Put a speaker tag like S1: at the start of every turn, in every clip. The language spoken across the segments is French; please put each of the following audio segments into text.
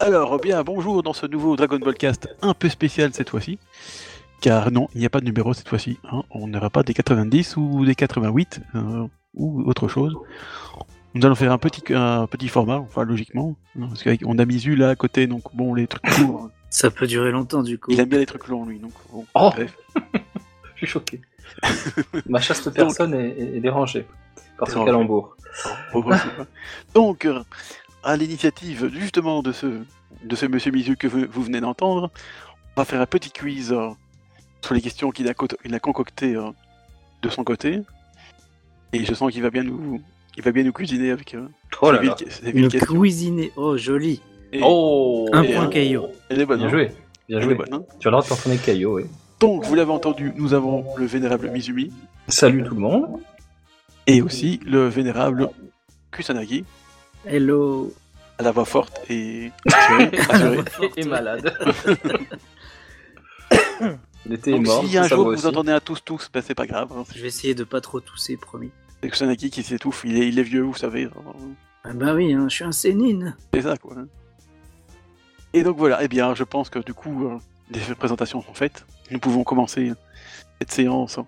S1: Alors, bien, bonjour dans ce nouveau Dragon Ball Cast un peu spécial cette fois-ci. Car non, il n'y a pas de numéro cette fois-ci. hein. On n'aura pas des 90 ou des 88 euh, ou autre chose. Nous allons faire un petit, un petit format, enfin logiquement. hein, parce qu'on a mis Zu là à côté, donc bon, les trucs courts.
S2: Ça peut durer longtemps du coup.
S1: il aime bien les trucs longs lui, donc bon,
S3: Oh.
S1: bref.
S3: Je suis choqué. Ma chaste personne est, est- est dérangée par ce
S1: Dérangée.
S3: calembour.
S1: Pauvre Sylvain. Donc, euh, à l'initiative justement de ce, de ce monsieur Mizu que vous, vous venez d'entendre, on va faire un petit quiz euh, sur les questions qu'il a, co- il a concoctées euh, de son côté. Et je sens qu'il va bien nous, il va bien nous cuisiner avec euh,
S3: Oh là
S1: ses
S3: là.
S1: villes- ses villes
S2: Une
S1: questions.
S2: cuisiner. Oh, joli.
S1: Et
S3: Oh
S2: Un
S1: point
S2: Caillot.
S1: Elle est bonne.
S3: Bien
S1: hein.
S3: joué. Bien
S1: Elle est
S3: joué.
S1: bonne, hein.
S3: Tu as le droit de t'entraîner Caillot, oui.
S1: Donc, vous l'avez entendu, nous avons le vénérable Mizumi
S3: Salut tout le monde.
S1: et aussi le vénérable Kusanagi
S2: Hello.
S1: à la voix forte et assurée.
S2: Ah,
S1: assurée.
S3: Et, et malade. Il était
S1: Donc,
S3: mort.
S1: s'il y a un
S3: ça
S1: jour
S3: va
S1: que vous
S3: aussi.
S1: entendez un tous tous, ben c'est pas grave. hein.
S2: Je vais essayer de pas trop tousser, promis.
S1: C'est Kusanagi qui s'étouffe, il est, il est vieux, vous savez. hein.
S2: Ah bah oui, hein, je suis un sénine.
S1: C'est ça, quoi. hein. Et donc voilà, eh bien, je pense que du coup, euh, les présentations sont faites. Nous pouvons commencer cette séance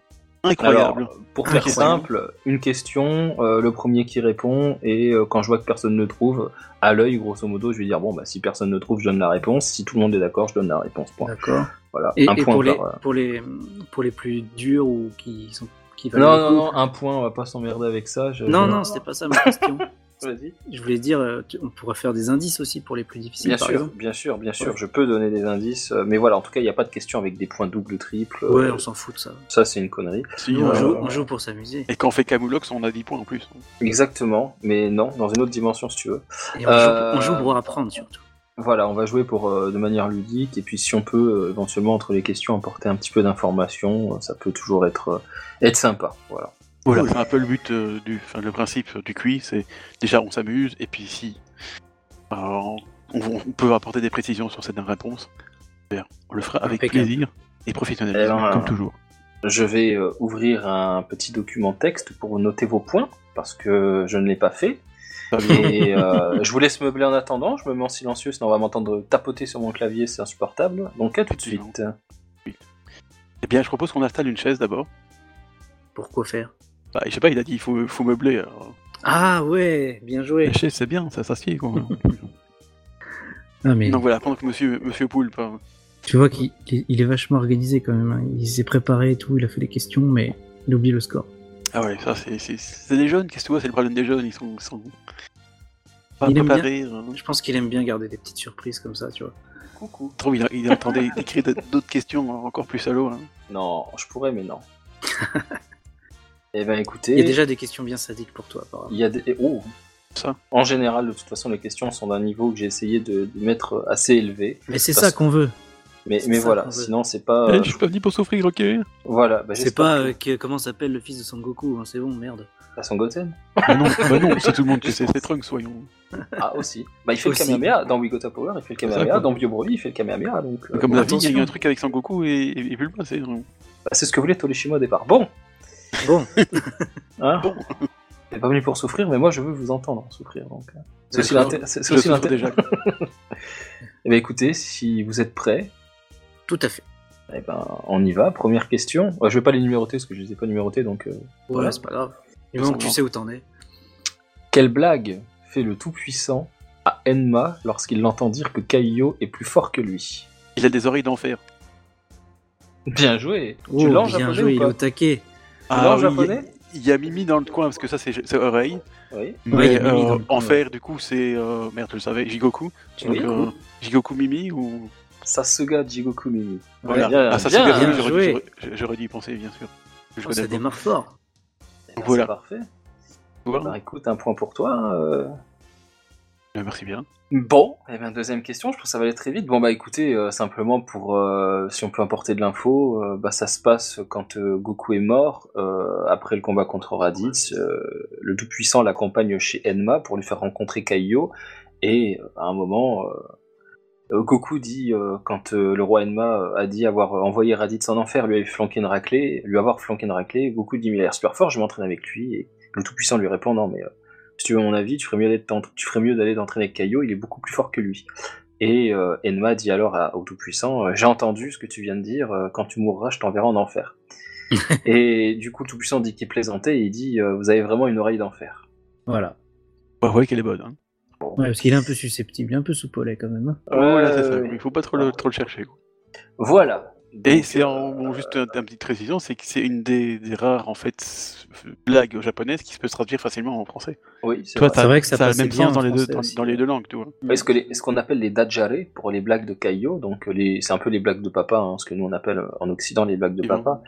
S1: incroyable.
S3: Alors, pour
S1: Ah,
S3: faire
S1: ok.
S3: simple, une question, euh, le premier qui répond, et euh, quand je vois que personne ne trouve, à l'œil, grosso modo, je vais dire bon, bah si personne ne trouve, je donne la réponse. Si tout le monde est d'accord, je donne la réponse. Point.
S2: D'accord.
S3: Voilà.
S2: Et,
S3: un
S2: et
S3: point
S2: pour, les,
S3: par, euh,
S2: pour, les, pour les plus durs ou qui sont qui valent
S3: Non,
S2: le
S3: non,
S2: coup.
S3: non, un point, on va pas s'emmerder avec ça. je-
S2: Non,
S3: je-
S2: non, c'était pas ça ma question.
S3: Vas-y.
S2: je voulais dire, euh, tu- on pourrait faire des indices aussi pour les plus difficiles,
S3: Bien
S2: par
S3: sûr,
S2: exemple.
S3: bien sûr, bien sûr,
S2: Ouais.
S3: je peux donner des indices, euh, mais voilà, en tout cas, il n'y a pas de question avec des points double, triple. euh,
S2: Ouais, on s'en fout de ça.
S3: Ça, c'est une connerie.
S1: Si,
S2: Nous,
S1: euh,
S2: on, joue,
S3: ouais.
S2: on joue pour s'amuser.
S1: Et quand on fait Camoulox, on a 10 points en plus.
S3: Exactement, mais non, dans une autre dimension, si tu veux.
S2: Et on,
S3: Euh,
S2: joue, on joue pour apprendre, surtout.
S3: Voilà, on va jouer pour euh, de manière ludique, et puis si on peut euh, éventuellement entre les questions apporter un petit peu d'informations, euh, ça peut toujours être euh, être sympa. Voilà.
S1: Voilà,
S2: Cool.
S1: c'est un peu le but euh, du, enfin, le principe du quiz, c'est déjà on s'amuse et puis si euh, on, on peut apporter des précisions sur certaines réponses, bien, on le fera avec
S2: Impeccable.
S1: plaisir et
S3: Eh
S1: professionnalisme
S3: ben,
S1: comme
S3: euh,
S1: toujours.
S3: Je vais euh, ouvrir un petit document texte pour noter vos points parce que je ne l'ai pas fait.
S1: Ça vient.
S3: Et euh, je vous laisse meubler en attendant, je me mets en silencieux, sinon on va m'entendre tapoter sur mon clavier, c'est insupportable. Donc à tout de suite.
S1: Eh bien, je propose qu'on installe une chaise d'abord.
S2: Pourquoi faire
S1: Bah, je sais pas, il a dit il faut, faut meubler. alors.
S2: Ah ouais, bien joué.
S1: La chaise, c'est bien, ça s'assied. quoi.
S2: Non, mais
S1: Donc voilà, pendant que monsieur, monsieur Poulpe, euh,
S2: tu vois qu'il qu'il- il est vachement organisé quand même. hein. Il s'est préparé et tout, il a fait les questions, mais il oublie le score.
S1: ah ouais, ça c'est- c'est c'est des jeunes, qu'est-ce que tu vois, c'est le problème des jeunes, ils sont, ils sont pas
S2: Il aime
S1: préparés. euh.
S2: Je pense qu'il aime bien garder des petites surprises comme ça, tu vois.
S1: Coucou. Je trouve il, il entendait écrire d'autres questions encore plus salauds. hein.
S3: Non, je pourrais, mais non. eh ben écoutez,
S2: Il y a déjà des questions bien sadiques pour toi, apparemment.
S3: il y a des- oh.
S1: Ça.
S3: En général, de toute façon, les questions sont d'un niveau que j'ai essayé de, de mettre assez élevé.
S2: Mais c'est
S3: Parce-
S2: ça qu'on veut.
S3: Mais,
S2: C'est
S3: mais
S2: ça
S3: voilà,
S2: qu'on veut.
S3: sinon c'est pas...
S1: Eh,
S3: euh,
S1: je suis pas venu pour souffrir, ok
S3: Voilà, bah,
S2: C'est
S3: j'espère
S2: pas
S3: que-
S2: euh, que- comment s'appelle le fils de Son Goku, hein, c'est bon, merde.
S3: à son Goten
S1: Bah non, bah non c'est tout le monde qui sait, c'est Trunks, soyons.
S3: Ah aussi. Bah il fait
S2: Aussi.
S3: le Kamehameha, dans We Got a Power, il fait le
S1: C'est
S3: Kamehameha,
S1: ça,
S3: dans Bio Broly, il fait le Kamehameha, donc... euh,
S1: Comme
S3: bah,
S1: la vie, il y a eu
S2: attention.
S1: un truc avec Sangoku et, et, et Bulma, c'est...
S3: c'est ce que voulait Toleshima au départ. Bon
S2: Bon,
S3: Hein
S1: Bon.
S3: T'es pas venu pour souffrir, mais moi je veux vous entendre souffrir. Donc, euh, c'est aussi
S2: D'accord.
S3: l'inté- c'est- c'est
S1: Je
S3: aussi
S1: souffre
S3: l'inté-
S1: déjà.
S3: Eh ben, écoutez, si vous êtes prêts,
S2: tout à fait.
S3: eh ben, on y va. Première question. Ouais, je vais pas les numéroter parce que je les ai pas numérotés. Donc, euh,
S2: Voilà, c'est pas grave. Du moment que tu sais où t'en es.
S3: quelle blague fait le Tout-Puissant à Enma lorsqu'il l'entend dire que Kaio est plus fort que lui
S1: Il a des oreilles d'enfer.
S3: Bien joué. tu
S2: Oh,
S3: l'as en
S2: bien
S3: japonais
S2: joué,
S3: ou
S2: il est
S3: pas
S2: au taquet.
S3: l'as
S1: Ah oui,
S3: en
S1: il y a-
S3: japonais
S1: il y, a Mimi dans le coin, parce que ça, c'est c'est oreille.
S3: Oui.
S1: Mais
S2: Ouais, il y a Mimi
S1: euh,
S2: dans le coin,
S1: enfer, du coup, c'est... euh, merde, je le savais, Jigoku. Donc,
S3: Oui.
S1: euh, Jigoku Mimi ou...
S3: Sasuga Jigoku Mimi.
S1: Voilà.
S3: bien,
S1: ah, ça,
S3: bien,
S1: c'est
S2: bien
S1: oui, j'aurais
S2: joué.
S1: dû- j'aurais- J'aurais dû y penser, bien sûr. Je
S2: Oh, ça
S1: connais pas.
S2: démarre fort.
S3: Eh ben,
S1: Voilà.
S3: C'est parfait.
S1: Voilà.
S3: Bah, écoute, un point pour toi. hein, euh.
S1: Euh, Merci bien.
S3: Bon, et Eh bien deuxième question, je pense que ça va aller très vite. Bon bah écoutez, euh, simplement pour euh, si on peut apporter de l'info, euh, bah ça se passe quand euh, Goku est mort euh, après le combat contre Raditz, euh, le Tout-Puissant l'accompagne chez Enma pour lui faire rencontrer Kaio et euh, à un moment euh, Goku dit euh, quand euh, le roi Enma euh, a dit avoir envoyé Raditz en enfer, lui avait flanqué une raclée, lui avoir flanqué une raclée, Goku dit mais il a l'air super fort, je m'entraîne avec lui et le Tout-Puissant lui répond non mais si tu veux mon avis, tu ferais mieux d'aller t'en- tu ferais mieux d'aller t'entraîner avec Caillot, il est beaucoup plus fort que lui. Et euh, Enma dit alors à- au Tout-Puissant euh, J'ai entendu ce que tu viens de dire, euh, quand tu mourras, je t'enverrai en enfer. et du coup, le Tout-Puissant dit qu'il plaisantait et il dit euh, Vous avez vraiment une oreille d'enfer.
S2: Voilà.
S1: Bah, ouais, qu'elle est bonne. Hein.
S2: Ouais, parce qu'il est un peu susceptible, un peu soupolé quand même. hein.
S1: Voilà, c'est ça.
S3: Euh,
S1: Il faut pas trop le, trop le chercher. quoi.
S3: Voilà.
S1: Et
S3: Donc,
S1: c'est
S3: euh,
S1: en, bon, juste un, un petite précision, c'est que c'est une des, des rares en fait s- blagues japonaises qui peut se traduire facilement en français.
S3: Oui, c'est
S1: Toi,
S3: vrai.
S1: t'as-
S2: C'est vrai que ça
S1: a le
S2: passait
S1: même
S2: bien
S1: sens dans
S2: en
S1: les, deux,
S2: français
S1: dans,
S2: aussi,
S1: dans les
S2: ouais.
S1: deux langues, tu vois.
S3: Est-ce que les- ce qu'on appelle les dajare pour les blagues de Caillot, donc euh, les, c'est un peu les blagues de papa, hein, ce que nous on appelle euh, en Occident les blagues de
S1: Mmh.
S3: papa,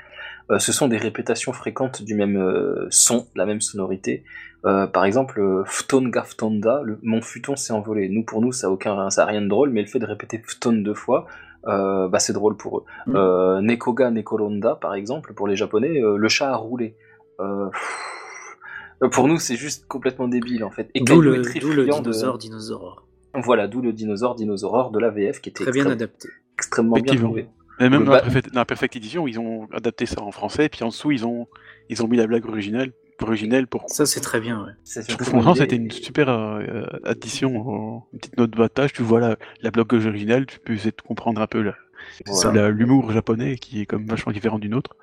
S3: euh, ce sont des répétitions fréquentes du même euh, son, la même sonorité. Euh, par exemple, euh, fton gaftonda, le, mon futon s'est envolé. Nous pour nous ça a aucun, ça a rien de drôle, mais le fait de répéter fton deux fois, euh, bah c'est drôle pour eux.
S2: Mmh.
S3: Euh, nekoga nekoronda par exemple pour les Japonais, euh, le chat a roulé. Euh, pff, pour nous c'est juste complètement débile en fait. Et
S2: D'où
S3: Caillou
S2: le,
S3: est très
S2: d'où le
S3: friand de-
S2: dinosaure, dinosaure.
S3: voilà, d'où le dinosaure dinosaureur de la VF qui était
S2: Très bien
S3: extrême-
S2: adapté.
S3: extrêmement bien
S1: Effectivement.
S3: trouvé.
S1: Mais même
S3: Le
S1: dans, la
S3: ba-
S1: perfect, dans la Perfect Edition, ils ont adapté ça en français, puis en dessous, ils ont, ils ont mis la blague originelle, originelle pour.
S2: Ça, c'est très bien, ouais.
S3: C'est
S1: Je
S3: une
S1: trouve
S3: très bonne
S1: franchement,
S3: idée.
S1: c'était une super euh, euh, addition, euh, une petite note de battage. Tu vois la, la blague originale, tu peux essayer de comprendre un peu la-
S3: Voilà.
S1: la- l'humour japonais qui est comme vachement différent d'une autre.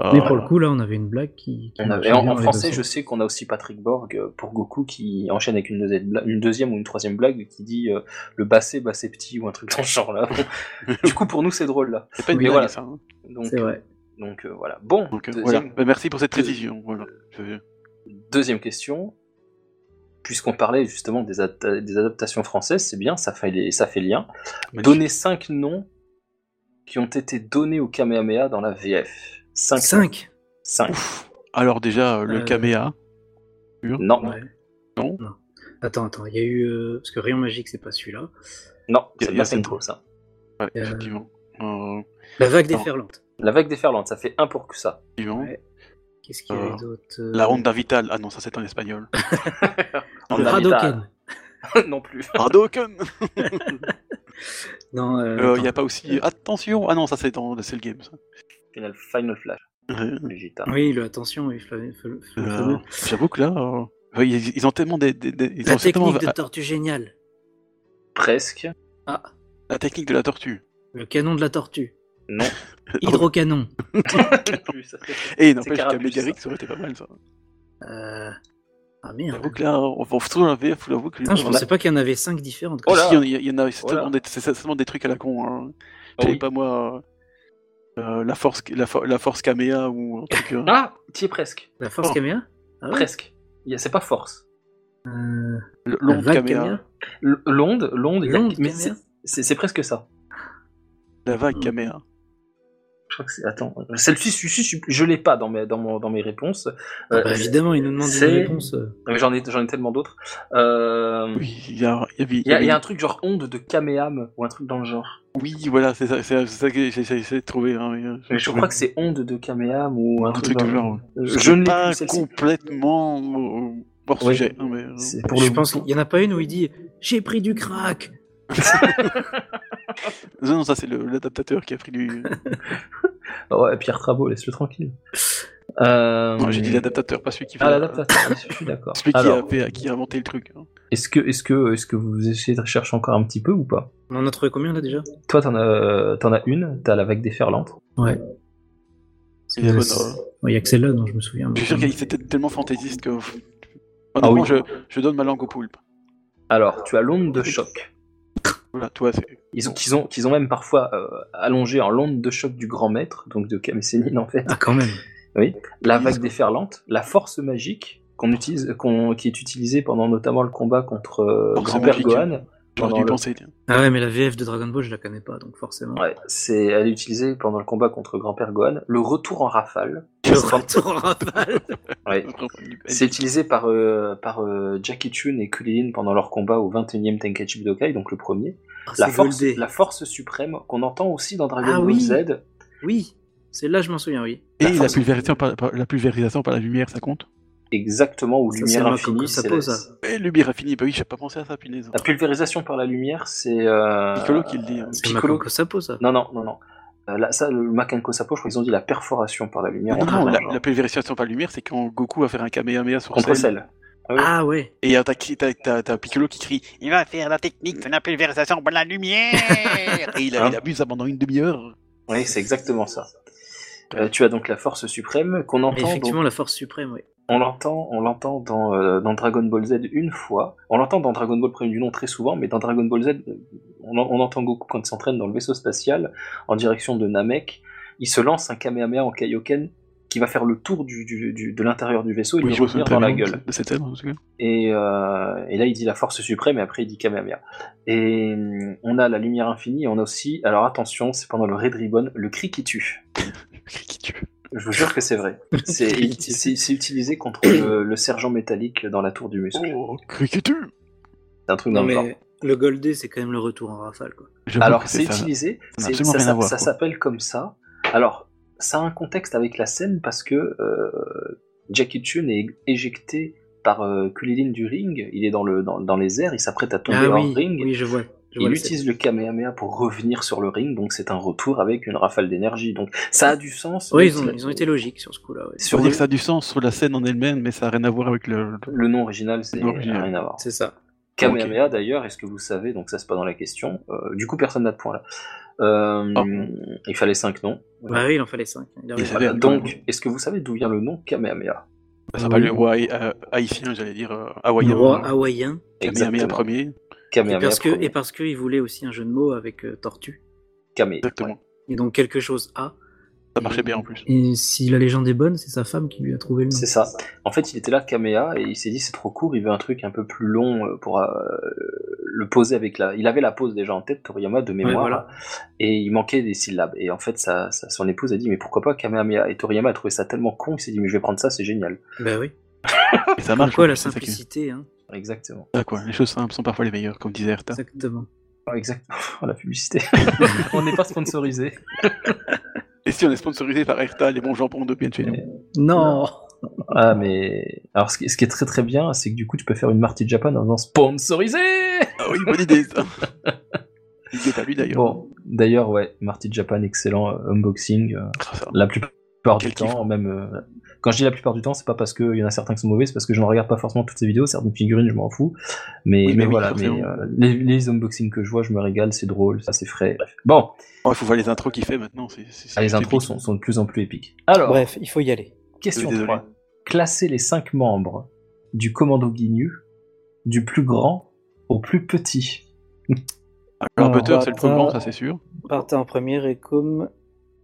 S1: Euh,
S2: Mais pour le coup, là, on avait une blague qui. qui
S3: On a-
S2: marchait
S3: et en,
S2: bien
S3: en
S2: dans les
S3: français,
S2: deux
S3: je
S2: sens.
S3: sais qu'on a aussi Patrick Borg euh, pour Goku qui enchaîne avec une deuxième, bla- une deuxième ou une troisième blague qui dit euh, le bassé, bassé petit ou un truc dans ce genre là. du coup, pour nous, c'est drôle là.
S1: C'est pas une
S2: Oui,
S1: blague,
S3: voilà.
S1: ça. hein.
S3: Donc,
S2: C'est vrai.
S3: donc euh, voilà. Bon,
S1: Donc, euh, voilà.
S3: deuxième,
S1: Bah, merci pour cette
S3: Deux-
S1: précision. Voilà. Je-
S3: deuxième question. Puisqu'on parlait justement des, adapta- des adaptations françaises, c'est bien, ça fait, les- ça fait lien. Donner 5 noms qui ont été donnés au Kamehameha dans la VF. 5
S2: 5
S3: 5.
S1: Alors déjà, euh, le
S2: Euh,
S1: Kamea,
S3: Non,
S2: ouais.
S1: non
S2: Attends, attends, il y a eu. euh, Parce que Rayon Magique, c'est pas celui-là.
S1: Y
S3: non,
S1: a-
S3: c'est
S1: y
S3: bien
S1: a
S3: c'est
S1: cette-
S3: trop ça.
S1: Ouais,
S2: Euh,
S1: effectivement. Euh,
S2: La vague
S1: Attends.
S2: déferlante.
S3: La vague déferlante, ça fait un pour que ça.
S1: effectivement.
S2: Ouais. Qu'est-ce qu'il y avait
S1: Euh,
S2: d'autre
S1: La Honda Vital. Ah non, ça c'est en espagnol.
S3: On
S2: Le
S3: a
S2: Radoken.
S3: Vita- non plus.
S1: Hadouken
S2: Non, euh,
S1: Il
S2: attends.
S1: n'y a pas aussi... Attention Ah non, ça c'est dans... c'est le game. Ça.
S3: Final, Final Flash,
S1: Euh,
S3: le Vita.
S2: Oui, le attention, oui, fla- fla- fla- fameux.
S1: euh, J'avoue que là... euh, ouais, Ils ils ont tellement des, des- des- ils
S2: La
S1: ont certainement-
S2: technique de tortue géniale.
S3: Presque.
S2: Ah,
S1: la technique de la tortue.
S2: le canon de la tortue.
S3: Non,
S2: Hydrocanon.
S3: non plus. ça fait-
S1: Et n'empêche qu'à
S3: Carabus,
S1: Médéric, ça aurait été pas mal ça.
S2: Euh, Ah
S1: J'avoue
S2: merde.
S1: que là, on va surtout la VF, faut l'avouer que...
S2: Putain, je
S1: on a-
S2: pensais pas qu'il y en avait 5 différentes.
S3: Oh là
S1: Si, il y, en a, c'est
S3: Voilà.
S1: tellement des- c'est certainement des trucs à la con. Hein.
S3: Ah
S1: Je sais
S3: oui.
S1: pas moi, euh, la force, la, fo- la force Kamea ou un truc. hein.
S3: Ah, t'y es presque.
S2: La force
S1: Oh.
S2: caméra Ah ouais
S3: Presque. Il y a- C'est pas force.
S2: Euh,
S1: L-
S2: La
S1: L'onde
S2: vague
S1: Kamea,
S2: caméra
S3: L- L'onde, l'onde, il y a-
S2: L'onde
S3: mais
S2: caméra
S3: c'est- c'est c'est presque ça.
S1: la vague
S2: Hmm.
S1: Kamea.
S3: Je crois que c'est. Attends, celle-ci, celui-ci, je- je l'ai pas dans mes, dans mon- dans mes réponses. Euh,
S2: Bah, Évidemment, il nous demande une
S3: c'est-
S2: réponse. euh.
S3: mais j'en ai, j'en ai tellement d'autres. Euh,
S1: Oui, il y a, il y avait-
S3: Il y, a- il y a un truc genre onde de Kameham ou un truc dans le genre.
S1: Oui, voilà, c'est ça, c'est c'est ça que j'ai j'ai essayé de trouver. Hein, mais, euh,
S3: Mais je crois que c'est onde de Kameham ou un,
S1: un truc
S3: dans
S1: du
S3: le Euh,
S1: genre.
S3: Je, je ne l'ai
S1: pas
S3: plus, celle-ci.
S1: complètement euh, hors
S3: Oui.
S1: sujet. hein, mais, euh,
S3: C'est pour
S2: Je
S3: le-
S2: pense qu'il y en a pas une où il dit J'ai pris du crack
S1: Non, non, ça c'est le- l'adaptateur qui a pris du.
S3: Ah ouais, Pierre Travaux, laisse-le tranquille. Euh...
S1: Non, j'ai dit euh. l'adaptateur, pas celui qui fait.
S3: Ah, l'adaptateur, je suis d'accord.
S1: Celui qui
S3: Alors,
S1: a, fait- qui a inventé le truc. hein.
S3: est-ce que, est-ce que, est-ce que vous essayez de rechercher encore un petit peu ou pas
S2: On en a trouvé combien là déjà
S3: Toi, t'en as, t'en as une, t'as la vague déferlante.
S2: Ouais.
S1: Il y a-
S2: Euh,
S1: bon,
S2: c'est-
S1: euh,
S2: Ouais, Il y a que celle-là dont je me souviens.
S1: Je suis sûr qu'il était tellement fantaisiste que.
S3: Ah oui.
S1: Honnêtement, je, je donne ma langue au poulpe.
S3: Alors, tu as l'onde de choc.
S1: Voilà, toi, c'est.
S3: Ils ont, qu'ils ont, qu'ils ont même parfois euh, allongé en l'onde de choc du grand maître, donc de Kamsénine en fait.
S2: Ah, quand même.
S3: la vague déferlante, la force magique qu'on utilise, qu'on- qui est utilisée pendant notamment le combat contre euh,
S1: Force
S3: Grand-Père
S1: magique.
S3: Gohan.
S1: J'aurais
S3: Pendant
S1: dû y
S3: le-
S1: penser. tiens.
S2: Ah ouais, mais la VF de Dragon Ball, je la connais pas, donc forcément.
S3: Ouais, c'est, elle est utilisée pendant le combat contre Grand-Père Gohan. Le retour en rafale.
S2: Le retour en rafale
S3: Ouais. C'est utilisé par, euh, par euh, Jackie Chun et Kulilin pendant leur combat au 21e Tenkaichi Budokai, donc le premier.
S2: Ah,
S3: La
S2: c'est
S3: force,
S2: goldé.
S3: la force suprême qu'on entend aussi dans Dragon
S2: Ah
S3: Ball
S2: oui.
S3: Z.
S2: Oui, celle-là, je m'en souviens, oui.
S1: Et la
S3: force-
S1: pulvérisation, par, par- la pulvérisation par la lumière, ça compte
S3: Exactement, ou
S2: Ça, c'est
S3: lumière
S2: Marco
S3: infinie.
S2: Sapo,
S3: c'est la,
S2: ça.
S1: Et lumière infinie, bah oui, j'ai pas pensé à ça, punaise.
S3: la pulvérisation par la lumière, c'est. euh,
S1: Piccolo qui le dit. hein.
S2: C'est
S3: Piccolo.
S2: Makoto Sapo, ça.
S3: Non, non, non, non. Euh, là, ça, le Makenko Sapo, je crois qu'ils ont dit la perforation par la lumière.
S1: Ah, Non, non,
S3: Enfin,
S1: la,
S3: genre,
S1: la pulvérisation par la lumière, c'est quand Goku va faire un Kamehameha sur
S3: Ah. contre
S1: Cell.
S3: celle. Ouais.
S2: Ah ouais
S1: Et euh, t'as, qui- t'as- t'as- t'as Piccolo qui crie Il va faire la technique de la pulvérisation par la lumière Et il, a-
S3: Hein
S1: il abuse pendant une demi-heure.
S3: Oui, c'est exactement ça. Euh, tu as donc la force suprême qu'on
S2: Mais
S3: entend. donc-
S2: Effectivement, la force suprême, ouais.
S3: on l'entend, on l'entend dans, euh, dans Dragon Ball Z une fois. On l'entend dans Dragon Ball Premier du Nom très souvent, mais dans Dragon Ball Z, euh, on, en- on entend Goku quand il s'entraîne dans le vaisseau spatial en direction de Namek. Il se lance un Kamehameha en Kaioken qui va faire le tour du, du- du- de l'intérieur du vaisseau et lui
S1: je me
S3: revenir
S1: souviens
S3: dans la
S1: très bien
S3: gueule.
S1: de cette scène, en tout cas.
S3: Et, euh, et là, il dit la force suprême, et après, il dit Kamehameha. Et euh, on a la lumière infinie, et on a aussi, alors attention, c'est pendant le Red Ribbon, le cri qui tue.
S1: Qui tue.
S3: Je vous jure que c'est vrai. C'est
S2: cri qui tue.
S3: c'est- c'est utilisé contre le, le sergent métallique dans la tour du muscle.
S1: Oh, cri qui tue
S3: C'est un truc dans
S2: Non,
S3: le genre.
S2: mais le Goldé, c'est quand même le retour en rafale, quoi.
S1: Je pense
S3: Alors,
S1: que
S3: c'est
S1: ça.
S3: utilisé,
S1: n'a
S3: c'est-
S1: absolument
S3: ça,
S1: rien à
S3: ça-
S1: voir,
S3: ça
S1: quoi.
S3: s'appelle comme ça. Alors, ça a un contexte avec la scène parce que euh, Jackie Chun est éjecté par euh, Kulilin du ring. Il est dans, le, dans, dans les airs, il s'apprête à tomber
S2: Ah
S3: hors
S2: oui,
S3: ring.
S2: oui, je vois. Je vois
S3: Il
S2: la
S3: utilise le Kamehameha pour revenir sur le ring, donc c'est un retour avec une rafale d'énergie. Donc ça a du sens.
S2: scène. Ouais,
S3: mais
S2: ils ont,
S3: c'est-
S2: ils ont été logiques sur ce coup-là, ouais.
S1: Pour
S3: Sur
S1: dire
S3: le,
S1: que ça a du sens sur la scène en elle-même, mais ça n'a rien à voir avec le. le-
S3: le nom original, c'est
S1: Nom original.
S3: rien à voir.
S2: C'est ça.
S3: Kamehameha d'ailleurs, est-ce que vous savez, donc ça c'est pas dans la question, euh, du coup personne n'a de point là. Euh,
S1: Oh.
S3: Il fallait 5 noms.
S2: Bah oui, il en fallait 5. Il en
S1: Et
S2: avait
S1: ça
S2: pas.
S1: avait-
S3: Donc, est-ce que vous savez d'où vient le nom Kamehameha
S1: Ça s'appelle
S2: oui.
S1: le roi euh, haïtien, j'allais dire euh,
S2: Le
S1: hawaïen.
S2: roi hawaïen.
S1: Kamehameha
S3: Exactement.
S1: premier.
S2: Et
S3: Kamehameha
S2: parce que,
S3: premier.
S2: et parce qu'il voulait aussi un jeu de mots avec euh, tortue.
S3: Kame.
S1: Exactement.
S3: Ouais.
S2: Et donc quelque chose a.
S1: Ça marchait bien en plus.
S2: Et si la légende est bonne, c'est sa femme qui lui a trouvé le nom.
S3: C'est ça. En fait, il était là, Kamea, et il s'est dit c'est trop court, il veut un truc un peu plus long euh, pour euh, le poser avec la. Il avait la pose déjà en tête, Toriyama, de mémoire,
S2: Ouais, voilà.
S3: et il manquait des syllabes. Et en fait, sa- sa- son épouse a dit mais pourquoi pas Kamehameha Et Toriyama a trouvé ça tellement con, il s'est dit mais je vais prendre ça, c'est génial.
S2: Bah oui.
S1: Et ça marche.
S2: Pourquoi
S1: en
S2: la
S1: plus, c'est ça qui-
S2: simplicité, hein.
S3: Exactement.
S1: Ah, quoi, les choses simples sont parfois les meilleures, comme disait Erta.
S2: Exactement.
S3: Ah, Exactement. La publicité. On n'est pas sponsorisé.
S1: Et si on est sponsorisé par Erta, les bons jambons de bien de chez nous.
S2: Non.
S3: Ah, mais. Alors, ce qui, ce qui est très très bien, c'est que du coup, tu peux faire une Marty Japan en faisant sponsorisé
S1: Ah oui, bonne idée ça. Idée à lui d'ailleurs.
S3: Bon, d'ailleurs, ouais, Marty Japan, excellent euh, unboxing. euh,
S1: Ah, ça.
S3: la plupart du
S1: Quel hein.
S3: temps, même. euh, quand je dis la plupart du temps, c'est pas parce qu'il y en a certains qui sont mauvais, c'est parce que je ne regarde pas forcément toutes ces vidéos, certaines figurines, je m'en fous. Mais,
S1: Oui,
S3: mais
S1: bah oui,
S3: voilà, mais,
S1: forcément.
S3: euh, les, les unboxings que je vois, je me régale, c'est drôle, ça c'est frais. Bref. Bon,
S1: Oh, il faut voir les intros qu'il fait maintenant. c'est- c'est-
S3: ah, les
S1: c'est
S3: intros sont, sont de plus en plus épiques. Alors,
S2: Bref, il faut y aller.
S3: question
S1: Désolé.
S3: 3. Classer les 5 membres du commando Guignu, du plus grand au plus petit.
S1: Alors,
S2: Ah,
S1: Butter,
S2: bah,
S1: c'est le plus grand,
S2: attends.
S1: ça c'est sûr.
S2: Partez en première et comme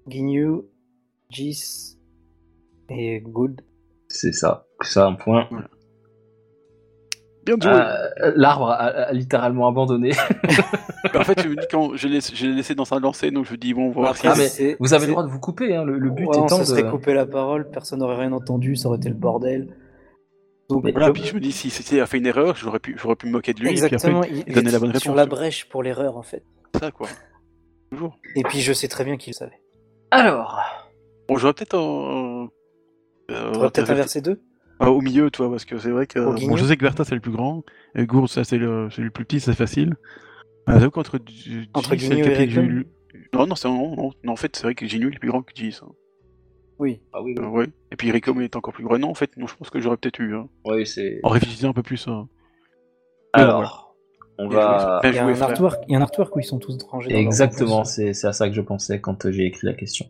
S2: Guignou, Gis et Good.
S3: C'est ça, ça un point.
S1: Bien joué.
S3: Euh, L'arbre a, a- a littéralement abandonné.
S1: En fait, je me dis quand je l'ai je l'ai laissé dans sa lancée, donc je me dis, bon, on va voir si.
S3: Ah, mais Vous avez le droit de vous couper, hein, le, le but étant
S2: ça serait
S3: de...
S2: couper la parole, personne n'aurait rien entendu, ça aurait été le bordel. Donc,
S1: Voilà,
S2: le-
S1: puis je me dis, si c'était a fait une erreur, j'aurais pu, j'aurais pu me moquer de lui.
S2: exactement,
S1: Et puis
S2: il,
S1: il donnait la bonne
S2: il est sur
S1: réponse.
S2: la brèche pour l'erreur en fait.
S1: après, ça, quoi. Toujours.
S2: Et puis je sais très bien qu'il le savait.
S3: Alors,
S1: Bon, j'aurais peut-être. en- euh,
S2: T'aurais peut-être
S1: inverti-
S2: inversé deux
S1: Ah, au milieu, toi, parce que c'est vrai que.
S2: Au
S1: Bon,
S2: guignol.
S1: je sais que Bertha, c'est le plus grand. Et Gourde, ça, c'est le, c'est le plus petit, c'est facile. Ah, j'avoue qu'entre. G-
S2: Entre
S1: G, c'est le
S2: guignol et
S1: capitaine
S2: Rectum
S1: Jules- Non, non, c'est non, non, non, en fait, c'est vrai que Ginu est plus grand que Gis. hein.
S2: Oui.
S3: Ah oui,
S1: Euh, ouais. Et puis Rectum est encore plus grand. Non, en fait, non, je pense que j'aurais peut-être eu. hein.
S3: oui, c'est.
S1: En réfléchissant un peu plus. hein.
S3: Alors, Euh, on
S1: Bien joué,
S3: va.
S2: Il y, a
S1: bien joué,
S2: un
S1: frère.
S2: artwork, il y a un artwork où ils sont tous rangés. dans leur
S3: Exactement,
S2: réponse.
S3: c'est c'est à ça que je pensais quand euh, j'ai écrit la question.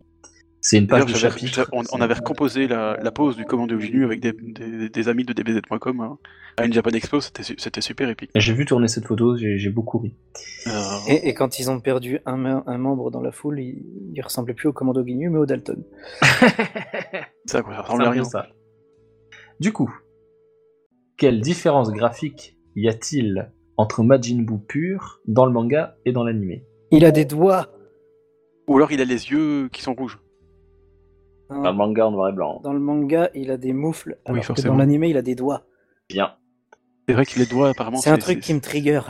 S3: C'est une page
S1: D'ailleurs,
S3: de
S1: j'avais-
S3: chapitre.
S1: on, on avait recomposé la, la pose du commando Ginu avec des, des- des amis de dbz.com hein. à une Japan Expo, c'était su- c'était super épique.
S3: J'ai vu tourner cette photo, j'ai j'ai beaucoup ri.
S1: Euh,
S2: Et, et quand ils ont perdu un, me- un membre dans la foule, il, il ressemblait plus au commando Guignou, mais au Dalton.
S1: ça, quoi, ça
S3: C'est un
S1: ressemble à
S3: peu
S1: rien.
S3: ça. Du coup, quelle différence graphique y a-t-il entre Majin Buu pur dans le manga et dans l'anime
S2: Il a des doigts
S1: Ou alors il a les yeux qui sont rouges.
S2: hein.
S3: Dans le manga en noir et blanc.
S2: Dans le manga, il a des moufles,
S1: Oui,
S2: alors que
S1: forcément.
S2: dans l'anime, il a des doigts.
S3: Bien.
S1: C'est vrai qu'il les doigts, apparemment.
S2: C'est un truc qui me trigger.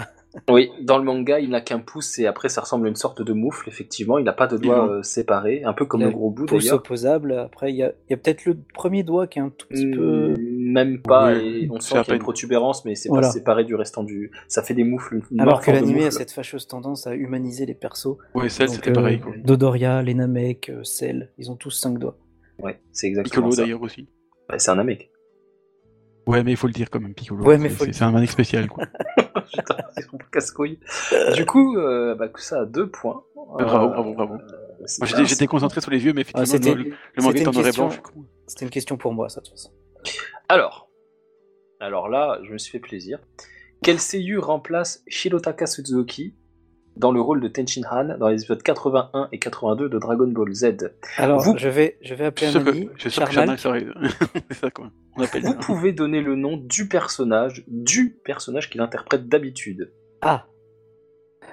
S3: Oui, dans le manga, il n'a qu'un pouce et après, ça ressemble à une sorte de moufle, effectivement. Il n'a pas de doigts
S1: Il
S3: euh, séparés, un peu comme
S2: Il a
S3: le gros bout
S2: Pouce
S3: d'ailleurs.
S2: opposable, après, il y a, il y a peut-être le premier doigt qui est un tout petit
S1: Euh,
S2: peu...
S3: Même pas,
S1: Mmh. Oui,
S3: et on
S1: c'est
S3: sent
S1: à
S3: qu'il y a une
S1: peine.
S3: protubérance, mais c'est
S2: Voilà.
S3: pas séparé du restant du. Ça fait des moufles. une
S2: Alors
S3: marque
S2: que
S3: de
S2: l'anime a
S3: moufle.
S2: cette fâcheuse tendance à humaniser les persos.
S1: Ouais, celle,
S2: Donc,
S1: c'était
S2: euh,
S1: pareil. Quoi.
S2: Dodoria, les Namek, euh, Cell, ils ont tous cinq doigts.
S3: Ouais, c'est exactement
S1: Piccolo,
S3: ça.
S1: d'ailleurs, aussi.
S3: Bah, c'est un Namek.
S1: Ouais, mais il faut le dire quand même, Piccolo.
S4: Ouais, mais
S1: C'est-
S4: faut le
S1: c'est c'est un manique spécial, quoi.
S3: Putain, ils sont casse-couilles. Du coup, euh, bah, ça a deux points. Euh,
S1: bravo, bravo, bravo.
S3: c'est
S1: Moi,
S3: bien,
S1: j'étais- J'étais concentré sur les vieux, mais
S4: Ah,
S1: effectivement,
S4: C'était
S1: le, le manga est
S4: c'était
S1: en
S4: une
S1: noir et
S4: question.
S1: blanc. je suis con.
S4: c'était une question pour moi, ça, de toute façon.
S3: Alors, alors là, je me suis fait plaisir. Quel seiyuu remplace Shirotaka Suzuki dans le rôle de Tenshin Han dans les épisodes 81 et 82 de Dragon Ball Z
S4: Alors,
S3: Vous-
S4: je, vais, je vais
S1: Je
S4: appeler
S1: suis
S4: un
S1: sûr que-
S4: ami,
S1: je suis sûr que
S4: Charmal.
S1: Charmal serait. C'est ça, quoi. On appelle.
S3: Vous pouvez donner le nom du personnage, du personnage qu'il interprète d'habitude.
S4: Ah,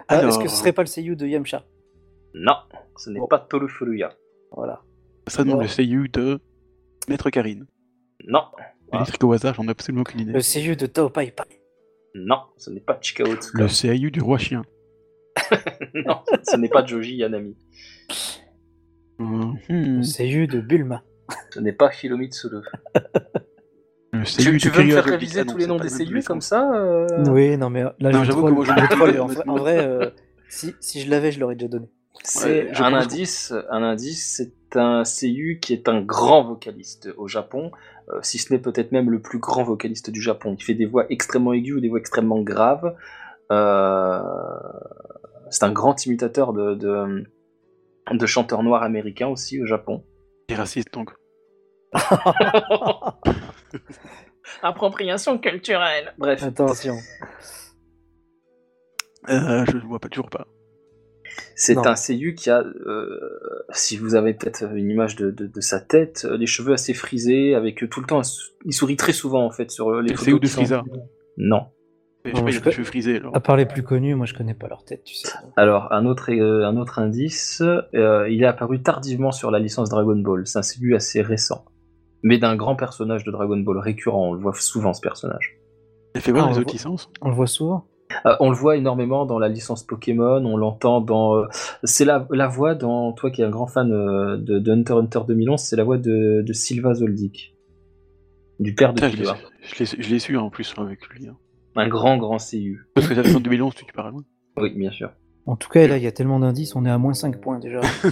S4: Ah,
S1: Alors,
S4: Est-ce que ce serait pas le seiyuu de Yamcha
S3: Non, ce n'est pas Toru Furuya.
S4: Voilà.
S1: ça demande le seiyuu de Maître Karine.
S3: Non, Ah.
S1: Électrique au hasard, j'en ai absolument aucune idée.
S4: Le seiyuu de Tao Pai Pai.
S3: non, ce n'est pas Chikao Tsuka.
S1: Le seiyuu du roi chien.
S3: Non, ce n'est pas Joji Yanami.
S1: Euh, hmm.
S4: Le seiyuu de Bulma.
S3: Ce n'est pas Hiromi Tsuru.
S1: Le
S3: Tu,
S1: seiyuu
S3: tu
S1: du
S3: veux me
S1: Kiryu
S3: faire
S1: Haruhi. Ah
S3: réviser
S1: non,
S3: tous les
S1: c'est
S3: noms
S1: pas
S3: des
S1: le même
S3: seiyuu
S1: sens.
S3: comme ça euh
S4: Oui, non, mais là,
S1: Non,
S4: je
S1: j'avoue
S4: troll.
S1: que moi, je me
S4: Je troll. En
S1: rappelle,
S4: vrai, en vrai, euh, si, si je l'avais, je l'aurais déjà donné.
S3: C'est
S1: Ouais, je
S3: un
S1: pense
S3: indice, un indice, c'est un seiyuu qui est un grand vocaliste au Japon, euh, si ce n'est peut-être même le plus grand vocaliste du Japon. Il fait des voix extrêmement aiguës ou des voix extrêmement graves. Euh, c'est un grand imitateur de, de, de chanteurs noirs américains aussi au Japon.
S1: T'es raciste donc.
S3: Appropriation culturelle. Bref,
S4: Attention.
S1: Euh, je le vois pas toujours pas.
S3: c'est
S4: Non.
S3: un seiyuu qui a, euh, si vous avez peut-être une image de, de- de sa tête, euh, les cheveux assez frisés, avec euh, tout le temps, un sou- il sourit très souvent en fait sur euh, les
S1: Le seiyuu
S3: photos
S1: de
S3: qui sont-
S1: Frieza.
S4: Non,
S1: Je Ah.
S3: Non.
S1: sais
S4: mais je
S1: pas, il a des
S4: peux-
S1: cheveux frisés alors.
S4: À part les plus connus, moi, je connais pas leur tête, tu sais.
S3: Alors, un autre, euh, un autre indice, euh, il est apparu tardivement sur la licence Dragon Ball. C'est un début assez récent, mais d'un grand personnage de Dragon Ball récurrent. On le voit souvent, ce personnage.
S1: Il a fait voir
S4: Ah,
S1: les
S4: on
S1: autres
S4: voit-
S1: licences.
S4: On le voit souvent.
S3: Euh, on le voit énormément dans la licence Pokémon, on l'entend dans... euh, c'est la, la voix dans... Toi qui es un grand fan euh, de, de Hunter x Hunter 2011, c'est la voix de, de Silva Zoldyck, du père de
S1: Putain, Ah, je l'ai-
S3: Silva.
S1: je l'ai- je l'ai su hein, en plus avec lui. hein.
S3: Un grand, grand CU.
S1: Parce que ça fait en 2011, tu, tu parles loin.
S3: Oui, bien sûr.
S4: En tout cas, là, il y a tellement d'indices, on est à moins 5 points déjà.
S3: Ah,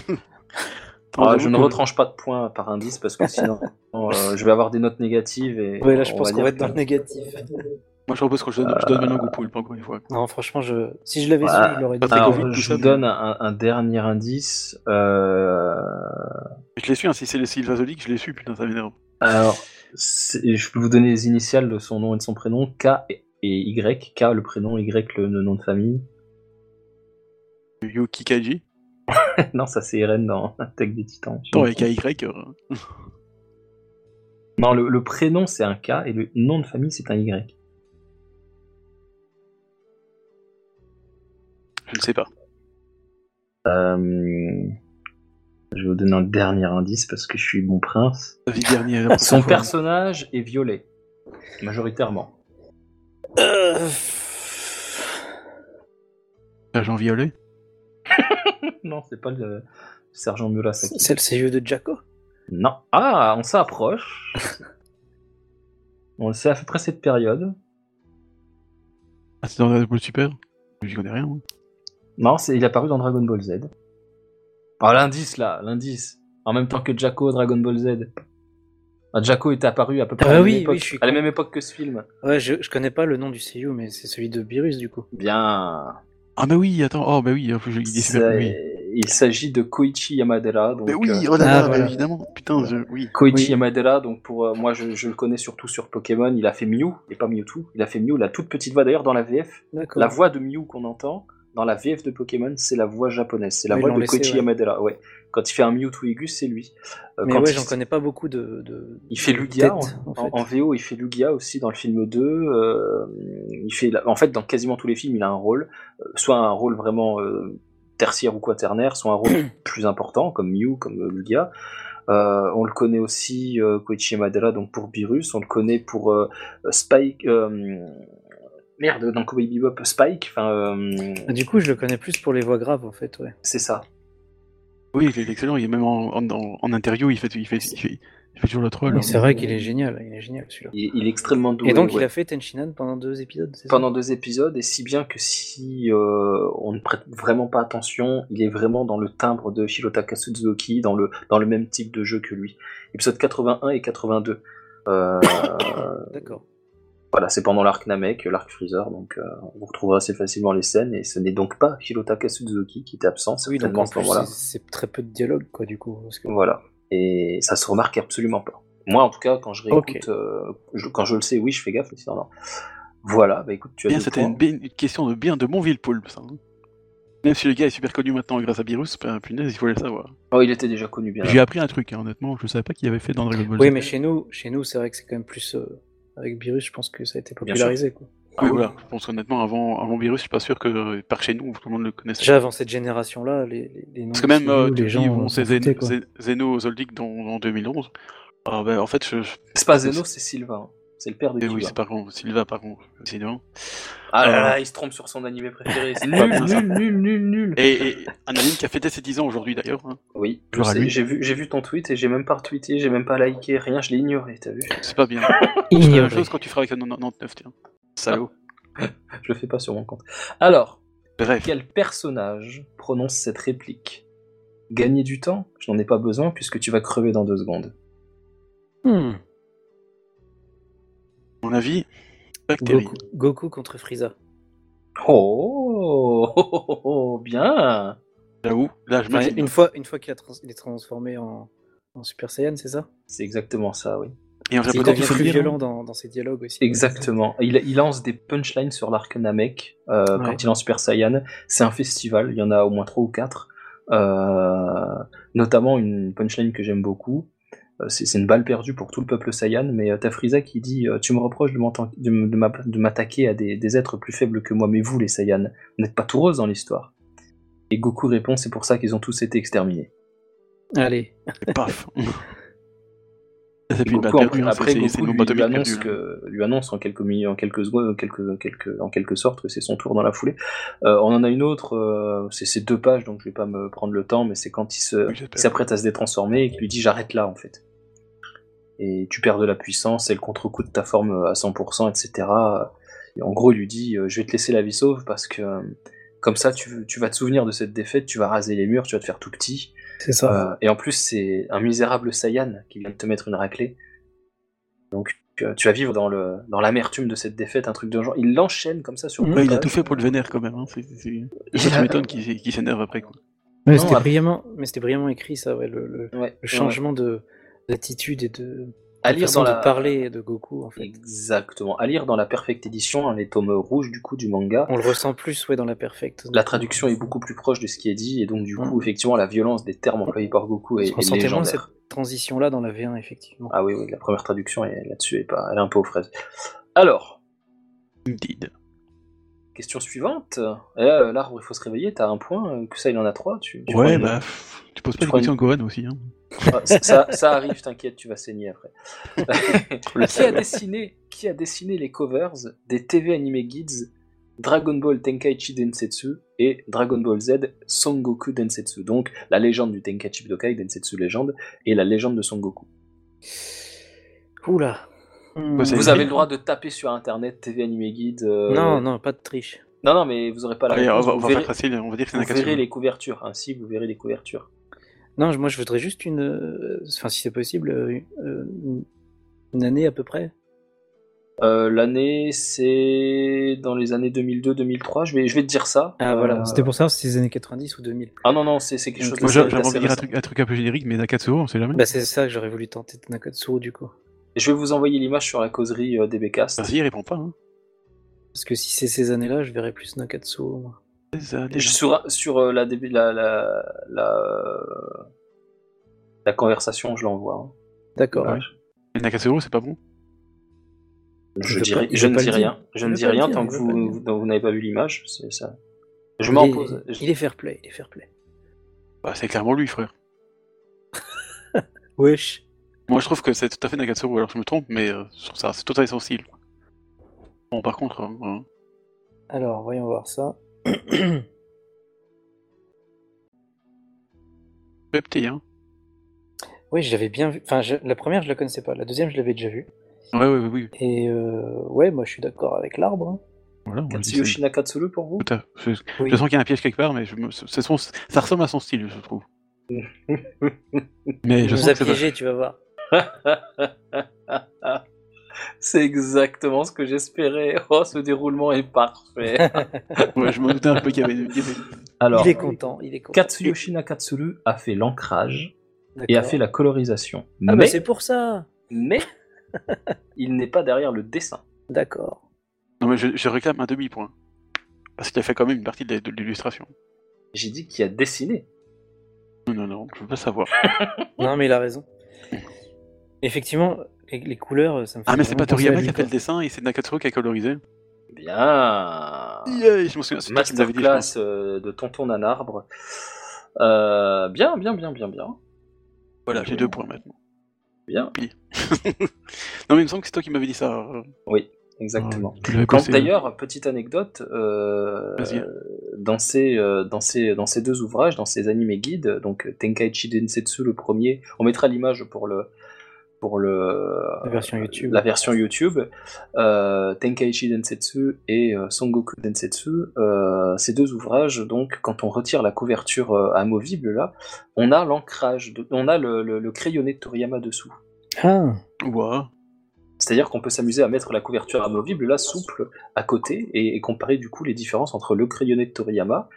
S4: Ah,
S1: Attends,
S3: je ne
S1: que-
S3: retranche pas de points par indice parce que sinon euh, je vais avoir des notes négatives et...
S4: Ouais, là, je pense
S3: dire
S4: qu'on va être
S3: que-
S4: dans le négatif.
S1: Moi, je propose que je donne, je donne ma langue au poulpe, encore une fois.
S4: Non, franchement, je... si je l'avais
S3: Voilà.
S4: su, je l'aurais
S1: Ah,
S4: dit.
S1: Après
S3: Alors,
S1: Covid, tout
S3: je
S1: ça,
S3: vous
S1: mais-
S3: donne un, un dernier indice. euh,
S1: Je l'ai su, hein, si c'est le Sylvain Zolic, je l'ai su, putain, ça m'énerve.
S3: Alors, c'est- je peux vous donner les initiales de son nom et de son prénom, K et et Y. K le prénom, Y le, le nom de famille.
S1: Yuki Kaji,
S3: non, ça c'est Eren dans Attaque des Titans.
S1: Attends, avec AY. euh,
S3: Non, le, le prénom c'est un K et le nom de famille c'est un Y.
S1: je ne sais pas.
S3: Euh, Je vais vous donner un dernier indice parce que je suis bon prince.
S1: David Garnier, la
S3: Son
S1: prochaine fois.
S3: personnage est violet, majoritairement.
S4: Euh,
S1: Sergent Violet.
S3: Non, c'est pas le sergent Murasaki.
S4: C'est le CGE de Jaco.
S3: Non. Ah, on s'approche. on le sait à peu près cette période.
S1: Ah, c'est dans Dragon Ball Super J'y connais rien, moi.
S3: Non, c'est il est apparu dans Dragon Ball Z. Ah, l'indice là, l'indice. En même temps que Jaco, Dragon Ball Z. Ah, Jaco est apparu à peu près
S4: Ah
S3: à, la
S4: oui,
S3: même époque,
S4: oui, je suis
S3: à la
S4: con.
S3: même époque que ce film.
S4: Ouais, je, je connais pas le nom du CU, mais c'est celui de Beerus, du coup.
S3: Bien.
S1: Ah, bah oui, attends, oh, bah oui, en plus, il est super.
S3: C'est-
S1: Oui.
S3: Il s'agit de Koichi Yamadera. Donc,
S1: Mais oui,
S3: euh,
S1: oh là là,
S4: Ah,
S1: bah
S4: voilà.
S1: évidemment, putain, je... oui.
S3: Koichi
S4: Oui.
S3: Yamadera, donc pour euh, moi je, je le connais surtout sur Pokémon, il a fait Mew, et pas Mewtwo, il a fait Mew, la toute petite voix d'ailleurs dans la VF,
S4: D'accord.
S3: La voix de Mew qu'on entend dans la VF de Pokémon, c'est la voix japonaise, c'est la
S4: Oui, ils
S3: voix
S4: l'ont
S3: de
S4: laissé,
S3: Koichi
S4: ouais.
S3: Yamadera. Ouais. Quand il fait un Mewtwo aigu, c'est lui. Euh,
S4: Mais
S3: quand
S4: ouais,
S3: il,
S4: j'en connais pas beaucoup de. de
S3: il fait
S4: de
S3: Lugia
S4: têtes,
S3: en,
S4: en
S3: en-
S4: fait.
S3: en VO, il fait Lugia aussi dans le film 2. euh, il fait, la- en fait, dans quasiment tous les films, il a un rôle, euh, soit un rôle vraiment euh, tertiaire ou quaternaire, soit un rôle plus important comme Mew, comme euh, Lugia. Euh, on le connaît aussi euh, Koichi Yamadera, donc pour Beerus, on le connaît pour euh, Spike. euh, Merde, dans Cowboy Bebop, Spike, enfin, euh,
S4: Ah, Du coup, je le connais plus pour les voix graves, en fait, ouais.
S3: c'est ça.
S1: Oui, il est excellent, il est même en, en, en- en interview, il fait, il, fait, il, fait, il fait toujours le troll.
S4: Mais
S1: hein.
S4: c'est vrai qu'il est génial, il est génial celui-là.
S3: Il, il est extrêmement doué.
S4: Et donc, il
S3: ouais.
S4: a fait Tenshinhan pendant deux épisodes, c'est ça
S3: pendant deux épisodes, et si bien que si euh, on ne prête vraiment pas attention, il est vraiment dans le timbre de Shirotaka Suzuki, dans le, dans le même type de jeu que lui. Épisode 81 et 82. Euh,
S2: D'accord.
S3: voilà, c'est pendant l'arc Namek, l'arc Freezer, donc euh, vous retrouverez assez facilement les scènes, et ce n'est donc pas Hirotaka Suzuki qui était absent,
S2: Oui, donc
S3: certainement
S2: en
S3: à ce
S2: plus,
S3: moment-là.
S2: c'est- c'est très peu de dialogue, quoi, du coup. parce que-
S3: Voilà. Et ça se remarque absolument pas. Moi, en tout cas, quand je réécoute,
S2: Ok.
S3: euh, je- quand je le sais, oui, je fais gaffe, mais sinon, non. Voilà, bah écoute, tu as
S1: Bien,
S3: deux
S1: c'était
S3: points.
S1: une, bien- une question de bien de Monville, Paul. Ça, hein. Même si le gars est super connu maintenant grâce à Beerus, ben, punaise, il faut le savoir.
S3: Oh, il était déjà connu bien.
S1: J'ai
S3: avant.
S1: appris un truc, hein, honnêtement, je savais pas qu'il avait fait dans Dragon Ball
S2: Oui,
S1: Z.
S2: mais chez nous, chez nous, c'est vrai que c'est quand même plus euh, avec Virus. Je pense que ça a été
S3: sûr.
S2: popularisé. Quoi.
S3: Ah
S1: Oui,
S3: oui.
S1: voilà. Je pense honnêtement, avant, avant Beerus, je suis pas sûr que euh, par chez nous, tout le monde le connaissait.
S2: Déjà avant cette génération-là, les, les, les noms
S1: Parce que
S2: de
S1: même
S2: ces
S1: euh,
S2: noms,
S1: tu
S4: E
S1: dis, bon,
S5: s'en
S1: c'est Zen-
S5: foutaient, quoi.
S1: Zen- Zeno Zoldyck dans, en 2011. Ah ben, en fait, je, je-
S3: C'est pas Zeno, c'est Sylvain. hein. C'est le père de
S1: eh
S3: Kiba.
S1: oui, c'est par contre Sylvain, par contre. Sinon.
S3: Ah là
S1: Euh.
S3: là, il se trompe sur son animé préféré. c'est pas
S1: Nul,
S3: bien, ça.
S1: nul,
S5: nul, nul, nul.
S1: Et, et un anime qui a fêté ses 10 ans aujourd'hui d'ailleurs. hein.
S3: Oui, je
S1: Pleure à
S3: sais,
S1: lui.
S3: j'ai vu, j'ai vu ton tweet et j'ai même pas retweeté, j'ai même pas liké, rien, je l'ai ignoré, t'as vu
S1: C'est pas bien. C'est la même
S5: Ignoré.
S1: chose quand tu feras avec un 99, tiens. Salaud.
S3: Je le fais pas sur mon compte. Alors,
S1: Bref.
S3: quel personnage prononce cette réplique Gagner du temps Je n'en ai pas besoin puisque tu vas crever dans deux secondes.
S2: Hmm.
S1: À mon avis, Bactérie.
S2: Goku, Goku contre Frieza.
S3: Oh, oh, oh, oh, oh, bien
S1: J'avoue, là je me
S2: Enfin,
S1: dis.
S2: une fois, une fois qu'il a trans- il est transformé en, en Super Saiyan, c'est ça
S3: C'est exactement ça, oui.
S1: Et en
S2: Il
S1: japonais,
S2: devient
S1: faut le
S2: plus
S1: dire,
S2: violent dans, dans ses dialogues aussi.
S3: Exactement. Il, il lance des punchlines sur l'arc Namek euh,
S2: Ouais.
S3: quand il lance Super Saiyan. C'est un festival, il y en a au moins trois ou quatre. Euh, notamment une punchline que j'aime beaucoup. Euh, C'est c'est une balle perdue pour tout le peuple Saiyan, mais euh, t'as Frieza qui dit euh, Tu me reproches de m'atta- de m- de m'a- de m'attaquer à des, des êtres plus faibles que moi, mais vous, les Saiyans, vous n'êtes pas tout roses dans l'histoire. Et Goku répond C'est pour ça qu'ils ont tous été exterminés.
S2: Allez.
S1: et paf. C'est
S3: Et
S1: plus une balle
S3: Goku,
S1: perdue, hein,
S3: après,
S1: c'est- c'est
S3: Goku
S1: une
S3: lui,
S1: bombe
S3: lui
S1: atomique
S3: annonce
S1: perdue, hein.
S3: que, lui annonce en quelques minutes, en quelques secondes, quelques, quelques, en quelque sorte que c'est son tour dans la foulée. Euh, on en a une autre, euh, c'est c'est deux pages, donc je vais pas me prendre le temps, mais c'est quand il se-
S1: Oui,
S3: il
S1: j'espère.
S3: s'apprête à se détransformer et qu'il lui dit j'arrête là en fait. Et tu perds de la puissance et le contre-coup de ta forme à 100%, etc. Et en gros, il lui dit euh, je vais te laisser la vie sauve parce que euh, comme ça tu, tu vas te souvenir de cette défaite, tu vas raser les murs, tu vas te faire tout petit.
S2: C'est ça.
S3: Euh, et en plus, c'est un misérable Saiyan qui vient de te mettre une raclée. Donc, euh, tu vas vivre dans le dans l'amertume de cette défaite, un truc de genre. Il l'enchaîne comme ça sur.
S2: Ouais,
S3: deux
S1: Ouais, il a
S3: pages.
S1: tout fait pour le vénère quand même. Hein. c'est- c'est-
S3: Il
S1: Ça,
S3: a-
S1: tu m'étonnes qu'il qu'il s'énerve après. Quoi.
S5: Mais
S3: Non,
S5: c'était
S3: après-
S5: brillamment.
S2: Mais c'était brillamment écrit, ça, ouais, le, le- le
S3: Ouais, ouais.
S2: changement de d'attitude et de,
S3: À
S2: de
S3: lire
S2: façon
S3: dans la.
S2: de parler de Goku, en fait.
S3: Exactement. À lire dans la perfecte édition, hein, les tomes rouges du coup du manga.
S2: On le ressent plus, ouais, dans la perfecte.
S3: La traduction est beaucoup plus proche de ce qui est dit, et donc du coup,
S2: Ouais.
S3: effectivement, la violence des termes employés par Goku est,
S2: On
S3: est
S2: sentait moins cette
S3: légendaire.
S2: transition-là dans la V1, effectivement.
S3: Ah oui, oui, la première traduction est là-dessus, est pas, elle est un peu aux fraises. Alors,
S1: Indeed.
S3: Question suivante. Et Là, euh, l'arbre, il faut se réveiller. T'as un point. euh, Que ça, il en a trois. Tu, tu prends
S1: Ouais,
S3: une-
S1: bah. pff, Tu poses
S3: Tu
S1: pas des
S3: prends une-
S1: questions à Gohan aussi. Hein.
S3: Ah, ça- ça, ça arrive, t'inquiète, tu vas saigner après. qui, a dessiné, qui a dessiné les covers des TV animés guides Dragon Ball Tenkaichi Densetsu et Dragon Ball Z Son Goku Densetsu Donc, la légende du Tenkaichi Budokai, Densetsu légende, et la légende de Son Goku.
S2: Oula. Hmm.
S1: c'est-
S3: Vous
S1: écrit,
S3: avez le
S1: non
S3: droit de taper sur internet TV animé guide. euh,
S2: Non, non, pas de triche.
S3: non, non, mais vous aurez pas la
S1: Allez, on
S3: réponse.
S1: va, on
S3: vous
S1: va
S3: verrez,
S1: faire facile, on va dire que c'est
S3: vous verrez
S1: Nakatsu.
S3: les couvertures. Ainsi, vous verrez les couvertures.
S2: Non, je- moi je voudrais juste une. euh, Enfin, si c'est possible, euh, euh, une- une année à peu près.
S3: Euh, L'année, c'est dans les années 2002-2003. Je vais, je vais te dire ça.
S2: Ah, voilà.
S3: Euh,
S2: C'était pour savoir si c'est les années 90 ou 2000.
S3: Ah non, non, c'est c'est quelque chose
S2: Ok.
S3: de
S1: Moi,
S3: ça,
S1: j'a-
S3: c'est
S1: J'avais envie
S3: assez
S1: de dire un
S3: récent.
S1: truc, un truc un peu générique, mais Nakatsu, on sait jamais.
S2: Bah, c'est ça que j'aurais voulu tenter de Nakatsu du coup.
S3: Je vais vous envoyer l'image sur la causerie euh, DBcast.
S1: Vas-y, il répond pas. Hein.
S2: Parce que si c'est ces années-là, je verrais plus Nakatsu. moi.
S1: Des années-
S3: Je- Sur, sur euh, la, DB la, la, la, euh, la conversation, je l'envoie. hein.
S2: D'accord.
S3: Ouais.
S1: Mais Nakatsu, c'est pas bon.
S3: Je,
S2: Je veux
S3: dirai-
S2: pas- je
S3: je
S2: veux
S3: ne
S2: pas
S3: dis
S2: le dire.
S3: rien. Je ne
S2: veux
S3: dis
S2: pas le
S3: rien
S2: dire,
S3: tant
S2: je
S3: que
S2: veux pas le
S3: vous,
S2: dire.
S3: vous- vous n'avez pas vu l'image. c'est ça. Je
S2: Il
S3: m'en
S2: est-
S3: pose. Je-
S2: Il est fair play, il est fair play.
S1: Bah, c'est clairement lui, frère.
S2: Wesh.
S1: Moi, je trouve que c'est tout à fait Nakatsu, alors je me trompe, mais euh, sur ça, c'est totalement son style. quoi. Bon, par contre, euh, euh,
S2: Alors, voyons voir ça.
S1: très petit, hein.
S2: oui, j'avais bien vu. Enfin, je- la première, je la connaissais pas. La deuxième, je l'avais déjà vue.
S1: Ouais, ouais, ouais, oui.
S2: Et euh, ouais, moi je suis d'accord avec l'arbre. hein.
S1: Voilà, on dit
S3: Katsuyoshi
S1: ça.
S3: Nakatsulu pour vous
S1: Tout à- Je, je
S2: Oui.
S1: sens qu'il y a un piège quelque part, mais je me- c'est son- ça ressemble à son style, je trouve. mais
S2: Il
S1: je
S2: nous
S1: sens
S2: a
S1: que c'est pas-
S2: piégés, tu vas voir.
S3: C'est exactement ce que j'espérais. Oh, ce déroulement est parfait.
S1: Ouais, je me doutais un peu qu'il y avait. il y avait-
S3: Alors,
S4: il est content, il est content.
S3: Katsuyoshi Nakatsuru a fait l'ancrage et a
S4: D'accord.
S3: fait la colorisation.
S4: Ah, bah,
S3: mais,
S4: c'est pour ça
S3: mais il n'est pas derrière le dessin.
S4: D'accord.
S1: Non, mais je, je réclame un demi-point. Parce qu'il a fait quand même une partie de la- de l'illustration.
S3: J'ai dit qu'il a dessiné.
S1: Non, non, non, je veux pas savoir.
S4: Non, mais il a raison. Effectivement, les, les couleurs, ça me fait
S1: Ah, mais c'est
S4: vraiment
S1: pas
S4: penser à
S1: Toriyama
S4: lui,
S1: qui a fait le
S4: quoi.
S1: dessin et c'est Nakatsuru qui a colorisé.
S3: Bien.
S1: Yeah, je m'en souviens. c'est toi qui me l'avais dit, je pense.
S3: Ah. Masterclass euh, de Tonton Nanarbre. Euh, bien, bien, bien, bien, bien.
S1: Voilà, j'ai deux points maintenant.
S3: Bien,
S1: Non, mais il me semble que c'est toi qui m'avais dit ça. euh,
S3: exactement.
S1: tu l'avais
S3: Quand,
S1: passé,
S3: D'ailleurs, petite anecdote, euh,
S1: Vas-y.
S3: dans, ces, euh, dans, ces, dans ces deux ouvrages, dans ces animés guides, donc Tenkaichi Densetsu le premier, on mettra l'image pour le pour le
S4: La euh, version YouTube.
S3: la version YouTube, euh, Tenkaichi Densetsu et euh, Songoku Densetsu, euh, ces deux ouvrages, donc quand on retire la couverture euh, amovible là, on a l'ancrage, de- on a le, le- le crayonné de Toriyama dessous.
S4: Ah,
S1: Ouah.
S3: C'est-à-dire qu'on peut s'amuser à mettre la couverture amovible là souple à côté et, et comparer du coup les différences entre le crayonné de Toriyama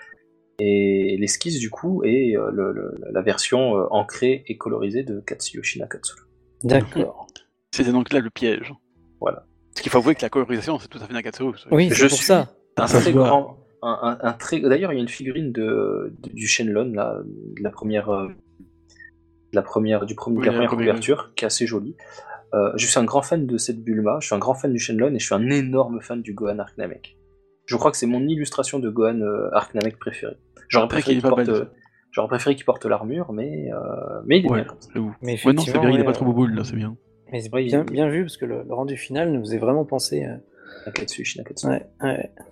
S3: et l'esquisse du coup et euh, le- le- la version euh, ancrée et colorisée de Katsuyoshi Nakatsuru.
S4: d'accord.
S1: C'était donc là le piège.
S3: Voilà.
S1: Parce qu'il faut avouer que la colorisation, c'est tout à fait Nakatsuru. ça.
S4: Oui,
S3: Je
S4: c'est pour
S3: suis-
S4: ça.
S3: un
S1: Ça se
S3: très
S1: voit.
S3: grand. Un, un- un très... D'ailleurs, il y a une figurine de, de- du Shenlong, là, de la première, euh, de la première, du premier, de la
S1: Oui, la
S3: première
S1: première.
S3: couverture, qui est assez jolie. Euh, je suis un grand fan de cette Bulma, je suis un grand fan du Shenlong et je suis un énorme fan du Gohan Arc Namek. Je crois que c'est mon illustration de Gohan euh, Arc Namek préférée. J'aurais
S1: Après
S3: préféré
S1: qu'il est
S3: qu'il
S1: pas
S3: porte,
S1: belle,
S3: euh, j'aurais préféré qu'il porte l'armure, mais, euh, mais il est
S1: Ouais,
S3: bien comme ça.
S1: j'avoue.
S4: Mais
S1: Ouais, non, c'est
S4: effectivement,
S1: bien, il est
S4: ouais,
S1: pas trop boule là, c'est bien.
S4: Mais c'est bien, bien vu, parce que le, le rendu final nous faisait vraiment penser. euh,
S3: Nakatsuyoshi Nakatsu.
S4: Ouais, ouais.
S3: Euh,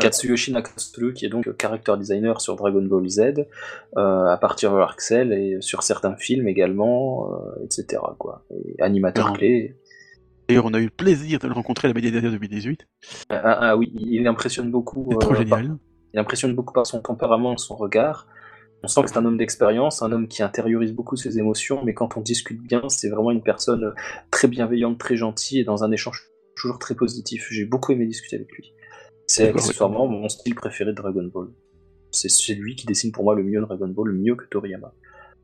S3: Katsuyoshi Nakatsuru, qui est donc character designer sur Dragon Ball Z, euh, à partir de l'Arc Cell et sur certains films également, euh, etc. Quoi. Et animateur
S1: Non.
S3: clé.
S1: D'ailleurs, on a eu le plaisir de le rencontrer à la Médiadaire 2018.
S3: Ah, ah, ah oui, il impressionne beaucoup.
S1: C'est trop
S3: euh, par,
S1: génial.
S3: il impressionne beaucoup par son tempérament, son regard. On sent que c'est un homme d'expérience, un homme qui intériorise beaucoup ses émotions, mais quand on discute bien, c'est vraiment une personne très bienveillante, très gentille et dans un échange toujours très positif. J'ai beaucoup aimé discuter avec lui. C'est
S1: D'accord,
S3: accessoirement mon style préféré de Dragon Ball. C'est c'est lui qui dessine pour moi le mieux Dragon Ball, le mieux que Toriyama.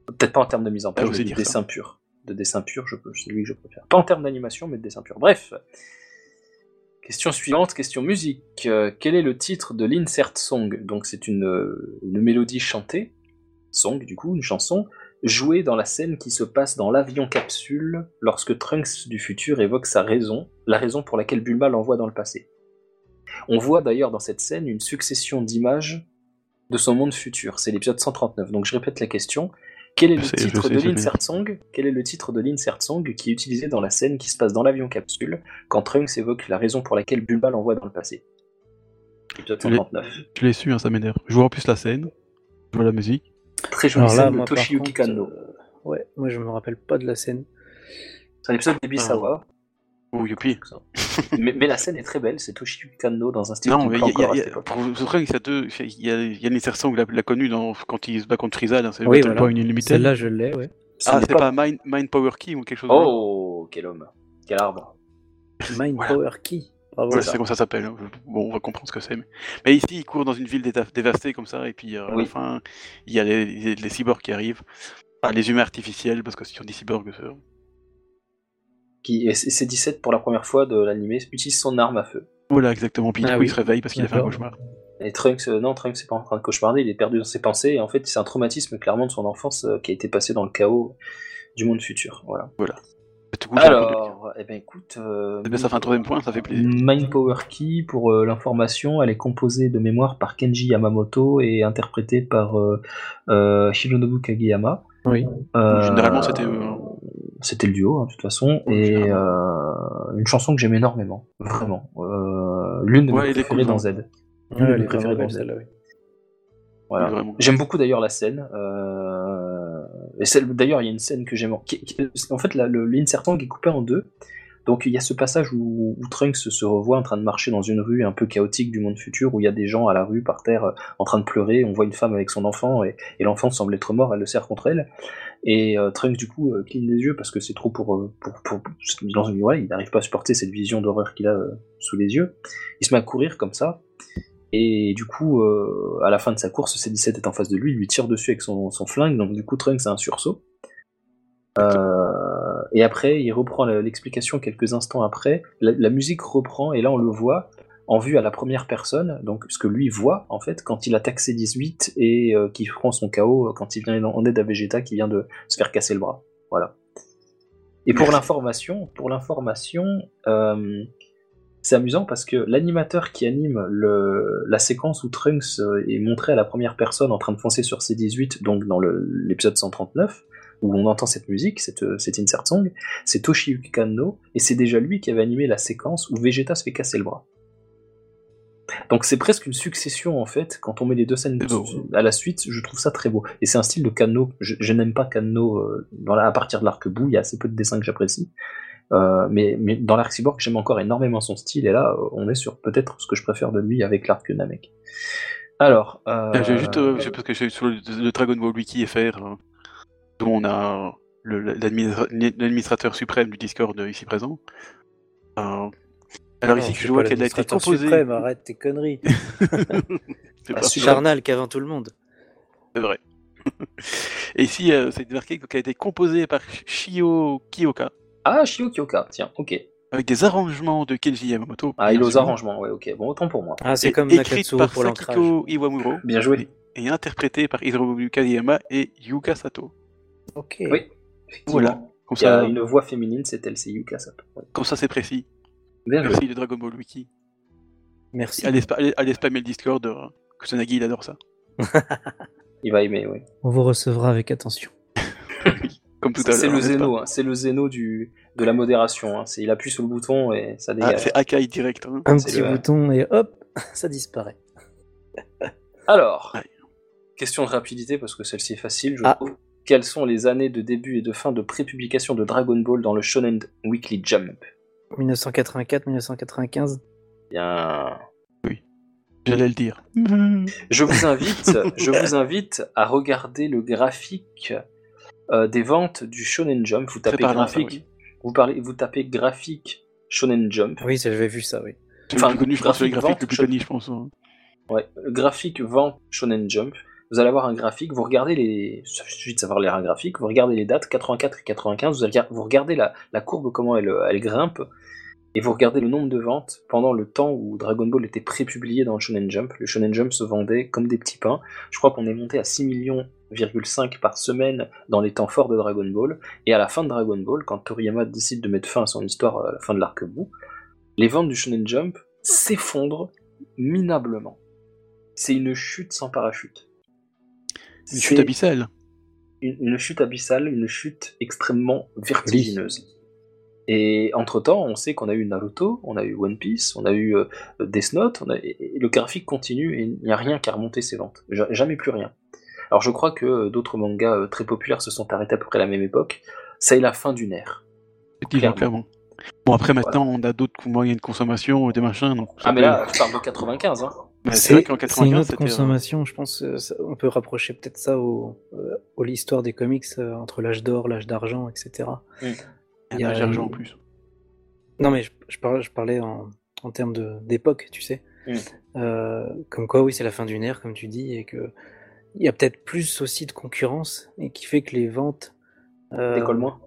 S3: Peut-être pas en termes de mise en
S1: Ah,
S3: page,
S1: vous
S3: mais de
S1: allez dire ça.
S3: dessin pur. De dessin pur, je peux- c'est lui que je préfère. Pas en termes d'animation, mais de dessin pur. Bref. Question suivante, question musique. Euh, quel est le titre de l'insert song Donc c'est une, euh, une mélodie chantée, song du coup, une chanson, jouée dans la scène qui se passe dans l'avion capsule lorsque Trunks du futur évoque sa raison, la raison pour laquelle Bulma l'envoie dans le passé. On voit d'ailleurs dans cette scène une succession d'images de son monde futur. C'est l'épisode 139. Donc je répète la question. Quel est
S1: Je
S3: le
S1: sais, je
S3: titre
S1: sais,
S3: de
S1: je l'ai.
S3: l'insert song Quel est le titre de l'insert song qui est utilisé dans la scène qui se passe dans l'avion capsule quand Trunks évoque la raison pour laquelle Bulma l'envoie dans le passé Épisode
S1: Je l'ai-
S3: 139.
S1: Je l'ai su, hein, ça m'énerve. Je vois en plus la scène, je vois la musique.
S3: Très jolie
S4: Alors là,
S3: scène de
S4: moi, par
S3: Toshiyuki
S4: contre,
S3: Kanno.
S4: euh, ouais, moi, je me rappelle pas de la scène.
S3: C'est un épisode d'Ebisawa.
S1: Oh, youpi.
S3: mais, mais la scène est très belle, c'est Toshiyuki Kanno dans un style
S1: Non,
S3: qui me
S1: mais il y
S3: plaît
S1: a- il y a-
S3: encore à
S1: il y
S3: cette
S1: a-
S3: époque.
S1: pour vous souvenez qu'il y a deux. Il y a, il y a une insertion, vous la, la connue dans, quand il se bat contre Frizal, hein, c'est
S4: Oui,
S1: Battle
S4: voilà.
S1: Point Unlimited.
S4: Celle-là, je l'ai, ouais.
S3: Ce
S1: Ah,
S3: n'est
S1: c'est pas, Mind, Mind Power Key ou quelque chose comme
S3: Oh, quel homme. Quel arbre.
S4: Mind
S1: Voilà.
S4: Power Key. Bravo.
S1: ça Ouais, c'est comme ça ça s'appelle. hein. Bon, on va comprendre ce que c'est. Mais... mais ici, il court dans une ville déta- dévastée comme ça, et puis euh, à
S3: Oui.
S1: la fin, il y a les, les- les cyborgs qui arrivent. Enfin, les humains artificiels, parce que si on dit euh, cyborgs, c'est-
S3: Qui, et c'est- c'est 17 pour la première fois de l'animé, utilise son arme à feu.
S1: Voilà, exactement. Puis du
S4: Ah
S1: coup,
S4: oui.
S1: il se réveille parce qu'il a fait un
S4: D'accord.
S1: cauchemar.
S3: Et Trunks, euh, non, Trunks, c'est pas en train de cauchemarder, il est perdu dans ses pensées, et en fait, c'est un traumatisme clairement de son enfance euh, qui a été passé dans le chaos du monde futur. Voilà.
S1: Du coup, j'ai répondu.
S3: Alors, eh ben écoute. euh,
S1: Eh ben, ça fait un troisième point, ça fait plaisir.
S3: Mind Power Key, pour euh, l'information, elle est composée de mémoire par Kenji Yamamoto et interprétée par euh, euh, Hironobu Kageyama.
S4: Oui.
S3: Euh,
S1: Généralement, c'était, euh,
S3: c'était le duo, hein, de toute façon.
S1: Oui,
S3: Et
S1: généralement.
S3: euh, une chanson que j'aime énormément, vraiment. Euh, L'une de mes
S1: Ouais, il est
S3: préférées
S1: cool,
S3: dans
S1: hein.
S3: Z.
S4: Ouais, elle est vraiment
S3: préférée dans
S4: belle,
S3: Z.
S4: celle-là, oui.
S3: Voilà.
S1: Vraiment.
S3: J'aime beaucoup d'ailleurs la scène. euh, et celle- D'ailleurs, il y a une scène que j'aime. qui- qui- En fait, la- le- l'insertant qui est coupé en deux. Donc il y a ce passage où, où Trunks se revoit en train de marcher dans une rue un peu chaotique du monde futur, où il y a des gens à la rue, par terre, euh, en train de pleurer, on voit une femme avec son enfant, et, et l'enfant semble être mort, elle le serre contre elle, et euh, Trunks du coup euh, cligne les yeux parce que c'est trop pour... euh, pour, pour, pour- dans une- ouais, il n'arrive pas à supporter cette vision d'horreur qu'il a euh, sous les yeux, il se met à courir comme ça, et du coup, euh, à la fin de sa course, C17 est en face de lui, il lui tire dessus avec son, son flingue, donc du coup Trunks a un sursaut. Euh, et après, il reprend la- l'explication quelques instants après. La, la musique reprend, et là, on le voit en vue à la première personne, donc ce que lui voit, en fait, quand il attaque C18 et euh, qui prend son KO euh, quand il vient en aide à Vegeta qui vient de se faire casser le bras. Voilà. Et pour l'information, pour l'information, euh, c'est amusant parce que l'animateur qui anime le, la séquence où Trunks euh, est montré à la première personne en train de foncer sur C18, donc dans le- l'épisode 139, où on entend cette musique, cette, euh, cette insert song, c'est Toshiyuki Kanno, et c'est déjà lui qui avait animé la séquence où Vegeta se fait casser le bras. Donc c'est presque une succession en fait, quand on met les deux scènes
S1: C'est beau. hein.
S3: à la suite, je trouve ça très beau. Et c'est un style de Kanno, je, je n'aime pas Kanno euh, dans la- à partir de l'arc bout, il y a assez peu de dessins que j'apprécie. Euh, mais, mais dans l'arc cyborg, j'aime encore énormément son style, et là, euh, on est sur peut-être ce que je préfère de lui avec l'arc Namek. Alors, euh,
S1: Ah, j'ai juste, euh, je sais parce que j'ai sur le, le Dragon Ball Wiki FR, euh, dont on a le- l'administra- l'administrateur suprême du Discord euh, ici présent. Euh, alors
S4: Non,
S1: ici,
S4: c'est
S1: je vois
S4: pas
S1: qu'elle a été
S4: l'administrateur
S1: composée.
S4: suprême, arrête tes conneries.
S1: C'est
S3: Ah,
S1: pas-
S3: super.
S4: Charnal, qu'avant tout le monde.
S1: c'est vrai. Et ici, euh, c'est marqué qu'elle a été composée par Shio Kiyoka,
S3: Ah, Shio Kyoka, tiens, ok.
S1: avec des arrangements de Kenji Yamamoto.
S3: Ah, il
S1: bien
S3: aux
S1: sûr,
S3: arrangements, ouais, ok. Bon, autant pour moi.
S4: Ah,
S1: et
S4: c'est comme
S1: écrite
S4: Nakatsu
S1: par
S4: pour l'ancrage.
S1: Sakiko Iwamuro
S3: Bien joué.
S1: et interprétée par Hiromu Kageyama et Yuka Sato.
S4: Ok.
S3: Oui.
S1: Voilà. Comme
S3: Il y a
S1: ça,
S3: une voix féminine, c'est elle, c'est Yuka Sato. Ouais.
S1: comme ça, c'est précis.
S3: Bien joué.
S1: Merci le Dragon Ball Wiki.
S4: Merci.
S1: Allez, spa- allez- allez spammer le Discord. euh, Kusanagi, il adore ça.
S3: Il va aimer, oui.
S2: On vous recevra avec attention.
S1: Comme tout à l'heure.
S3: C'est le
S1: n'est-ce
S3: zéno,
S1: pas
S3: hein, c'est le zéno du, de la modération. hein. C'est- Il appuie sur le bouton et ça
S1: Ah,
S3: dégage.
S1: c'est Akai direct. hein.
S2: Un
S3: C'est
S2: petit
S3: le-
S2: bouton et hop.
S4: Ça disparaît.
S3: Alors,
S1: Ouais.
S3: question de rapidité, parce que celle-ci est facile, je
S4: Ah.
S3: trouve. Quelles sont les années de début et de fin de prépublication de Dragon Ball dans le Shonen Weekly Jump
S4: 1984, 1995.
S3: Bien.
S1: J'allais le dire.
S4: Ah
S3: Je vous invite, je vous invite à regarder le graphique euh, des ventes du Shonen Jump. Vous tapez
S1: parlant, ça,
S3: graphique, vous parlez, vous tapez graphique Shonen Jump.
S4: Oui, j'avais vu ça, oui.
S1: C'est le
S3: Enfin,
S1: plus connu, je pense, le
S3: graphique
S1: graphique
S3: vente,
S1: le plus
S3: chose-
S1: connu, je pense. hein.
S3: Ouais, graphique vent Shonen Jump. Vous allez avoir un graphique, vous regardez les. Il suffit de savoir lire un graphique, vous regardez les dates, 84 et 95, vous, allez, vous regardez la, la courbe, comment elle, elle grimpe, et vous regardez le nombre de ventes pendant le temps où Dragon Ball était prépublié dans le Shonen Jump. Le Shonen Jump se vendait comme des petits pains. Je crois qu'on est monté à 6 millions par semaine dans les temps forts de Dragon Ball. Et à la fin de Dragon Ball, quand Toriyama décide de mettre fin à son histoire euh, à la fin de larc bout les ventes du Shonen Jump s'effondrent minablement. C'est une chute sans parachute.
S1: Une
S3: C'est
S1: chute abyssale.
S3: Une, une chute abyssale, une chute extrêmement vertigineuse. Et entre-temps, on sait qu'on a eu Naruto, on a eu One Piece, on a eu euh, Death Note, on a- et- et le graphique continue et il n'y a rien qui a remonté ses ventes. Ja- Jamais plus rien. Alors je crois que euh, d'autres mangas euh, très populaires se sont arrêtés à peu près à la même époque. C'est la fin d'une ère.
S1: Effectivement,
S3: clairement.
S1: clairement. Bon, après, maintenant, on a d'autres moyens de consommation, des machins. Donc,
S3: Ah mais là, je parle de 95. Hein.
S1: Mais
S4: c'est-
S1: c'est vrai qu'en
S2: C'est une
S1: 95,
S2: autre
S1: c'était. euh,
S2: consommation, je
S4: Je
S2: pense.
S4: pense euh, ça- on peut rapprocher peut-être ça au, euh, au- l'histoire des comics euh, entre l'âge d'or, l'âge d'argent, etc.
S1: un
S4: il y a-
S1: âge d'argent en plus.
S4: Non, mais je, je parlais, je parlais en, en termes de- d'époque, tu sais.
S3: Mm.
S4: Euh, comme quoi, oui, c'est la fin d'une ère, comme tu dis, et que il y a peut-être plus aussi de concurrence, et qui fait que les ventes, euh,
S3: Décolle moins.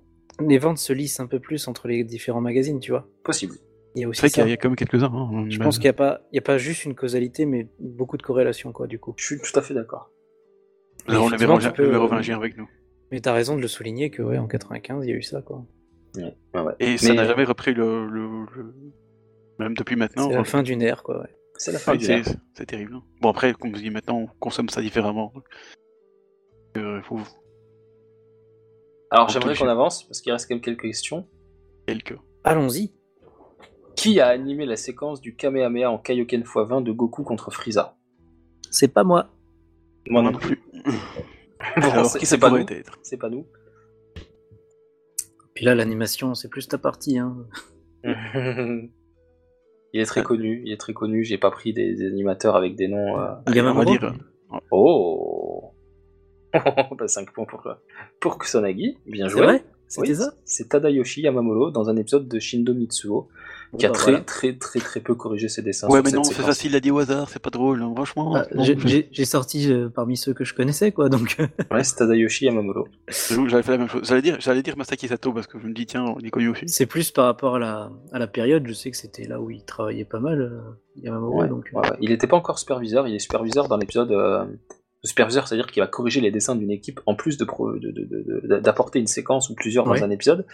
S4: les ventes se lissent un peu plus entre les différents magazines, tu vois.
S3: Possible.
S4: Il y a
S1: C'est
S4: aussi
S1: vrai qu'il
S4: ça.
S1: y a- il y a quand même quelques-uns. hein,
S4: Je
S1: même.
S4: pense qu'il n'y a pas, il y a pas juste une causalité, mais beaucoup de corrélations, quoi, du coup.
S3: Je suis tout à fait d'accord.
S1: Alors, on le
S4: Effectivement, tu peux-
S1: mérovingien avec nous.
S4: Mais t'as raison de le souligner que ouais, en 95, il y a eu ça, quoi.
S3: Ouais, ouais.
S1: Et ça
S3: Mais-
S1: n'a jamais repris le. le- le- Même depuis maintenant. hein.
S4: C'est la fin d'une ère, quoi. ouais.
S3: C'est la fin
S1: Ouais,
S3: d'une
S1: c'est
S3: ère.
S1: c'est terrible. hein. Bon, après, comme je dis maintenant, on consomme ça différemment. Euh, faut
S3: Alors
S1: Pour
S3: j'aimerais
S1: toucher.
S3: qu'on avance parce qu'il reste quand même quelques questions.
S1: quelques.
S4: Allons-y.
S3: Qui a animé la séquence du Kamehameha en Kaioken x20 de Goku contre Frieza
S4: C'est pas moi.
S3: Moi
S1: Moi non plus.
S3: Bon,
S1: Alors,
S3: c'est-
S1: qui
S3: c'est
S1: ça
S3: pas
S1: pourrait
S3: nous.
S1: être
S3: C'est pas nous.
S4: Puis là, l'animation, c'est plus ta partie. Hein.
S3: il est très connu, il est très connu. J'ai pas pris des, des animateurs avec des noms. euh,
S2: Il y
S1: Allez,
S2: a
S1: on va
S2: Mamoru
S1: dire.
S3: Oh bah, 5 points pour, pour Kusanagi, bien
S4: C'est
S3: joué.
S4: vrai C'était
S3: Oui,
S4: ça
S3: C'est Tadayoshi Yamamolo dans un épisode de Shindo Mitsuo qui a
S4: Bah,
S3: très
S4: voilà.
S3: très très très peu corrigé ses dessins.
S1: Oh, Ouais,
S3: sur
S1: mais
S3: cette
S1: non, c'est
S3: séquence.
S1: facile, il a dit au hasard, c'est pas drôle, hein, franchement.
S2: Ah,
S1: Non,
S2: j'ai-
S1: je-
S2: J'ai j'ai sorti euh, parmi ceux que je connaissais, quoi, donc.
S4: euh,
S3: Ouais, c'est Tadayoshi Yamamolo.
S1: j'avoue que J'avais fait la même chose. J'allais dire, j'allais dire Masaki Sato parce que je me dis, tiens, on est connu aussi.
S2: C'est plus par rapport à la, à la période, je sais que c'était là où il travaillait pas mal, euh, Yamamoru,
S3: Ouais,
S2: donc. euh,
S3: Ouais, ouais. Il n'était pas encore superviseur, il est superviseur dans l'épisode. euh, Superviseur, c'est-à-dire qu'il va corriger les dessins d'une équipe en plus de pro- de- de- de- de- d'apporter une séquence ou plusieurs
S2: Ouais.
S3: dans un épisode.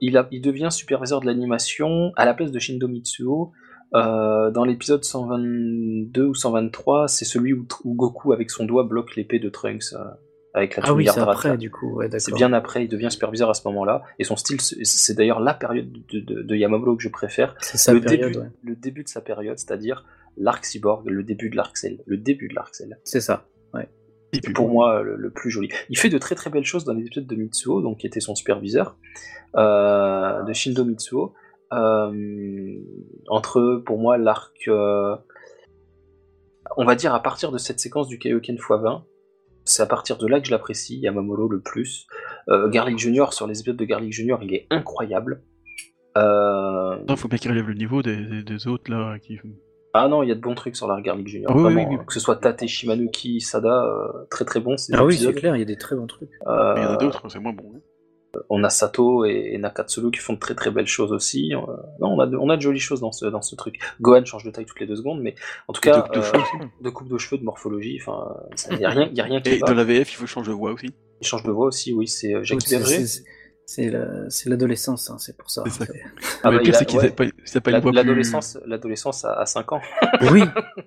S3: Il, a- il devient superviseur de l'animation à la place de Shindo Mitsuo. Euh, dans l'épisode 122 ou 123, c'est celui où, où Goku avec son doigt bloque l'épée de Trunks euh, avec la
S2: Ah oui,
S3: Tsunade
S2: c'est
S3: Radha.
S2: après, du coup, ouais,
S3: C'est
S2: d'accord.
S3: bien après, il devient superviseur à ce moment-là. Et son style, c'est- c'est d'ailleurs la période de, de, de Yamamuro que je préfère.
S2: C'est sa
S3: le,
S2: période,
S3: début,
S2: ouais.
S3: le début de sa période, c'est-à-dire l'arc cyborg, le début de l'arc cell. Le début de l'arc cell.
S2: C'est ça.
S1: Et puis,
S3: Pour moi, le, le plus joli. Il fait de très très belles choses dans l'épisode de Mitsuo, donc qui était son superviseur, euh, de Shindo Mitsuo. Euh, entre, pour moi, l'arc. euh, on va dire à partir de cette séquence du Kaioken x20, c'est à partir de là que je l'apprécie, Yamamolo le plus. Euh, Garlic Junior, sur les épisodes de Garlic Junior, il est incroyable. Euh,
S1: Non, faut bien qu'il relève le niveau des, des- des autres là. Qui...
S3: Ah non, il y a de bons trucs sur l'arc Garlic Junior.
S1: Ah oui,
S3: vraiment, euh,
S1: oui, oui.
S3: Que ce soit Tate, Shimanuki, Sada, euh, très très bon. ces
S2: Ah oui,
S3: épisodes.
S2: c'est clair, il y a des très bons trucs.
S3: Euh,
S1: Mais il y en a d'autres, c'est moins bon. hein.
S3: On a Sato et, et Nakatsuru qui font de très très belles choses aussi. Euh, non, on a, de, on a de jolies choses dans ce, dans ce truc. Gohan change de taille toutes les deux secondes, mais en tout
S1: Et
S3: cas,
S1: de- de
S3: euh,
S1: cheveux
S3: de coupe de cheveux, de morphologie, enfin, il n'y a rien, y a rien qui
S1: Et
S3: va.
S1: dans la VF, il faut changer de voix aussi.
S3: Il change de voix aussi, oui, c'est euh, Jackie
S2: C'est-
S3: Berger.
S2: c'est- C'est la- c'est l'adolescence, hein, c'est pour ça.
S1: C'est ça.
S3: Ah
S1: mais le
S3: bah, il
S1: pire,
S3: a-
S1: c'est qu'il
S3: ouais.
S1: n'a pas, s'il a pas
S3: La-
S1: une voix plus-
S3: L'adolescence l'adolescence à, à 5 ans.
S2: oui,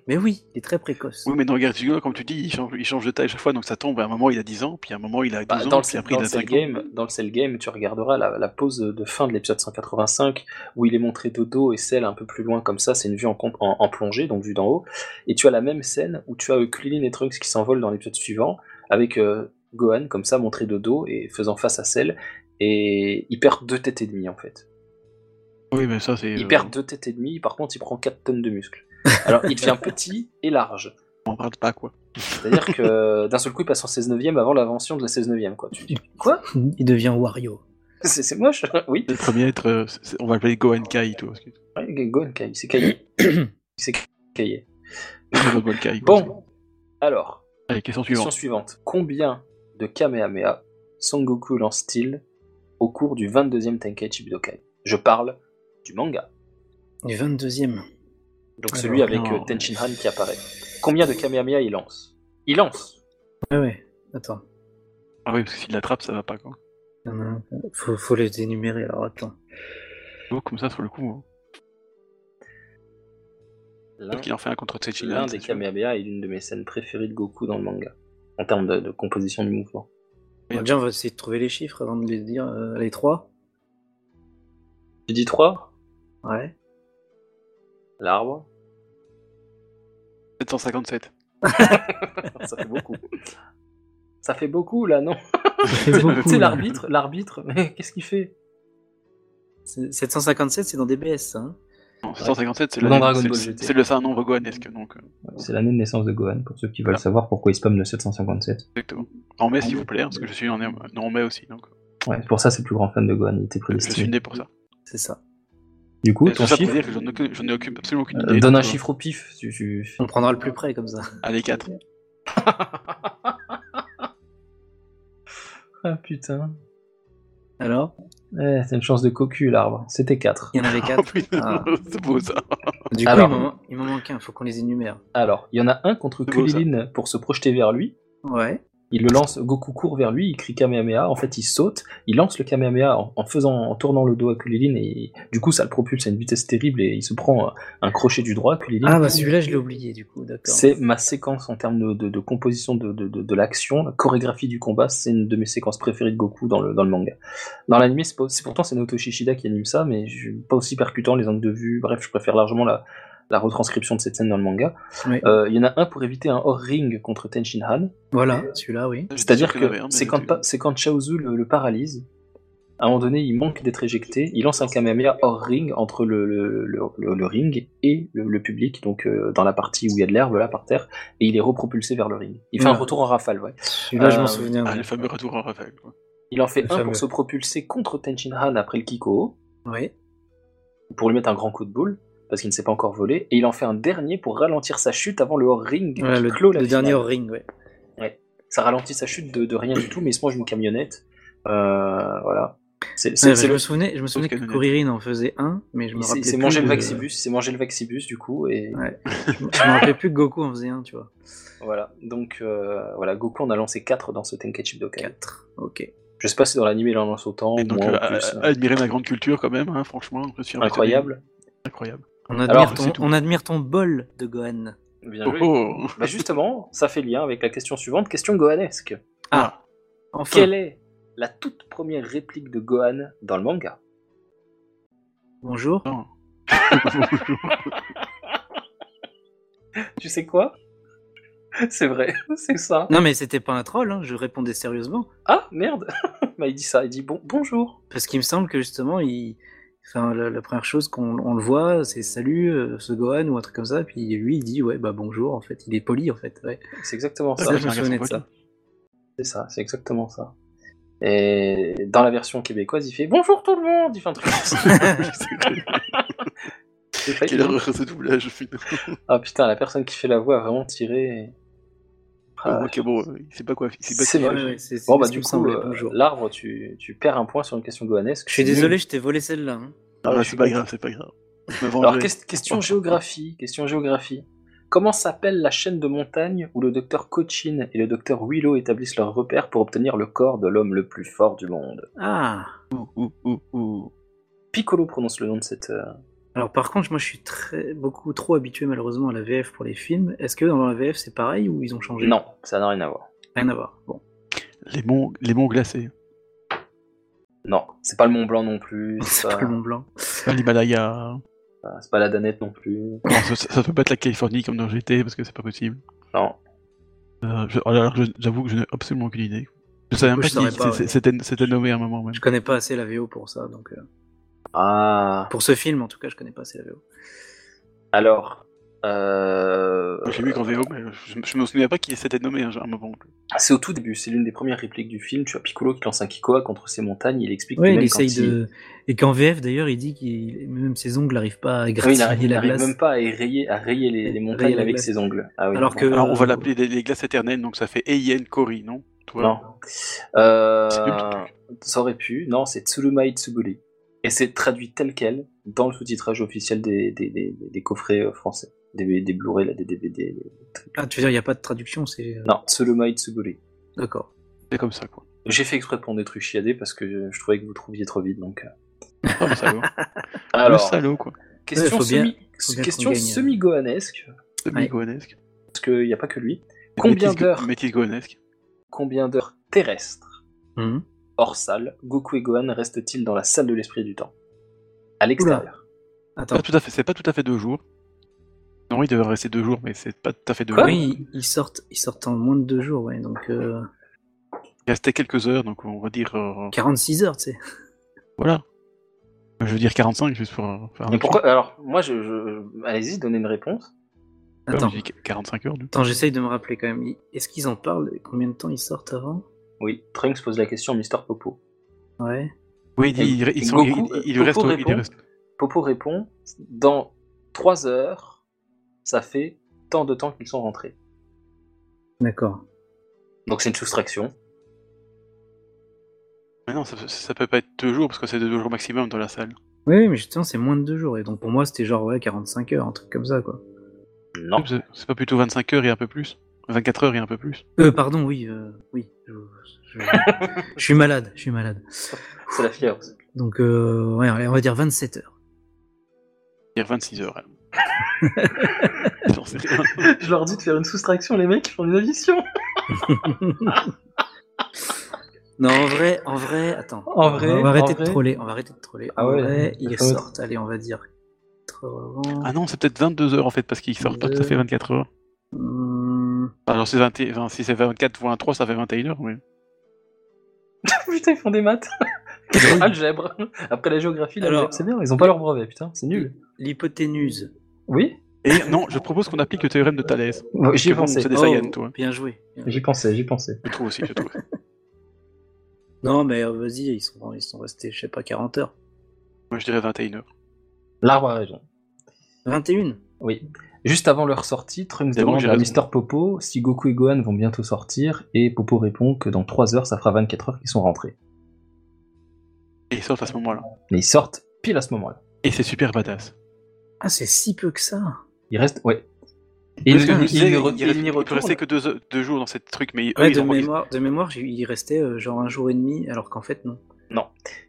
S2: mais oui, il est très précoce.
S1: Oui, mais dans Garde comme tu dis, il change, il change de taille à chaque fois, donc ça tombe. À un moment, il a 10 ans, puis à un moment, il a 12
S3: Bah,
S1: ans,
S3: dans, le,
S1: puis
S3: cell-
S1: après,
S3: dans
S1: il
S3: le
S1: a
S3: cell
S1: 5 ans.
S3: game, dans le cell game, tu regarderas la, la pause de fin de l'épisode 185 où il est montré de dos et celle un peu plus loin comme ça, c'est une vue en, comp- en- en plongée, donc vue d'en haut. Et tu as la même scène où tu as Krillin et Trunks qui s'envolent dans l'épisode suivant avec euh, Gohan comme ça montré de dos et faisant face à celle et ils perdent deux têtes et demie en fait.
S1: Oui, mais ça, c'est.
S3: Il
S1: euh,
S3: perd deux têtes et demie, par contre il prend 4 tonnes de muscles. Alors il devient petit et large.
S1: On en parle pas, quoi.
S3: C'est-à-dire que d'un seul coup il passe en 16 neuvième avant l'invention de la 16 neuvième. Quoi. Tu te dis, quoi
S2: Il devient Wario.
S3: C'est c'est moche Oui.
S1: C'est le premier à être. euh, c'est- c'est- on va l'appeler Gohan Kai, toi. Parce que...
S3: Ouais, Gon Kai, c'est Kai. c'est Kai.
S1: Gohan Kai, quoi.
S3: Bon, alors,
S1: Allez, question
S3: question
S1: suivante.
S3: suivante. Combien de Kamehameha Son Goku lance-t-il au cours du 22e Tenkaichi Budokai Je parle du manga,
S2: Du 22e.
S3: donc
S2: Alors,
S3: celui avec
S1: non.
S3: euh, Tenshinhan qui apparaît. Combien de Kamehameha il lance Il lance
S2: Ah ouais, attends.
S1: Ah oui, parce que s'il l'attrape, ça va pas, quoi.
S2: Il y en a un. Faut, faut les énumérer, alors attends.
S1: Donc, comme ça, sur le coup. hein.
S3: L'un
S1: Sauf qu'il en fait un contre Tsechin.
S3: l'un des Kamehameha est l'une de mes scènes préférées de Goku dans le manga, en termes de, de composition du mouvement.
S1: Oui.
S2: Déjà, on va essayer de trouver les chiffres avant de les dire, euh, les trois.
S3: Tu dis 3
S2: Ouais.
S3: L'arbre
S1: 757.
S3: Ça fait beaucoup. Ça fait beaucoup là, non
S2: C'est
S3: Tu sais,
S2: beaucoup. là.
S3: l'arbitre, l'arbitre, mais qu'est-ce qu'il fait
S2: C'est- 757, c'est dans DBS, ça, hein.
S1: Non, 757, c'est
S3: Dans
S1: le-
S3: Dragon
S1: c'est-
S3: Ball
S1: c'est-
S3: GT.
S1: C'est le c'est un nombre gohanesque, donc. euh,
S3: C'est l'année de naissance de Gohan, pour ceux qui veulent savoir pourquoi il spam le 757.
S1: Exactement. En mai, s'il vous plaît, hein, parce que je suis en, non, en mai aussi, donc. euh,
S3: Ouais, pour ça, c'est le plus grand fan de Gohan, il était
S1: Je suis
S3: prédestiné.
S1: né pour ça.
S2: C'est ça.
S3: Du coup,
S1: Et
S3: ton
S1: tout ça pour
S3: chiffre,
S1: dire que j'en ai aucune- j'en ai aucune- absolument aucune idée.
S3: euh, donne un
S1: donc, euh,
S3: chiffre au pif. Tu, tu-
S2: On prendra le plus près, comme ça.
S1: Allez, 4.
S3: Ah putain.
S2: Alors
S3: Eh, t'as une chance de cocu, l'arbre. C'était 4.
S2: Il y en avait
S1: Oh
S2: quatre.
S1: putain,
S2: Ah.
S1: c'est beau ça.
S2: Du coup,
S3: Alors.
S2: il m'en man- il m'en manque un, faut qu'on les énumère.
S3: Alors, il y en a un contre
S1: C'est beau, ça.
S3: Kulilin pour se projeter vers lui.
S2: Ouais.
S3: Il le lance, Goku court vers lui, il crie Kamehameha, en fait il saute, il lance le Kamehameha en, en faisant, en tournant le dos à Kulilin et il- du coup ça le propulse à une vitesse terrible et il se prend euh, un crochet du droit, Kulilin.
S2: Ah bah celui-là, je l'ai oublié, du coup, d'accord.
S3: C'est ma séquence en termes de, de- de composition de, de- de- de l'action, la chorégraphie du combat, c'est une de mes séquences préférées de Goku dans le, dans le manga. Dans l'anime, c'est pas- c'est pourtant c'est Naoto Shishida qui anime ça, mais je suis pas aussi percutant les angles de vue, bref, je préfère largement la, la retranscription de cette scène dans le manga.
S2: Ouais.
S3: Euh, Il y en a un pour éviter un hors-ring contre Tenshinhan,
S2: Voilà, celui-là, oui.
S1: Je suis
S3: c'est-à-dire
S1: sûr
S3: que
S1: qu'il y en avait un, mais
S3: c'est quand,
S1: j'ai-
S3: pa- c'est quand Chaozu le, le paralyse, À un moment donné, il manque d'être éjecté. Il lance un Kamehameha hors ring entre le, le, le- le- le ring et le, le public, donc euh, dans la partie où il y a de l'herbe, là, par terre, et il est repropulsé vers le ring. Il fait un
S2: Ouais.
S3: retour en rafale, ouais.
S2: Celui-là, je
S3: Euh,
S2: m'en souviens.
S1: Ah,
S2: ouais.
S1: le fameux retour en rafale. quoi.
S3: Il en fait
S4: Le
S3: un
S4: fameux.
S3: pour se propulser contre Tenchin Han après le Kiko,
S2: Ouais.
S3: pour lui mettre un grand coup de boule, parce qu'il ne s'est pas encore volé, et il en fait un dernier pour ralentir sa chute avant le hors ring
S2: Voilà,
S3: qui
S2: le,
S3: clôt la
S2: le
S3: finale.
S2: dernier hors ring, ouais.
S3: Ça ralentit sa chute de, de rien du tout, mais il se mange une camionnette. Euh, voilà. C'est
S2: Ouais,
S3: c'est-
S2: bah,
S3: c'est
S2: je
S3: le-
S2: me souvenais, je me souvenais que
S1: Sauf que-
S2: Kuririn en faisait un, mais je me rappelais
S3: c'est- c'est
S2: plus
S3: manger le
S2: de-
S3: Vaxibus, c'est manger le Vaxibus du coup, et
S2: Ouais. je me je me rappelais plus que Goku en faisait un, tu vois.
S3: voilà. Donc euh, voilà, Goku on a lancé 4 dans ce Tenkaichi Budokai.
S2: 4. Ok.
S3: Je sais pas si dans l'anime il en lance autant,
S1: Et donc,
S3: moins,
S1: euh,
S3: ou plus,
S1: à-
S3: hein.
S1: à admirer ma grande culture quand même, hein, franchement. Je suis impressionné.
S3: incroyable.
S1: Incroyable.
S2: On admire,
S3: Alors,
S1: c'est
S2: ton,
S1: tout.
S2: on admire ton bol de Gohan.
S3: Bien
S1: Oh,
S3: joué.
S1: oh.
S3: Bah justement, ça fait lien avec la question suivante, question gohanesque.
S2: Ah, Enfin.
S3: Quelle est la toute première réplique de Gohan dans le manga
S2: Bonjour.
S1: Ah.
S3: Tu sais quoi C'est vrai, c'est ça.
S2: Non, mais c'était pas un troll, hein, je répondais sérieusement.
S3: Ah merde Bah il dit ça, il dit bon bonjour.
S2: Parce qu'il me semble que justement, il... enfin, la, la première chose qu'on on le voit, c'est salut, euh, ce Gohan ou un truc comme ça. Puis lui, il dit, ouais, bah bonjour, en fait. Il est poli, en fait. Ouais.
S3: C'est exactement
S2: Ça,
S1: Ah,
S3: ça.
S2: je me souvenais de ça.
S3: C'est ça, c'est exactement ça. Et dans la version québécoise, il fait bonjour tout le monde, il fait un truc. J'ai failli
S1: Quelle
S3: dire.
S1: erreur ce doublage, putain.
S3: Ah putain, la personne qui fait la voix a vraiment tiré. Ah,
S1: Ah, ok, bon, euh, il sait pas quoi. Il sait pas
S3: C'est
S1: qui-
S3: vrai.
S2: Ouais, ouais, c'est- c'est
S3: bon
S2: ce
S3: bah
S2: qui
S3: du
S2: me
S3: coup,
S2: semblait,
S3: euh,
S2: bonjour.
S3: l'arbre, tu, tu perds un point sur une question gohanesque.
S2: Je suis désolé, je t'ai volé celle-là. hein.
S1: Ah,
S3: ouais,
S1: c'est pas grave, c'est pas grave. Je me
S3: Alors
S1: vengerai.
S3: quest- question géographie, question géographie. Comment s'appelle la chaîne de montagne où le docteur Cochin et le docteur Willow établissent leurs repères pour obtenir le corps de l'homme le plus fort du monde
S2: Ah.
S1: Ouh, ouh, ouh.
S3: Piccolo prononce le nom de cette. euh,
S2: Alors par contre, moi je suis très, beaucoup trop habitué malheureusement à la VF pour les films. Est-ce que dans la VF c'est pareil ou ils ont changé
S3: Non, ça n'a rien à voir.
S2: Rien à voir. Bon.
S1: Les monts, les monts glacés.
S3: Non, c'est pas le Mont Blanc non plus.
S2: C'est
S3: C'est
S2: pas
S3: pas, euh,
S2: le Mont Blanc.
S1: Pas L'Himalaya.
S3: c'est pas la Danette non plus.
S1: Non, ça, ça- ça peut pas être la Californie comme dans GT parce que c'est pas possible.
S3: Non.
S1: Euh, je- alors, alors, je- j'avoue que je n'ai absolument aucune idée. Je savais même
S2: Moi,
S1: pas
S2: je saurais
S1: si
S2: pas,
S1: c'est-
S2: ouais.
S1: c'était c'était nommé à un moment même.
S2: Je connais pas assez la VO pour ça, donc euh,
S3: Ah.
S2: pour ce film en tout cas, je connais pas assez la VO.
S3: Alors. euh,
S1: J'ai vu qu'en VO, mais je, je me souviens pas qui c'était nommé hein, à un moment.
S3: C'est au tout début, c'est l'une des premières répliques du film. Tu as Piccolo qui lance un Kikoa contre ces montagnes. Il explique
S2: Oui,
S3: que
S2: il
S3: même
S2: essaye
S3: quand il-
S2: de et qu'en VF d'ailleurs il dit qu'il même ses ongles n'arrivent pas à
S3: Ah Oui,
S2: gratter
S3: il n'arrive
S2: la glace.
S3: même pas à rayer, à rayer les, les
S2: Rayer
S3: montagnes
S2: la
S3: avec
S2: glace.
S3: ses ongles. Ah oui,
S2: Alors
S3: bon.
S2: que
S1: Alors, on va
S2: euh,
S1: l'appeler les, les glaces éternelles, donc ça fait Eien Kori, non Toi
S3: Non. Euh,
S1: C'est nul.
S3: ça aurait pu. Non, c'est Tsurumai Tsuburi. Et c'est traduit tel quel dans le sous-titrage officiel des, des, des, des coffrets euh, français. Des, des Blu-ray, là, des DVD.
S2: Ah, tu veux dire il y a pas de traduction, c'est euh,
S3: Non, Tsurumai Tsuburi.
S2: d'accord.
S1: C'est comme ça, quoi.
S3: J'ai fait exprès de prendre des trucs chiadés parce que je, je trouvais que vous trouviez trop vite. Donc. euh.
S1: Ah, le salaud. le
S3: Ah, Alors,
S1: salaud, quoi.
S3: question
S2: Ouais, faut bien-
S3: semi-
S2: faut bien
S3: question
S2: qu'on gagne.
S3: semi-gohanesque,
S1: C'est
S2: Ouais.
S1: bigonesque.
S3: parce qu'il n'y a pas que lui. Combien
S1: Métis-
S3: d'heures
S1: Métis gonesque.
S3: Combien d'heures terrestres
S2: Mhm.
S3: hors salle, Goku et Gohan restent-ils dans la salle de l'esprit du temps À l'extérieur.
S2: Attends.
S1: Pas tout à fait, c'est pas tout à fait deux jours. Non, il devait rester deux jours, mais c'est pas tout à fait deux
S3: Quoi
S1: jours.
S2: oui, ils sortent, ils sortent en moins de deux jours, ouais, donc euh,
S1: Il restait quelques heures, donc on va dire. euh,
S2: 46 heures, tu sais.
S1: voilà. Je veux dire 45, juste pour euh, faire un
S3: Mais
S1: autre
S3: pourquoi Alors, moi, je, je- allez-y, donnez une réponse.
S1: truc.
S2: Attends.
S1: J'ai dit 45 heures, du coup.
S2: Attends, j'essaye de me rappeler quand même. Est-ce qu'ils en parlent Combien de temps ils sortent avant
S3: Oui, Trunks pose la question, Mister Popo.
S2: Ouais.
S1: Oui, il, dit, il,
S3: Et
S1: ils sont-
S3: Goku,
S1: il- il- il
S3: Goku
S1: reste, il
S3: répond
S1: reste.
S3: Popo répond dans 3 heures, ça fait tant de temps qu'ils sont rentrés.
S2: D'accord.
S3: Donc c'est une soustraction.
S1: Mais non, ça, ça peut pas être deux jours, parce que c'est deux jours maximum dans la salle.
S2: Oui, oui, mais justement, c'est moins de deux jours. Et donc pour moi, c'était genre ouais, 45 heures, un truc comme ça, quoi.
S3: Non.
S1: C'est- C'est pas plutôt 25 heures et un peu plus 24 heures et un peu plus
S2: Euh, pardon, oui, euh, oui. Je, je- je suis malade, je suis malade.
S3: C'est la fièvre.
S2: Donc euh, ouais, allez, on va dire 27 heures.
S1: dire 26 heures. alors. J'en sais rien.
S3: je leur dis de faire une soustraction, les mecs, ils font une addition.
S2: Non, en vrai, en vrai, attends.
S3: En vrai,
S2: on va
S3: en
S2: arrêter de
S3: vrai.
S2: troller. On va arrêter de troller.
S3: Ah
S2: en
S3: ouais,
S2: vrai,
S3: le
S2: ils
S3: fameux-
S2: sortent. Allez, on va dire. 80.
S1: Ah non, c'est peut-être 22 heures en fait, parce qu'il sort pas tout à fait 24 heures.
S2: Hum,
S1: Alors c'est 20 et- enfin, si c'est 24 fois 3, ça fait 21 heures, oui.
S3: Putain, ils font des maths. Algèbre. Après la géographie,
S4: Alors-
S3: l'algèbre, c'est bien. Ils ont pas leur brevet, putain, c'est nul.
S4: L'hypoténuse.
S3: Oui
S1: Et non, je propose qu'on applique le théorème de Thalès.
S3: J'y ai
S1: Parce que bon,
S3: pensé.
S1: C'est des
S2: Oh.
S1: Saiyans, toi.
S2: Bien joué. Bien joué.
S3: J'y pensais, j'y pensais.
S1: Je trouve aussi, je trouve.
S2: Non, mais euh, vas-y, ils sont, ils sont restés, je sais pas, 40 heures.
S1: Moi, je dirais 21h.
S3: L'arbre à raison.
S2: 21
S3: Oui. Juste avant leur sortie, Trunks
S1: C'est bon,
S3: demande
S1: j'ai
S3: à
S1: raison.
S3: Mister Popo si Goku et Gohan vont bientôt sortir, et Popo répond que dans 3 heures, ça fera 24 heures qu'ils sont rentrés.
S1: Et ils sortent à ce moment-là.
S3: Mais ils sortent pile à ce moment-là.
S1: Et c'est super badass.
S2: Ah, c'est si peu que ça
S3: Ils restent, ouais. Et ils,
S1: Parce que
S3: ils-
S1: je disais,
S3: ils ne
S1: il
S3: re-
S1: reste-
S3: ils n'y
S1: il peut
S3: retournent.
S1: rester que deux, heures- deux jours dans cette truc, mais
S3: Ah
S1: eux,
S2: Ouais,
S1: ils
S2: de,
S1: ont
S2: mémoire, de mémoire, j'ai- il restait euh, genre un jour et demi, alors qu'en fait, non.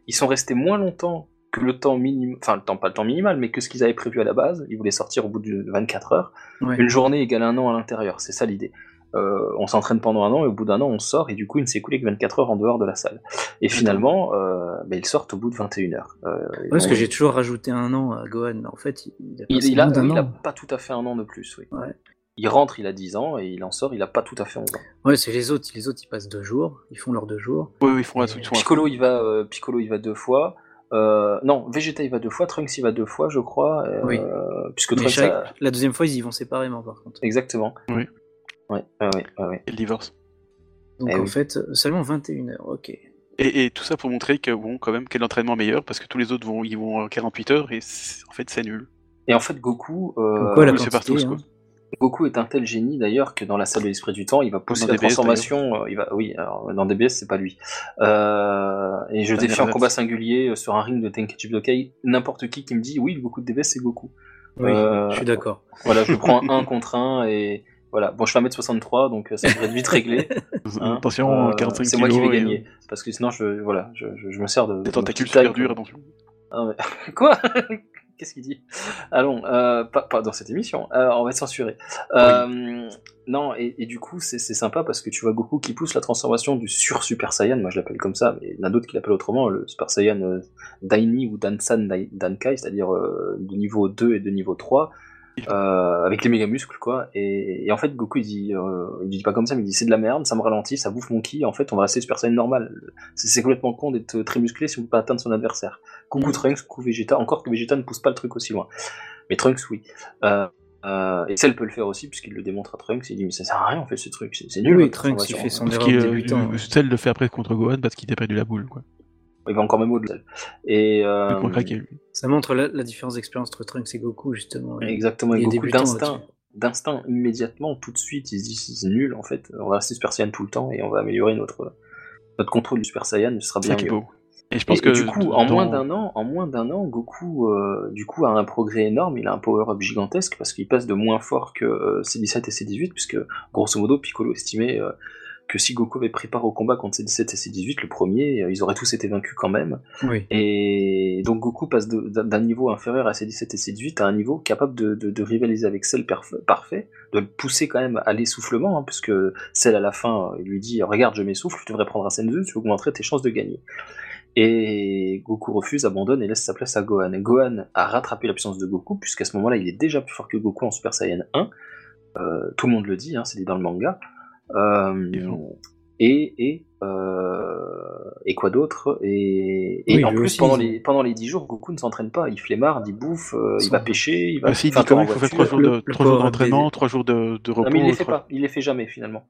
S3: Ils sont restés moins longtemps que le temps minimal, enfin le temps, pas le temps minimal, mais que ce qu'ils avaient prévu à la base. Ils voulaient sortir au bout de 24 heures.
S2: Ouais.
S3: Une journée égale un an à l'intérieur, c'est ça l'idée. Euh, on s'entraîne pendant un an et au bout d'un an on sort et du coup il ne s'est écoulé que 24 heures en dehors de la salle. Et finalement, euh, ben, ils sortent au bout de 21 heures. Euh, ils
S2: Ouais, parce
S3: ont-
S2: que j'ai toujours rajouté un an à Gohan, mais en fait, il, il a
S3: il,
S2: passé
S3: il a,
S2: moins d'un
S3: il a
S2: an.
S3: pas tout à fait un an de plus, oui.
S2: Ouais.
S3: Il rentre, il a 10 ans et il en sort, il a pas tout à fait 11 ans.
S2: Ouais, c'est les autres, les autres, ils passent deux jours, ils font leurs deux jours.
S1: Oui, oui, ils font un truc. ils sont à-
S3: Piccolo il va, euh, Piccolo il va deux fois. Euh, non, Vegeta il va deux fois, Trunks il va deux fois, je crois. euh,
S2: Oui.
S3: Puisque
S2: Mais
S3: Trunks
S2: chaque-
S3: a-
S2: La deuxième fois, ils y vont séparément, par contre.
S3: Exactement.
S1: Oui.
S3: Ouais, ouais, ouais, ouais, ouais.
S1: et le divorce.
S2: Donc
S3: Eh
S2: en
S3: oui.
S2: fait, seulement 21 heures, ok.
S1: Et, et tout ça pour montrer que, bon, quand même, quel entraînement meilleur, parce que tous les autres vont, ils vont en 48 heures, et c'est- en fait, c'est nul.
S3: Et en fait, Goku, euh,
S2: Pourquoi la
S1: oui, c'est partout,
S2: quantité,
S1: quoi.
S2: hein.
S3: Goku est un tel génie d'ailleurs que dans la salle de l'esprit du temps, il va pousser
S1: Dans
S3: la
S1: DBS,
S3: transformation. euh, il va, oui, alors, dans DBS, c'est pas lui. Euh, et je
S1: Pas
S3: défie en
S1: Nerzat.
S3: combat singulier euh, sur un ring de Tenkaichi Budokai n'importe qui qui me dit oui, le Goku de DBS, c'est Goku.
S2: Oui,
S3: Euh,
S2: je suis d'accord.
S3: Voilà, je prends un contre un et voilà. Bon, je fais 1m63, donc euh, ça devrait être vite réglé. hein.
S1: Attention,
S3: Euh,
S1: 45
S3: C'est moi qui vais
S1: kilos et-
S3: gagner parce que sinon, je voilà, je, je- je me sers de de
S1: Des
S3: ma
S1: tentacules
S3: petite taille
S1: super dures,
S3: pour-
S1: attention.
S3: Ah, mais- Quoi Qu'est-ce qu'il dit Allons, euh, pas, pas dans cette émission, euh, on va être censuré. Euh, Non, et, et du coup, c'est c'est sympa parce que tu vois Goku qui pousse la transformation du sur-Super Saiyan, moi je l'appelle comme ça, mais il y en a d'autres qui l'appellent autrement, le Super Saiyan euh, Daini ou Dansan Dai- Dankai, c'est-à-dire euh, de niveau 2 et de niveau 3, euh, avec les méga muscles, quoi. Et, et en fait, Goku, il dit, euh, il dit pas comme ça, mais il dit c'est de la merde, ça me ralentit, ça bouffe mon ki, en fait, on va rester Super Saiyan normal. C'est c'est complètement con d'être très musclé si on peut pas atteindre son adversaire.
S2: Mm.
S3: Coucou Trunks, coucou Vegeta. Encore que Vegeta ne pousse pas le truc aussi loin. Mais Trunks, oui. Euh, euh, et Cell peut le faire aussi, puisqu'il le démontre à Trunks. Il dit Mais ça sert à rien, on fait ce truc. C'est c'est nul. hein,
S2: Oui,
S3: votre
S2: Trunks, il
S3: transformation.
S2: fait
S1: Parce
S2: son- erreur
S1: qu'il
S2: de
S1: euh,
S2: débutant,
S1: euh,
S2: ouais.
S1: Cell le fait après contre Gohan parce qu'il a perdu la boule, quoi.
S3: Il va encore même au-delà. Et. euh,
S1: Complètement craqué, lui.
S2: Ça montre la, la différence d'expérience entre Trunks et Goku, justement. Et-
S3: Exactement,
S2: et
S3: et Goku
S2: débutant
S3: d'instinct.
S2: là-dessus.
S3: D'instinct, immédiatement, tout de suite, il se dit C'est nul, en fait. On va rester Super Saiyan tout le temps et on va améliorer notre, notre contrôle du Super Saiyan. Ce sera
S1: C'est
S3: bien
S1: ça qui est
S3: mieux.
S1: beau. Et je
S3: Et-
S1: pense
S3: et
S1: que
S3: du coup, en
S1: dans-
S3: moins d'un an, en moins d'un an, Goku, euh, du coup, a un progrès énorme. Il a un power-up gigantesque parce qu'il passe de moins fort que euh, C17 et C18, puisque grosso modo, Piccolo estimait euh, que si Goku avait pris part au combat contre C17 et C18, le premier, euh, ils auraient tous été vaincus quand même.
S2: Oui.
S3: Et donc Goku passe de- d'un d'un niveau inférieur à C17 et C18 à un niveau capable de, de- de rivaliser avec Cell perf- parfait, de le pousser quand même à l'essoufflement, hein, puisque Cell à la fin, euh, il lui dit Regarde, je m'essouffle, tu devrais prendre un Senzu, tu augmenterais tes chances de gagner. Et Goku refuse, abandonne et laisse sa place à Gohan. Et Gohan a rattrapé l'absence de Goku, puisqu'à ce moment-là, il est déjà plus fort que Goku en Super Saiyan 1. Euh, tout le monde le dit, hein, c'est dit dans le manga. Euh,
S1: Ils
S3: et et, euh, et quoi d'autre Et, et
S2: Oui,
S3: en
S2: lui
S3: plus,
S2: aussi,
S3: pendant,
S2: ils-
S3: les, pendant les 10 jours, Goku ne s'entraîne pas. Il flémarde, il bouffe, euh, il
S2: Sans-
S3: va pêcher, il va
S1: Ah, si, il
S3: enfin,
S1: dit quand même
S3: tout en
S1: qu'il faut faire
S3: voiture.
S1: 3 jours de-
S2: le
S1: trois jours
S2: power-up
S1: d'entraînement,
S2: des-
S1: 3 jours de, de repos.
S3: Non, mais il les fait
S1: trois-
S3: pas, il les fait jamais finalement.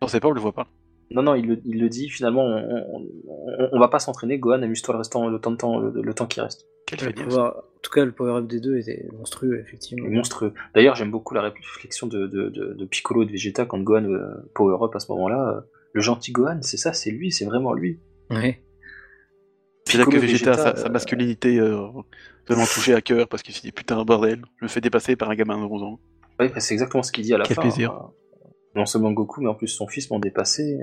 S1: Non, c'est pas, on le voit pas.
S3: Non, non, il le, il le dit finalement, on, on- on- on va pas s'entraîner, Gohan, amuse-toi le, restant- le temps, de temps, le, le temps qui reste.
S1: Quel
S2: Le
S1: feignasse.
S2: pouvoir- En tout cas, le power-up des deux était monstrueux, effectivement.
S3: Il est monstrueux. D'ailleurs, j'aime beaucoup la réflexion de, de, de, de Piccolo et de Vegeta quand Gohan euh, power up à ce moment-là. euh, le gentil Gohan, c'est ça, c'est lui, c'est vraiment lui.
S2: Ouais.
S1: C'est là que
S3: Piccolo,
S1: Vegeta, sa,
S3: Vegeta,
S1: sa
S3: euh,
S1: masculinité euh, vraiment touchée à cœur parce qu'il s'est dit putain bordel, je me fais dépasser par un gamin de 11 ans.
S3: Ouais, bah, c'est exactement ce qu'il dit à la
S1: Quel
S3: fin.
S1: plaisir.
S3: hein. Non seulement Goku, mais en plus son fils m'ont dépassé.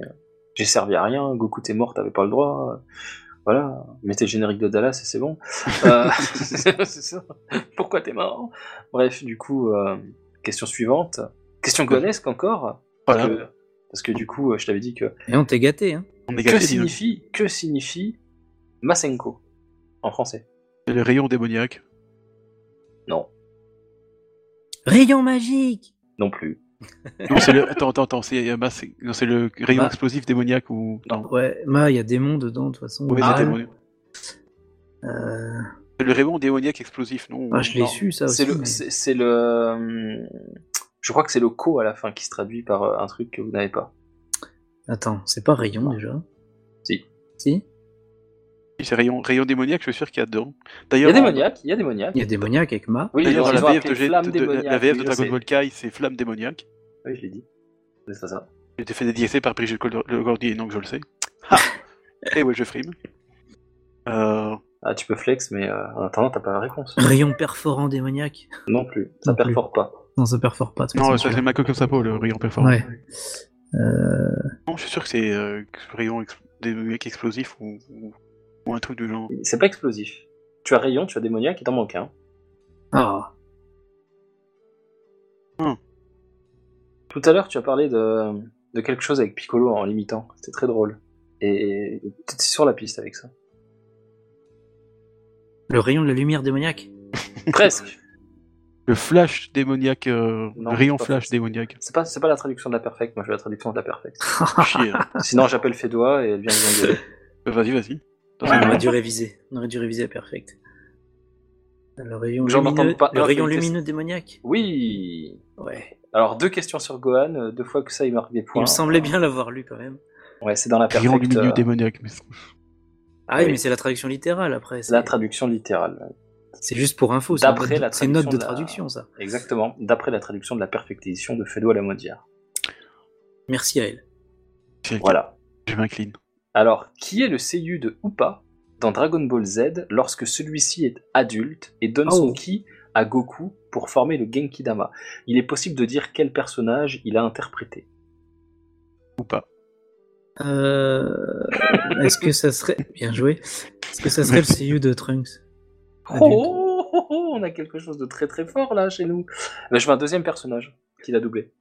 S3: J'ai servi à rien. Goku, t'es mort, t'avais pas le droit. Voilà, mettez le générique de Dallas et c'est bon. Euh, c'est ça. Pourquoi t'es mort Bref, du coup, euh, question suivante. Question gonesque encore.
S1: Voilà,
S3: Parce que- parce que du coup, euh, je t'avais dit que.
S2: Et on t'est gâté, hein.
S1: on est
S3: Que
S1: gâtés, dis donc.
S3: signifie, que signifie Masenko en français
S1: C'est le rayon démoniaque.
S3: Non,
S2: Rayon magique
S3: non plus.
S1: Non, c'est le... Attends, attends, attends, c'est euh, bah, c'est- non, c'est le rayon
S2: Bah.
S1: explosif démoniaque ou. Non,
S2: Ouais, Ma, il y a démon dedans, de toute façon.
S1: ouais,
S2: Ah,
S1: c'est démoniaque.
S2: Euh,
S1: C'est le rayon démoniaque explosif, non
S2: ah, je l'ai
S1: Non.
S2: su, ça aussi.
S3: C'est le,
S2: mais-
S3: c'est- c'est le, euh, je crois que c'est le co à la fin qui se traduit par euh, un truc que vous n'avez pas.
S2: Attends, c'est pas rayon déjà
S3: Si.
S2: Si
S1: Oui, C'est rayon, rayon démoniaque, je suis sûr qu'il y a dedans.
S3: Il y
S1: D'ailleurs,
S3: a des maniaques, il y a des maniaques.
S2: Il y a démoniaque avec Ma.
S3: Oui, ils ont-
S1: D'ailleurs,
S3: ils
S1: la
S3: ont
S1: VF de,
S3: appelé
S1: G-
S3: Flamme
S1: de-
S3: démoniaque,
S1: la VF
S3: oui,
S1: de
S3: je
S1: Dragon
S3: sais.
S1: Ball Kai, c'est Flamme démoniaque.
S3: Oui, je l'ai dit. C'est ça, ça.
S1: J'ai été fait dédicacer par Brigitte Col- Le Gordier, donc je le sais.
S2: Ah.
S1: Ha Et ouais, je frime. Euh,
S3: Ah, tu peux flex, mais euh, en attendant, t'as pas la réponse.
S2: Rayon perforant démoniaque
S3: Non plus. Ça
S2: Non plus.
S3: perfore pas.
S2: Non, ça perfore pas. de toute
S1: non,
S2: façon,
S1: ça c'est
S2: celui-là.
S1: Mako Sapo, le rayon performant.
S2: Ouais. Euh,
S1: Non, je suis sûr que c'est euh, rayon ex- démoniaque explosif ou, ou- ou un truc du genre.
S3: C'est pas explosif. Tu as rayon, tu as démoniaque, il t'en manque un.
S2: Ah,
S3: Tout à l'heure, tu as parlé de, de quelque chose avec Piccolo en l'imitant. C'était très drôle. Et t'étais sur la piste avec ça.
S2: le rayon de la lumière démoniaque
S3: Presque.
S1: Le flash démoniaque, euh,
S3: Non,
S1: le rayon
S3: c'est pas
S1: flash
S3: ça.
S1: démoniaque.
S3: C'est pas, c'est pas la traduction de la perfecte, moi je veux la traduction de la perfecte.
S1: Chier. hein.
S3: Sinon, j'appelle Fédois et elle vient nous engueuler.
S1: Euh, vas-y, vas-y.
S2: On aurait dû réviser. On aurait dû réviser à perfect. Le rayon
S3: J'en
S2: lumineux,
S3: entends pas un,
S2: le rayon
S3: c'est une
S2: lumineux démoniaque
S3: Oui
S2: Ouais.
S3: Alors, deux questions sur Gohan, euh, deux fois que ça, il marque des
S2: Il
S3: points.
S2: me semblait bien l'avoir lu quand même.
S3: Ouais, c'est dans la
S1: Rayon
S3: perfecte.
S1: lumineux
S3: euh,
S1: démoniaque. Mais...
S2: Ah oui,
S3: Oui.
S2: mais c'est la traduction littérale après.
S3: c'est euh, la
S2: C'est
S3: traduction littérale.
S2: c'est juste pour info. c'est une
S3: D'après
S2: note de-
S3: la
S2: C'est une note de
S3: traduction
S2: traduction ça.
S3: Exactement, d'après la traduction de la perfectition de Fédois la Maudière.
S2: Merci à elle.
S1: c'est-
S3: Voilà.
S1: Je m'incline.
S3: Alors, qui est le Seiyu de Upa dans Dragon Ball Z lorsque celui-ci est adulte et donne son
S2: Oh.
S3: ki à Goku pour former le Genki Dama Il est possible de dire quel personnage il a interprété.
S1: Ou pas.
S2: Euh, Est-ce que ça serait. Bien joué. Est-ce que ça serait le CU de Trunks Ah,
S3: Oh,
S2: Adulte.
S3: oh, oh, oh, on a quelque chose de très très fort là chez nous. Ben, je veux un deuxième personnage qui l'a doublé.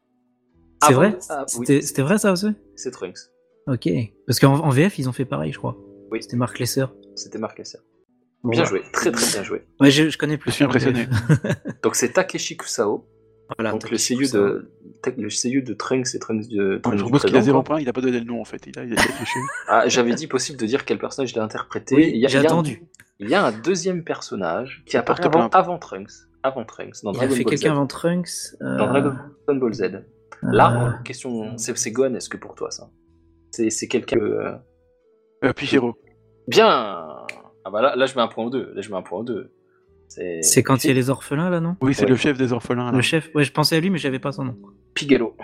S2: C'est
S3: Avant-
S2: vrai
S3: Ah, oui,
S2: C'était c'était vrai ça aussi
S3: c'est Trunks.
S2: Ok. Parce qu'en en VF, ils ont fait pareil, je crois.
S3: Oui.
S2: C'était Marc Lesser.
S3: C'était Marc Lesser.
S2: Bon,
S3: Bien
S2: voilà.
S3: joué, très très bien joué.
S2: Ouais, je, je connais plus.
S1: Je suis impressionné.
S3: Donc c'est Takeshi Kusao,
S2: voilà,
S3: donc
S2: t'as
S3: le
S2: quelque
S3: Seiyu
S2: chose, hein.
S3: de, le Seiyu de Trunks et Trunks
S2: Ah,
S3: de Trunks
S1: Je
S3: du
S1: propose qu'il a
S3: présent,
S1: zéro
S3: quoi.
S1: point, il a pas donné le nom en fait. Il a, il a été fichu.
S3: Ah, j'avais dit possible de dire quel personnage il a interprété.
S2: Oui,
S3: Il y a-
S2: j'ai
S3: il y a un-
S2: attendu.
S3: Il y a un deuxième personnage qui apparaît
S1: Porte
S3: avant,
S1: plainte.
S3: avant Trunks. Avant Trunks, dans
S2: Il a
S3: Dragon
S2: fait
S3: Ball Z.
S2: quelqu'un avant Trunks. euh,
S3: Dans Dragon Dragon Ball Z. Là,
S2: euh,
S3: question, c'est c'est Gon, est-ce que pour toi ça C'est c'est quelqu'un que. euh,
S1: Euh, Pichiro.
S3: Bien Ah bah là, là, je mets un point ou deux. Là, je mets un point ou deux. C'est
S2: C'est quand il y a les orphelins là, non
S1: Oui, c'est
S3: Ouais.
S1: le chef des orphelins. Là.
S2: Le chef. Ouais, je pensais à lui, mais j'avais pas son nom.
S3: Pigello.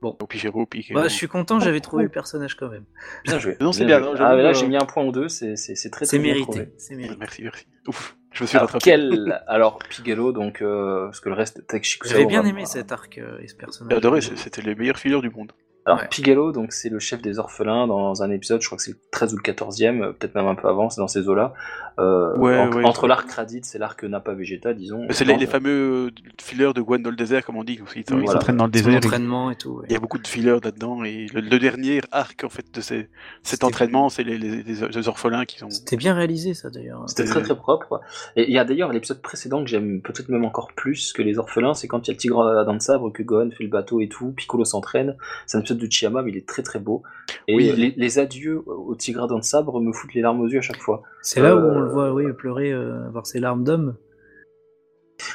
S1: Ou Pichiro, Pichiro.
S2: Bah, je suis content,
S3: Ah,
S2: j'avais trouvé le personnage quand même.
S3: Bien joué.
S1: Non, c'est bien,
S3: joué.
S1: non,
S3: ah,
S1: j'avoue,
S3: là,
S1: euh,
S3: j'ai mis un point ou deux, c'est c'est- c'est très très
S2: C'est
S3: bien
S2: mérité.
S3: trouvé.
S2: C'est mérité.
S1: Merci, merci. Ouf, je me suis
S3: Alors,
S1: rattrapé.
S3: quel... Alors, Pigello, donc, euh, parce que le reste, Takeshi Kusao,
S2: J'avais bien
S3: vraiment,
S2: aimé
S3: euh,
S2: cet arc euh, et ce personnage.
S1: J'ai adoré, c'est- c'était les meilleurs fillers du monde.
S3: Alors,
S2: Ouais.
S3: Pigello, donc c'est le chef des orphelins dans un épisode, je crois que c'est le 13 ou le 14e, euh, peut-être même un peu avant, c'est dans ces eaux-là. Euh,
S1: Ouais,
S3: entre,
S1: ouais.
S3: entre l'arc Raditz et l'arc Nappa Vegeta, disons.
S1: Euh, C'est les, les fameux euh, fillers de Gwen dans le désert, comme on dit. aussi. Ils
S2: Oui,
S1: s'entraînent dans le
S2: Son
S1: désert. ils-
S2: entraînement et tout. ouais.
S1: Il y a beaucoup de fillers là-dedans. Et le, le dernier arc en fait de ces- cet
S2: C'était-
S1: entraînement, c'est les, les- les- les orphelins qui sont.
S2: C'était bien réalisé ça d'ailleurs.
S3: C'était très très propre. Et il y a d'ailleurs l'épisode précédent que j'aime peut-être même encore plus que les orphelins, c'est quand il y a le tigre à dents de sabre, que Gohan fait le bateau et tout, Piccolo s'entraîne. C'est un épisode de Chiyama, mais il est très très beau. Et
S1: Oui.
S3: les, les adieux au tigre à dents de sabre me foutent les larmes aux yeux à chaque fois.
S2: C'est là où
S3: Euh,
S2: on le voit, oui, pleurer, euh, avoir ses larmes d'homme.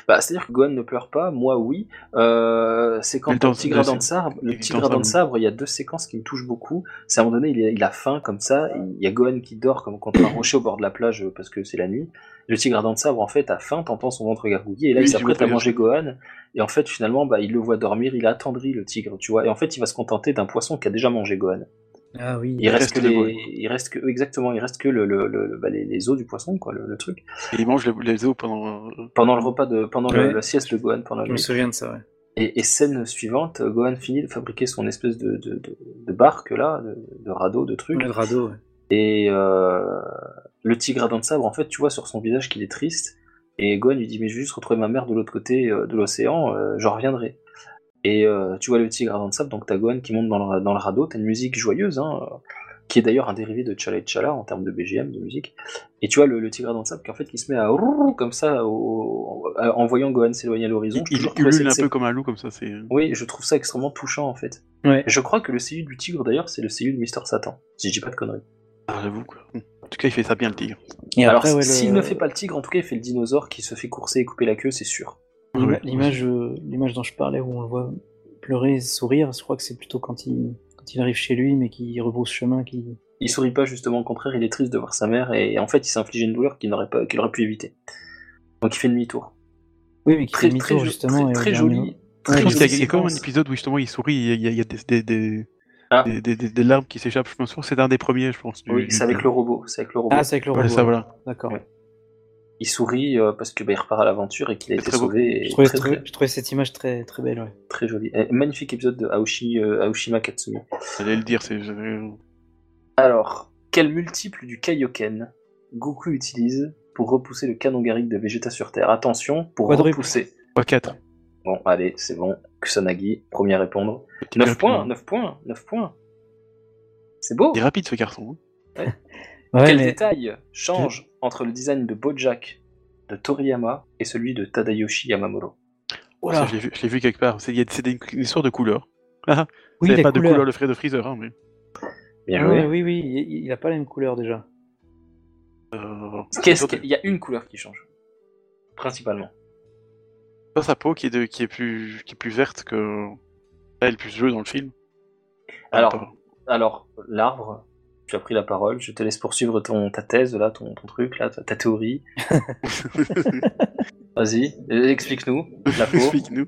S3: Bah, c'est-à-dire que Gohan ne pleure pas, moi oui. Euh, c'est quand
S1: Mais dans-
S3: le tigre à
S1: dans-
S3: dents de sabre, le
S1: il
S3: tigre
S1: dans
S3: à dents de
S1: un-
S3: sabre, il y a deux séquences qui me touchent beaucoup. C'est à un moment donné, il a, il a faim comme ça. et Il y a Gohan qui dort comme contre un rocher au bord de la plage euh, parce que c'est la nuit. Le tigre à dents de sabre, en fait, a faim, t'entends son ventre gargouiller et là,
S1: Oui,
S3: il
S1: je
S3: s'apprête
S1: vois très
S3: à manger Gohan. Et en fait, finalement, bah, il le voit dormir, il attendrit le tigre, tu vois. Et en fait, il va se contenter d'un poisson qui a déjà mangé Gohan.
S2: Ah oui.
S3: Il, reste,
S1: reste
S3: que
S1: le
S3: les-
S1: bruit.
S3: il reste que exactement, il reste que le, le- le- bah, les, les os du poisson, quoi, le, le truc.
S1: Et ils mangent le- les os pendant. euh,
S3: Pendant le repas de, pendant le-
S2: Ouais.
S3: la sieste de Gohan, pendant
S2: Je
S3: le
S2: me souviens de ça, ouais.
S3: Et, et scène suivante, Gohan finit de fabriquer son espèce de, de, de, de barque là, de, de radeau, de truc.
S2: Le radeau, ouais.
S3: Et euh, le tigre à dents de sabre, en fait, tu vois sur son visage qu'il est triste. Et Gohan lui dit Mais je vais juste retrouver ma mère de l'autre côté euh, de l'océan, euh, j'en reviendrai. Et euh, tu vois le tigre à dents de sabre, donc t'as Gohan qui monte dans le, dans le radeau, t'as une musique joyeuse, hein, euh, qui est d'ailleurs un dérivé de Chala et Chala en termes de BGM, de musique. Et tu vois le, le tigre à dents de sabre qui en fait qui se met à rourou comme ça au- au- en voyant Gohan s'éloigner à
S1: Il,
S3: l'horizon. J'ai
S1: il
S3: toujours trouvé
S1: ulule
S3: cette
S1: un peu comme un loup, comme ça. C'est. euh,
S3: oui, je trouve ça extrêmement touchant en fait.
S2: Ouais.
S3: Je crois que le CU du tigre d'ailleurs, c'est le CU de Mister Satan, si je dis pas de conneries.
S1: Ah, j'avoue quoi. tout cas, il fait ça bien le tigre.
S4: Et
S3: Alors,
S4: après, ouais, le-
S3: s'il ne fait pas le tigre, en tout cas, il fait le dinosaure qui se fait courser et couper la queue, c'est sûr.
S4: l'ima-
S1: Ouais,
S4: l'image, euh, l'image dont je parlais où on le voit pleurer, sourire, je crois que c'est plutôt quand il, quand il arrive chez lui, mais qu'il rebrousse chemin, qu'il.
S3: Il sourit pas, justement, au contraire, il est triste de voir sa mère et en fait, il s'inflige une douleur qu'il n'aurait pas, qu'il aurait pu éviter. Donc, il fait demi-tour.
S4: Oui, mais qu'il
S3: Très,
S4: fait
S3: très,
S4: demi-tour,
S3: jo-
S4: justement.
S3: très,
S4: et au
S3: très
S4: dernier moment-
S3: joli. Très
S1: Je pense
S3: jolie
S1: qu'il y a- il y a quand même
S3: séquence.
S1: un épisode où justement il sourit, il y a, il y a des, des, des,
S3: Ah.
S1: des- des- des- des larmes qui s'échappent. Je pense que c'est un des premiers, je pense. du-
S3: Oui,
S1: du-
S3: c'est avec le robot. C'est avec le robot.
S4: Ah, c'est avec le
S1: Ouais,
S4: robot.
S1: ça, voilà.
S4: D'accord.
S3: Ouais. Il sourit euh, parce que bah, il repart à l'aventure et qu'il a
S1: C'est
S3: été
S1: très beau.
S3: sauvé. Et
S4: Je trouvais,
S3: très,
S4: je
S3: très,
S4: trouvais- je trouvais cette image très, très belle, ouais.
S3: très joli. Et magnifique épisode de Aoshi, euh, Aoshima Katsumi.
S1: J'allais le dire, c'est. euh, je-
S3: Alors, quel multiple du Kaioken Goku utilise pour repousser le canon garrigue de Vegeta sur Terre Attention, pour
S4: Quadruple.
S3: repousser.
S1: Pas 4.
S3: Bon, allez, c'est bon. Kusanagi, premier à répondre. 9 points, 9 points, 9 points. C'est beau.
S1: Il est rapide ce garçon. hein.
S4: Ouais,
S3: Quel
S4: mais-
S3: détail change entre le design de Bojack de Toriyama et celui de Tadayoshi Yamamuro
S4: Voilà.
S1: Ça, je l'ai vu, je l'ai vu quelque part. C'est il y a- c'est une, une histoire de couleur.
S4: Oui,
S1: il n'y
S4: la
S1: a pas de
S4: couleur.
S1: couleur le frais de Freezer. Hein, mais...
S3: Bien
S4: Ah
S3: joué.
S4: ouais, oui, oui, il, il a pas la même couleur déjà.
S1: euh,
S3: Qu'est-ce qu'il y a une couleur qui change Principalement.
S1: Pas sa peau qui est, de- qui est, plus, qui est plus verte que elle plus bleue dans le film.
S3: Alors, alors l'arbre, tu as pris la parole, je te laisse poursuivre ton, ta thèse, là, ton, ton truc, là, ta, ta théorie. Vas-y, euh, explique-nous la peau.
S1: explique-nous.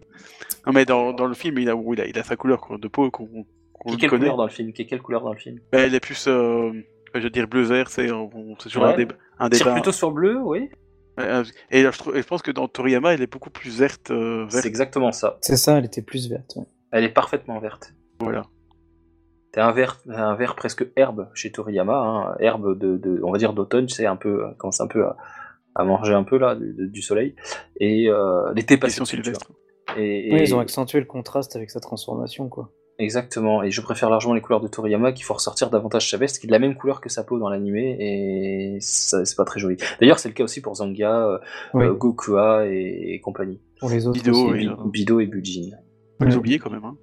S1: Non mais dans, dans le film, il a, il a, il a sa couleur quoi, de peau qu'on qu'on
S3: Qui est
S1: le
S3: quelle
S1: connaît.
S3: couleur dans le film Qui est quelle couleur dans le film
S1: Ben, elle est plus, euh, je veux dire, bleu-vert, c'est on- c'est toujours
S3: Ouais.
S1: un, débat- un
S3: Tire
S1: débat.
S3: plutôt sur bleu, oui
S1: Euh, Et là, je, trouve- et je pense que dans Toriyama, elle est beaucoup plus verte. euh, verte.
S3: C'est exactement ça.
S4: C'est ça, elle était plus verte. ouais.
S3: Elle est parfaitement verte.
S1: Voilà.
S3: T'as un vert, un vert presque herbe chez Toriyama, hein, herbe de, de- on va dire d'automne, c'est un peu, euh, commence un peu à, à manger un peu là du, de- du soleil et euh, l'été passe
S1: Passion
S3: dessus, tu
S1: sylvestre.
S3: vois. Et, et-
S4: Ouais, ils ont accentué le contraste avec sa transformation, quoi.
S3: exactement. Et je préfère largement les couleurs de Toriyama qui font ressortir davantage sa veste, qui est de la même couleur que sa peau dans l'animé et ça, c'est pas très joli. D'ailleurs, c'est le cas aussi pour Zanga, euh,
S4: Oui.
S3: euh, Gokua et, et compagnie,
S4: Pour les autres.
S1: Vidéo,
S4: aussi.
S1: Oh,
S3: Et
S1: oui,
S3: Bi-
S1: euh.
S3: Bido et Bujin,
S1: Faut les
S4: Ouais.
S1: oublier quand même. Hein.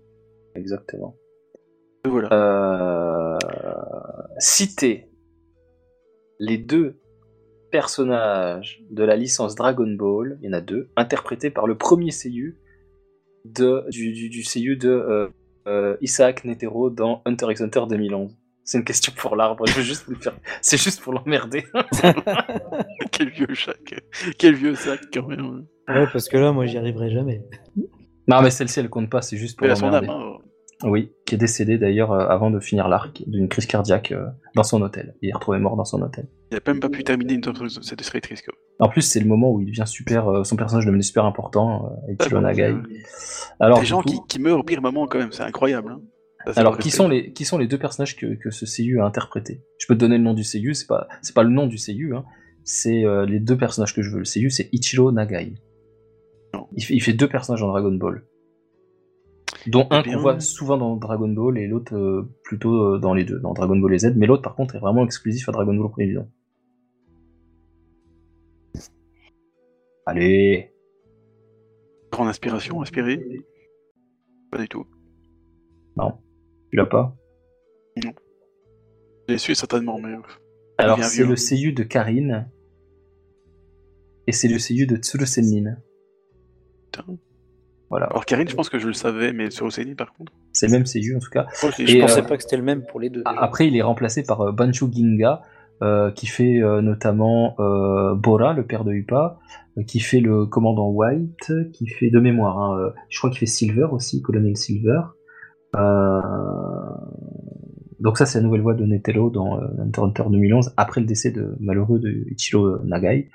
S3: exactement.
S1: Et Voilà.
S3: Euh, citer les deux personnages de la licence Dragon Ball, il y en a deux, interprétés par le premier seiyuu de, du, du, du seiyuu de euh, euh, Isaac Netero dans Hunter x Hunter 2011. C'est une question pour l'arbre, je veux juste vous le faire. C'est juste pour l'emmerder.
S1: Quel vieux sac. Quel vieux sac quand même.
S4: Ouais, parce que là, moi, j'y arriverai jamais.
S3: Non, mais celle-ci elle compte pas, c'est juste pour
S1: Elle a son
S3: l'emmerder.
S1: âme. hein.
S3: Oui, qui est décédé d'ailleurs euh, avant de finir l'arc d'une crise cardiaque euh, dans son hôtel. Il est retrouvé mort dans son hôtel.
S1: Il n'a même pas pu terminer une entreprise. C'était très triste. quoi.
S3: En plus, c'est le moment où il devient super, euh, son personnage devient super important, euh, Ichiro
S1: Ah,
S3: Nagai.
S1: bon, c'est-
S3: Alors,
S1: Des
S3: du
S1: gens
S3: coup-
S1: qui, qui meurent au pire moment quand même. C'est incroyable. hein. Ça, c'est
S3: alors
S1: pas
S3: qui
S1: respect.
S3: sont les qui sont les deux personnages que, que ce seiyuu a interprété Je peux te donner le nom du seiyuu, c'est pas c'est pas le nom du seiyuu, hein, c'est euh, les deux personnages que je veux. Le seiyuu, c'est Ichiro Nagai.
S1: Non.
S3: Il, fait- il fait deux personnages dans Dragon Ball, dont
S1: Eh
S3: un
S1: bien.
S3: qu'on voit souvent dans Dragon Ball et l'autre euh, plutôt euh, dans les deux, dans Dragon Ball Z. Mais l'autre, par contre, est vraiment exclusif à Dragon Ball Prévision. Allez.
S1: Grande inspiration, inspiré. Pas du tout.
S3: Tu l'as pas
S1: Je l'ai su certainement, mais. euh,
S3: Alors,
S1: Bien
S3: c'est
S1: vu.
S3: le seiyuu de Karine. Et c'est le seiyuu de Tsurusenmin.
S1: Putain.
S3: Voilà.
S1: Alors Karine, je pense que je le savais, mais sur Océanie par contre.
S3: C'est le même seiyuu en tout cas.
S1: Et ah,
S4: Je
S3: Et,
S4: pensais
S3: euh,
S4: pas que c'était le même pour les deux.
S3: A- Après, il est remplacé par euh, Banshu Ginga, euh, qui fait euh, notamment euh, Bora, le père de Upa, euh, qui fait le commandant White, qui fait de mémoire. hein, euh, je crois qu'il fait Silver aussi, colonel Silver. Euh, Donc ça, c'est la nouvelle voix de Netero dans euh, Hunter x Hunter 2011, après le décès de malheureux de Ichiro Nagai.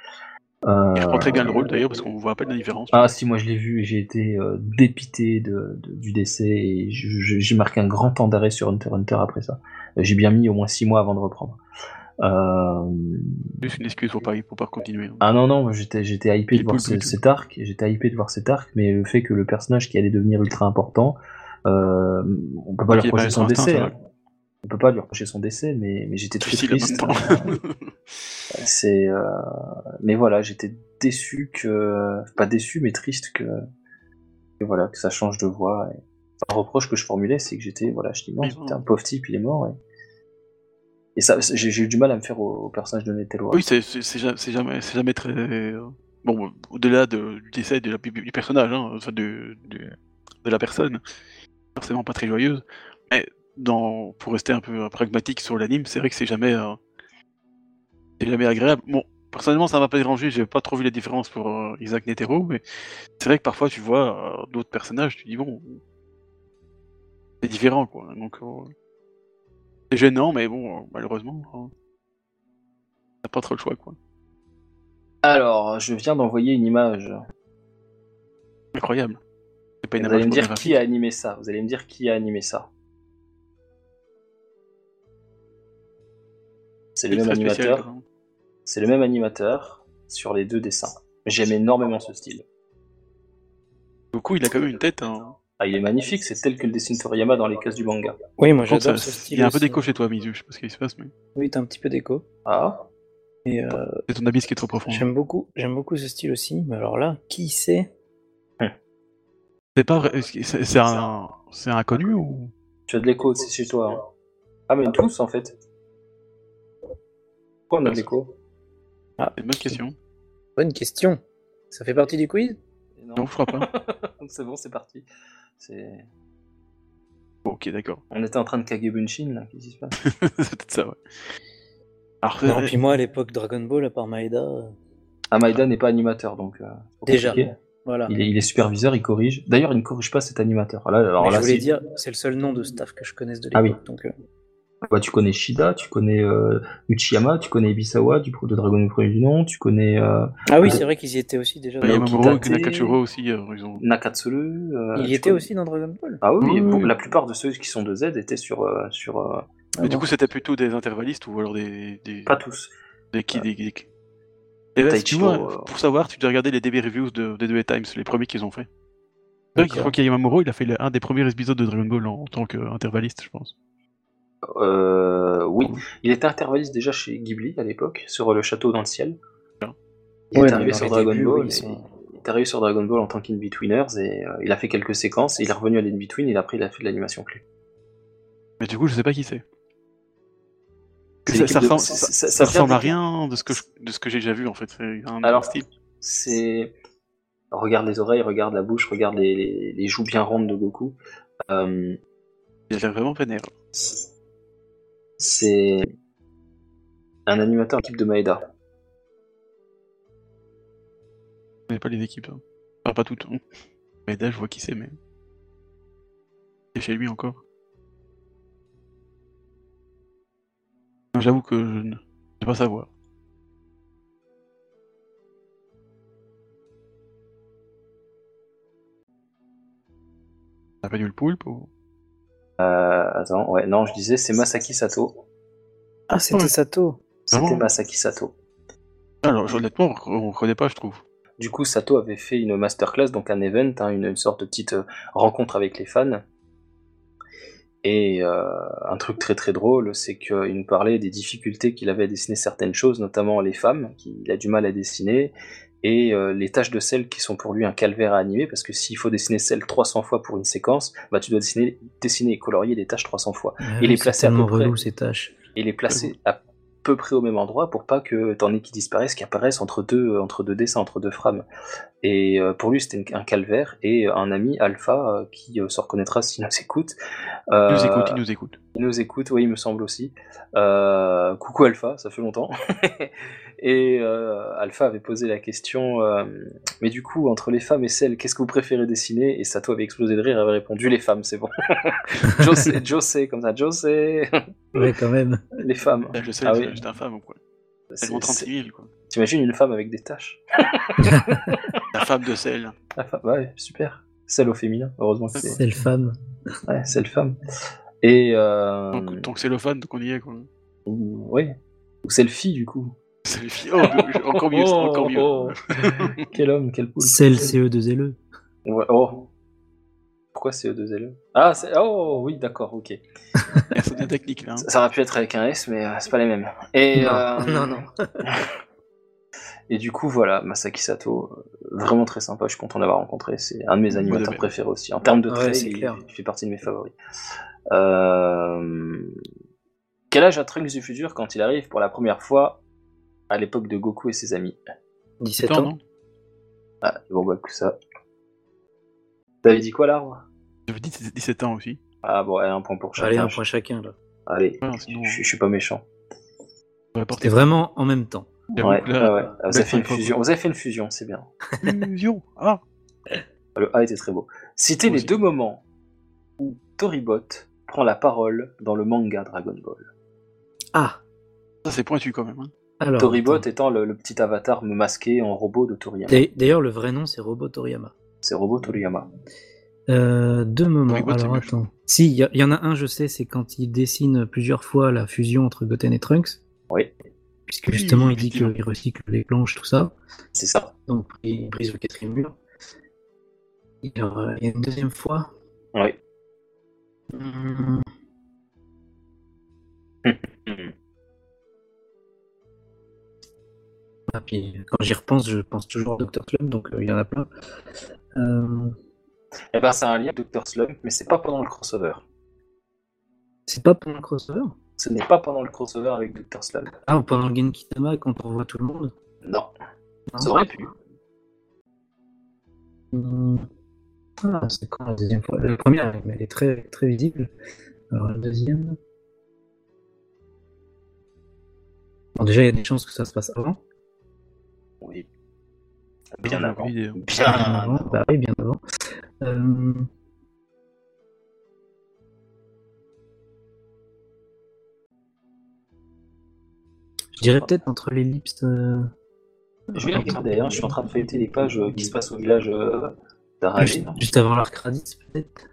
S3: Euh,
S1: Il reprend très bien le rôle d'ailleurs parce qu'on voit à peine la différence.
S3: ah si, moi je l'ai vu et j'ai été euh, dépité de, de- du décès et je- je- j'ai marqué un grand temps d'arrêt sur Hunter x Hunter après ça. Euh, J'ai bien mis au moins 6 mois avant de reprendre. Euh,
S1: Juste une excuse pour pas, pour pas continuer. hein.
S3: Ah non, non, moi, j'étais j'étais hypé
S1: Il
S3: de voir
S1: pousse
S3: ce-
S1: du tout.
S3: cet arc, j'étais hypé de voir cet arc, mais le fait que le personnage qui allait devenir ultra important, euh, on peut pas lui
S1: Qu'il ait pas
S3: reprocher
S1: eu
S3: son
S1: son instinct,
S3: décès.
S1: ça va.
S3: hein. On peut pas lui reprocher son décès, mais, mais j'étais très
S1: Difficile en même
S3: triste.
S1: temps.
S3: C'est, euh, mais voilà, j'étais déçu que, pas déçu, mais triste que, que voilà, que ça change de voix. et- Un reproche que je formulais, c'est que j'étais, voilà, je dis non,
S1: Oui,
S3: c'était un pauvre type, il est mort. et- Et ça, c'est- j'ai j'ai eu du mal à me faire au, au personnage de Netero.
S1: Oui, c'est- c'est c'est ja- c'est jamais, c'est jamais très. euh, Bon, euh, au-delà de, du décès de la- du, du personnage, hein, enfin de, de, de la personne, forcément pas très joyeuse. Mais dans, pour rester un peu euh, pragmatique sur l'anime, c'est vrai que c'est jamais, euh, c'est jamais agréable. Bon, personnellement, ça m'a pas dérangé, j'ai pas trop vu la différence pour euh, Isaac Netero, mais c'est vrai que parfois tu vois euh, d'autres personnages, tu dis bon, c'est différent quoi. Donc, euh, c'est gênant, mais bon, euh, malheureusement. hein. T'as pas trop le choix, quoi.
S3: Alors, je viens d'envoyer une image.
S1: Incroyable. C'est pas
S3: Et
S1: une
S3: vous allez
S1: image
S3: me dire
S1: pornographique.
S3: qui a animé ça. Vous allez me dire qui a animé ça. C'est
S1: C'est
S3: le même
S1: très spécial,
S3: animateur.
S1: quoi.
S3: C'est le même animateur sur les deux dessins. J'aime énormément ce style.
S1: Beaucoup, il a quand même une tête. hein.
S3: Ah, il est magnifique, c'est tel que le dessine Toriyama dans les cases du manga.
S4: Oui, moi
S1: Par contre,
S4: j'adore
S1: ça-
S4: ce style.
S1: il y a un peu
S4: aussi. hein. Euh,
S1: d'écho chez toi, Mizu. Je sais pas ce qui se passe, mais
S4: Oui, t'as un petit peu d'écho.
S3: Ah,
S4: Et euh,
S1: c'est ton abysse qui est trop profond.
S4: j'aime beaucoup, j'aime beaucoup ce style aussi. Mais alors là, qui c'est
S1: C'est pas vrai- est-ce que- C'est c'est un, c'est un inconnu ou
S3: tu as de l'écho aussi chez toi. hein. Ah, mais tous en fait. Pourquoi on a de l'écho
S4: Ah,
S1: C'est une bonne question.
S4: bonne question. Ça fait partie du quiz
S1: Non, je crois pas.
S3: c'est bon, c'est parti. C'est-
S1: Bon, ok, d'accord.
S3: On était en train de Kagebunshin là, qu'est-ce qui se passe
S1: c'est peut-être ça, ouais. Alors,
S4: Non,
S1: euh,
S4: puis moi à l'époque Dragon Ball, à part Maeda, euh,
S3: Ah, Maeda n'est pas animateur donc. euh, c'est pas
S4: Déjà.
S3: compliqué.
S4: voilà.
S3: Il est, il est superviseur, il corrige. D'ailleurs, il ne corrige pas cet animateur. Ah là, alors
S4: Mais
S3: là,
S4: je voulais
S3: si-
S4: dire, c'est le seul nom de staff que je connaisse de l'époque.
S3: Ah
S4: Donc, euh,
S3: bah, tu connais Shida, tu connais euh, Uchiyama, tu connais Ibisawa du pro de Dragon du premier du nom, tu connais euh,
S4: Ah oui, c'est vrai qu'ils y étaient aussi déjà.
S1: il y
S4: dans-
S1: a Mamoru et
S3: Kitate.
S1: Nakachuro aussi. euh, ils ont...
S3: Nakatsuru. euh,
S4: Il y
S3: tu
S4: était
S3: connais-
S4: aussi dans Dragon Ball.
S3: Ah oui,
S1: Oui,
S3: bon,
S1: oui.
S3: la plupart de ceux qui sont de Z étaient sur. euh, sur euh,
S4: Ah
S1: Mais du
S4: bon.
S1: coup, c'était plutôt des intervallistes ou alors des. des...
S3: pas tous.
S1: Des
S3: Euh,
S1: qui des, des- Et là, si tu
S3: Taichiro,
S1: vois,
S3: euh,
S1: pour savoir, tu dois regarder les DB reviews de, des deux Times, les premiers qu'ils ont fait. C'est vrai que Je crois qu'il y a Yamamuro, il a fait le- un des premiers épisodes de Dragon Ball en, en tant qu'intervalliste, je pense.
S3: Euh, oui, il était intervalliste déjà chez Ghibli à l'époque, sur euh, Le Château dans le Ciel. Il
S4: Ouais,
S3: est arrivé
S4: mais
S3: sur
S4: dans les
S3: Dragon
S4: débuts,
S3: Ball.
S4: oui, ils
S3: et-
S4: sont-
S3: Il est arrivé sur Dragon Ball en tant qu'In-Betweeners et euh, il a fait quelques séquences. et il est revenu à l'In-Between et après il a fait de l'animation clé.
S1: Mais du coup, je sais pas qui c'est.
S3: C'est
S1: Ça,
S3: l'équipe
S1: ça
S3: de-
S1: ressemble,
S3: c'est-
S1: ça-
S3: c'est-
S1: ça
S3: ça- ça vient
S1: ressemble à
S3: d'équipe.
S1: rien de ce que je- de ce que j'ai déjà vu en fait. C'est un
S3: Alors,
S1: style.
S3: c'est. Regarde les oreilles, regarde la bouche, regarde les, les- les joues bien rondes de Goku. Euh,
S1: Il a l'air vraiment vénère.
S3: c'est un animateur d'équipe de Maeda.
S1: Je connais pas les équipes. hein. Enfin, pas toutes. hein. Mais là, je vois qui c'est, mais. C'est chez lui encore. Non, J'avoue que je ne je sais pas savoir. T'as pas dû le poulpe ou...
S3: Euh, attends, ouais, non, je disais, c'est Masaki Sato.
S4: Ah, c'était
S1: Ouais.
S4: Sato.
S3: C'était
S1: Vraiment
S3: Masaki Sato.
S1: Alors, honnêtement, on connaît pas, je trouve.
S3: Du coup, Sato avait fait une masterclass, donc un event, hein, une, une sorte de petite euh, rencontre avec les fans. Et euh, un truc très très drôle, c'est qu'il nous parlait des difficultés qu'il avait à dessiner certaines choses, notamment les femmes, qu'il a du mal à dessiner, et euh, les tâches de sel qui sont pour lui un calvaire à animer, parce que s'il faut dessiner sel 300 fois pour une séquence, bah, tu dois dessiner, dessiner et colorier des tâches 300 fois. Il est placé à peu
S2: tellement
S3: près.
S2: relou ces tâches.
S3: Et les
S1: Mhm.
S3: placer à peu près au même endroit pour pas que t'en aies qui disparaissent, qui apparaissent entre deux, entre deux dessins, entre deux frames. Et euh, pour lui, c'était une- un calvaire. Et un ami, Alpha, euh, qui euh, se reconnaîtra s'il nous écoute.
S1: Il nous
S3: euh,
S1: écoute, il nous écoute.
S3: il nous écoute, oui, il me semble aussi. Euh, coucou Alpha, ça fait longtemps. et euh, Alpha avait posé la question, euh, mais du coup, entre les femmes et celles, qu'est-ce que vous préférez dessiner Et Sato avait explosé de rire et avait répondu les femmes, c'est bon. José, José, comme ça, José,
S2: Ouais, quand même.
S3: les femmes.
S1: Là, je sais,
S3: Ah
S1: c'est-
S3: oui.
S1: j'étais infâme ou quoi.
S3: C'est-
S1: Elle montre
S3: c'est-
S1: 36 000, quoi.
S3: T'imagines une femme avec des taches
S1: La femme de celle.
S3: La femme, ouais, super. Celle au féminin, heureusement que c'est
S2: Celle femme.
S3: ouais, celle femme. Et euh,
S1: Tant que, tant que cellophane, qu'on y est, quoi.
S3: ou- ouais, ou celle fille du coup.
S1: C'est le fi- Oh, encore mieux, encore mieux.
S3: Oh, oh. quel homme, quel poule.
S2: Celle CE2LE.
S3: Ouais, oh. Pourquoi CE2LE Ah, c'est... Oh, oui, d'accord, ok.
S1: Personne de technique, là. hein.
S3: Ça, ça aurait pu être avec un S, mais euh, c'est pas les mêmes. Et,
S2: Non,
S3: euh,
S2: non, non.
S3: Et du coup, voilà, Masaki Sato, euh, vraiment très sympa, je suis content d'avoir rencontré. C'est un de mes animateurs
S1: même.
S3: préférés aussi. En termes de
S2: Ouais,
S3: traits,
S2: c'est
S3: il,
S2: clair.
S3: il fait partie de mes favoris. Euh, Quel âge a Trunks du futur quand il arrive pour la première fois à l'époque de Goku et ses amis
S4: 17
S1: Attends,
S4: ans.
S1: non
S3: Ah, bon, bah, que ça. T'avais dit quoi, l'arbre
S1: J'avais dit que c'était 17 ans aussi.
S3: Ah, bon, allez, un point pour chacun.
S2: Allez, un point chacun là.
S3: Allez,
S1: Ouais, sinon,
S3: je, je suis pas méchant.
S1: on aurait
S2: C'était
S1: porté
S2: vraiment en même temps.
S1: J'avoue
S3: Ouais,
S1: que là,
S3: ouais, ouais. Ah, Vous
S1: belle
S3: avez fait une
S1: fin de
S3: fusion, vous avez fait une fusion, c'est bien.
S1: fusion. Ah,
S3: Le A était très beau. Citez
S1: Moi
S3: les
S1: aussi.
S3: deux moments où Toribot prend la parole dans le manga Dragon Ball.
S2: Ah
S1: ça c'est pointu quand même. hein.
S2: alors.
S3: Toribot
S2: attends.
S3: étant le, le petit avatar masqué en robot de Toriyama.
S2: D'a- D'ailleurs, le vrai nom c'est Robot Toriyama.
S3: C'est robot Toriyama.
S2: Euh, deux moments.
S1: Avec Goten,
S2: Alors
S1: c'est
S2: attends. Si, il y, a- il y en a un, je sais, c'est quand il dessine plusieurs fois la fusion entre Goten et Trunks.
S3: Oui.
S2: Puisque
S1: Oui,
S2: justement, il dit
S1: effectivement.
S2: qu'il recycle les planches, tout ça.
S3: C'est ça.
S2: Donc, il brise le quatrième mur. Il y a il y a une deuxième fois.
S3: Oui.
S2: Hmm, ah, puis, quand j'y repense, je pense toujours au Dr. Club, donc euh, il y en a plein. Euh,
S3: Et ben, c'est un lien avec Dr. Slump, mais c'est pas pendant le crossover.
S2: c'est pas pendant le crossover
S3: Ce n'est pas pendant le crossover avec Dr. Slump.
S2: Ah, ou pendant le Genkidama, quand on voit tout le monde
S3: Non,
S2: Non.
S3: ça aurait pu.
S2: Hmm. Ah, c'est quand la deuxième fois La première, elle elle est très, très visible. Alors la deuxième. Bon, déjà, il y a des chances que ça se passe avant.
S3: Oui. Bien
S1: J'avais
S3: avant.
S1: oublié.
S3: Bien
S2: Bien
S3: avant.
S2: avant, bah oui, bien avant. Euh, Je dirais peut-être entre l'ellipse. euh,
S3: Je vais les regarder, hein. je suis en train de feuilleter les pages euh, qui se passent au village euh, d'Aragé.
S2: juste, juste avant l'arc Raditz, peut-être.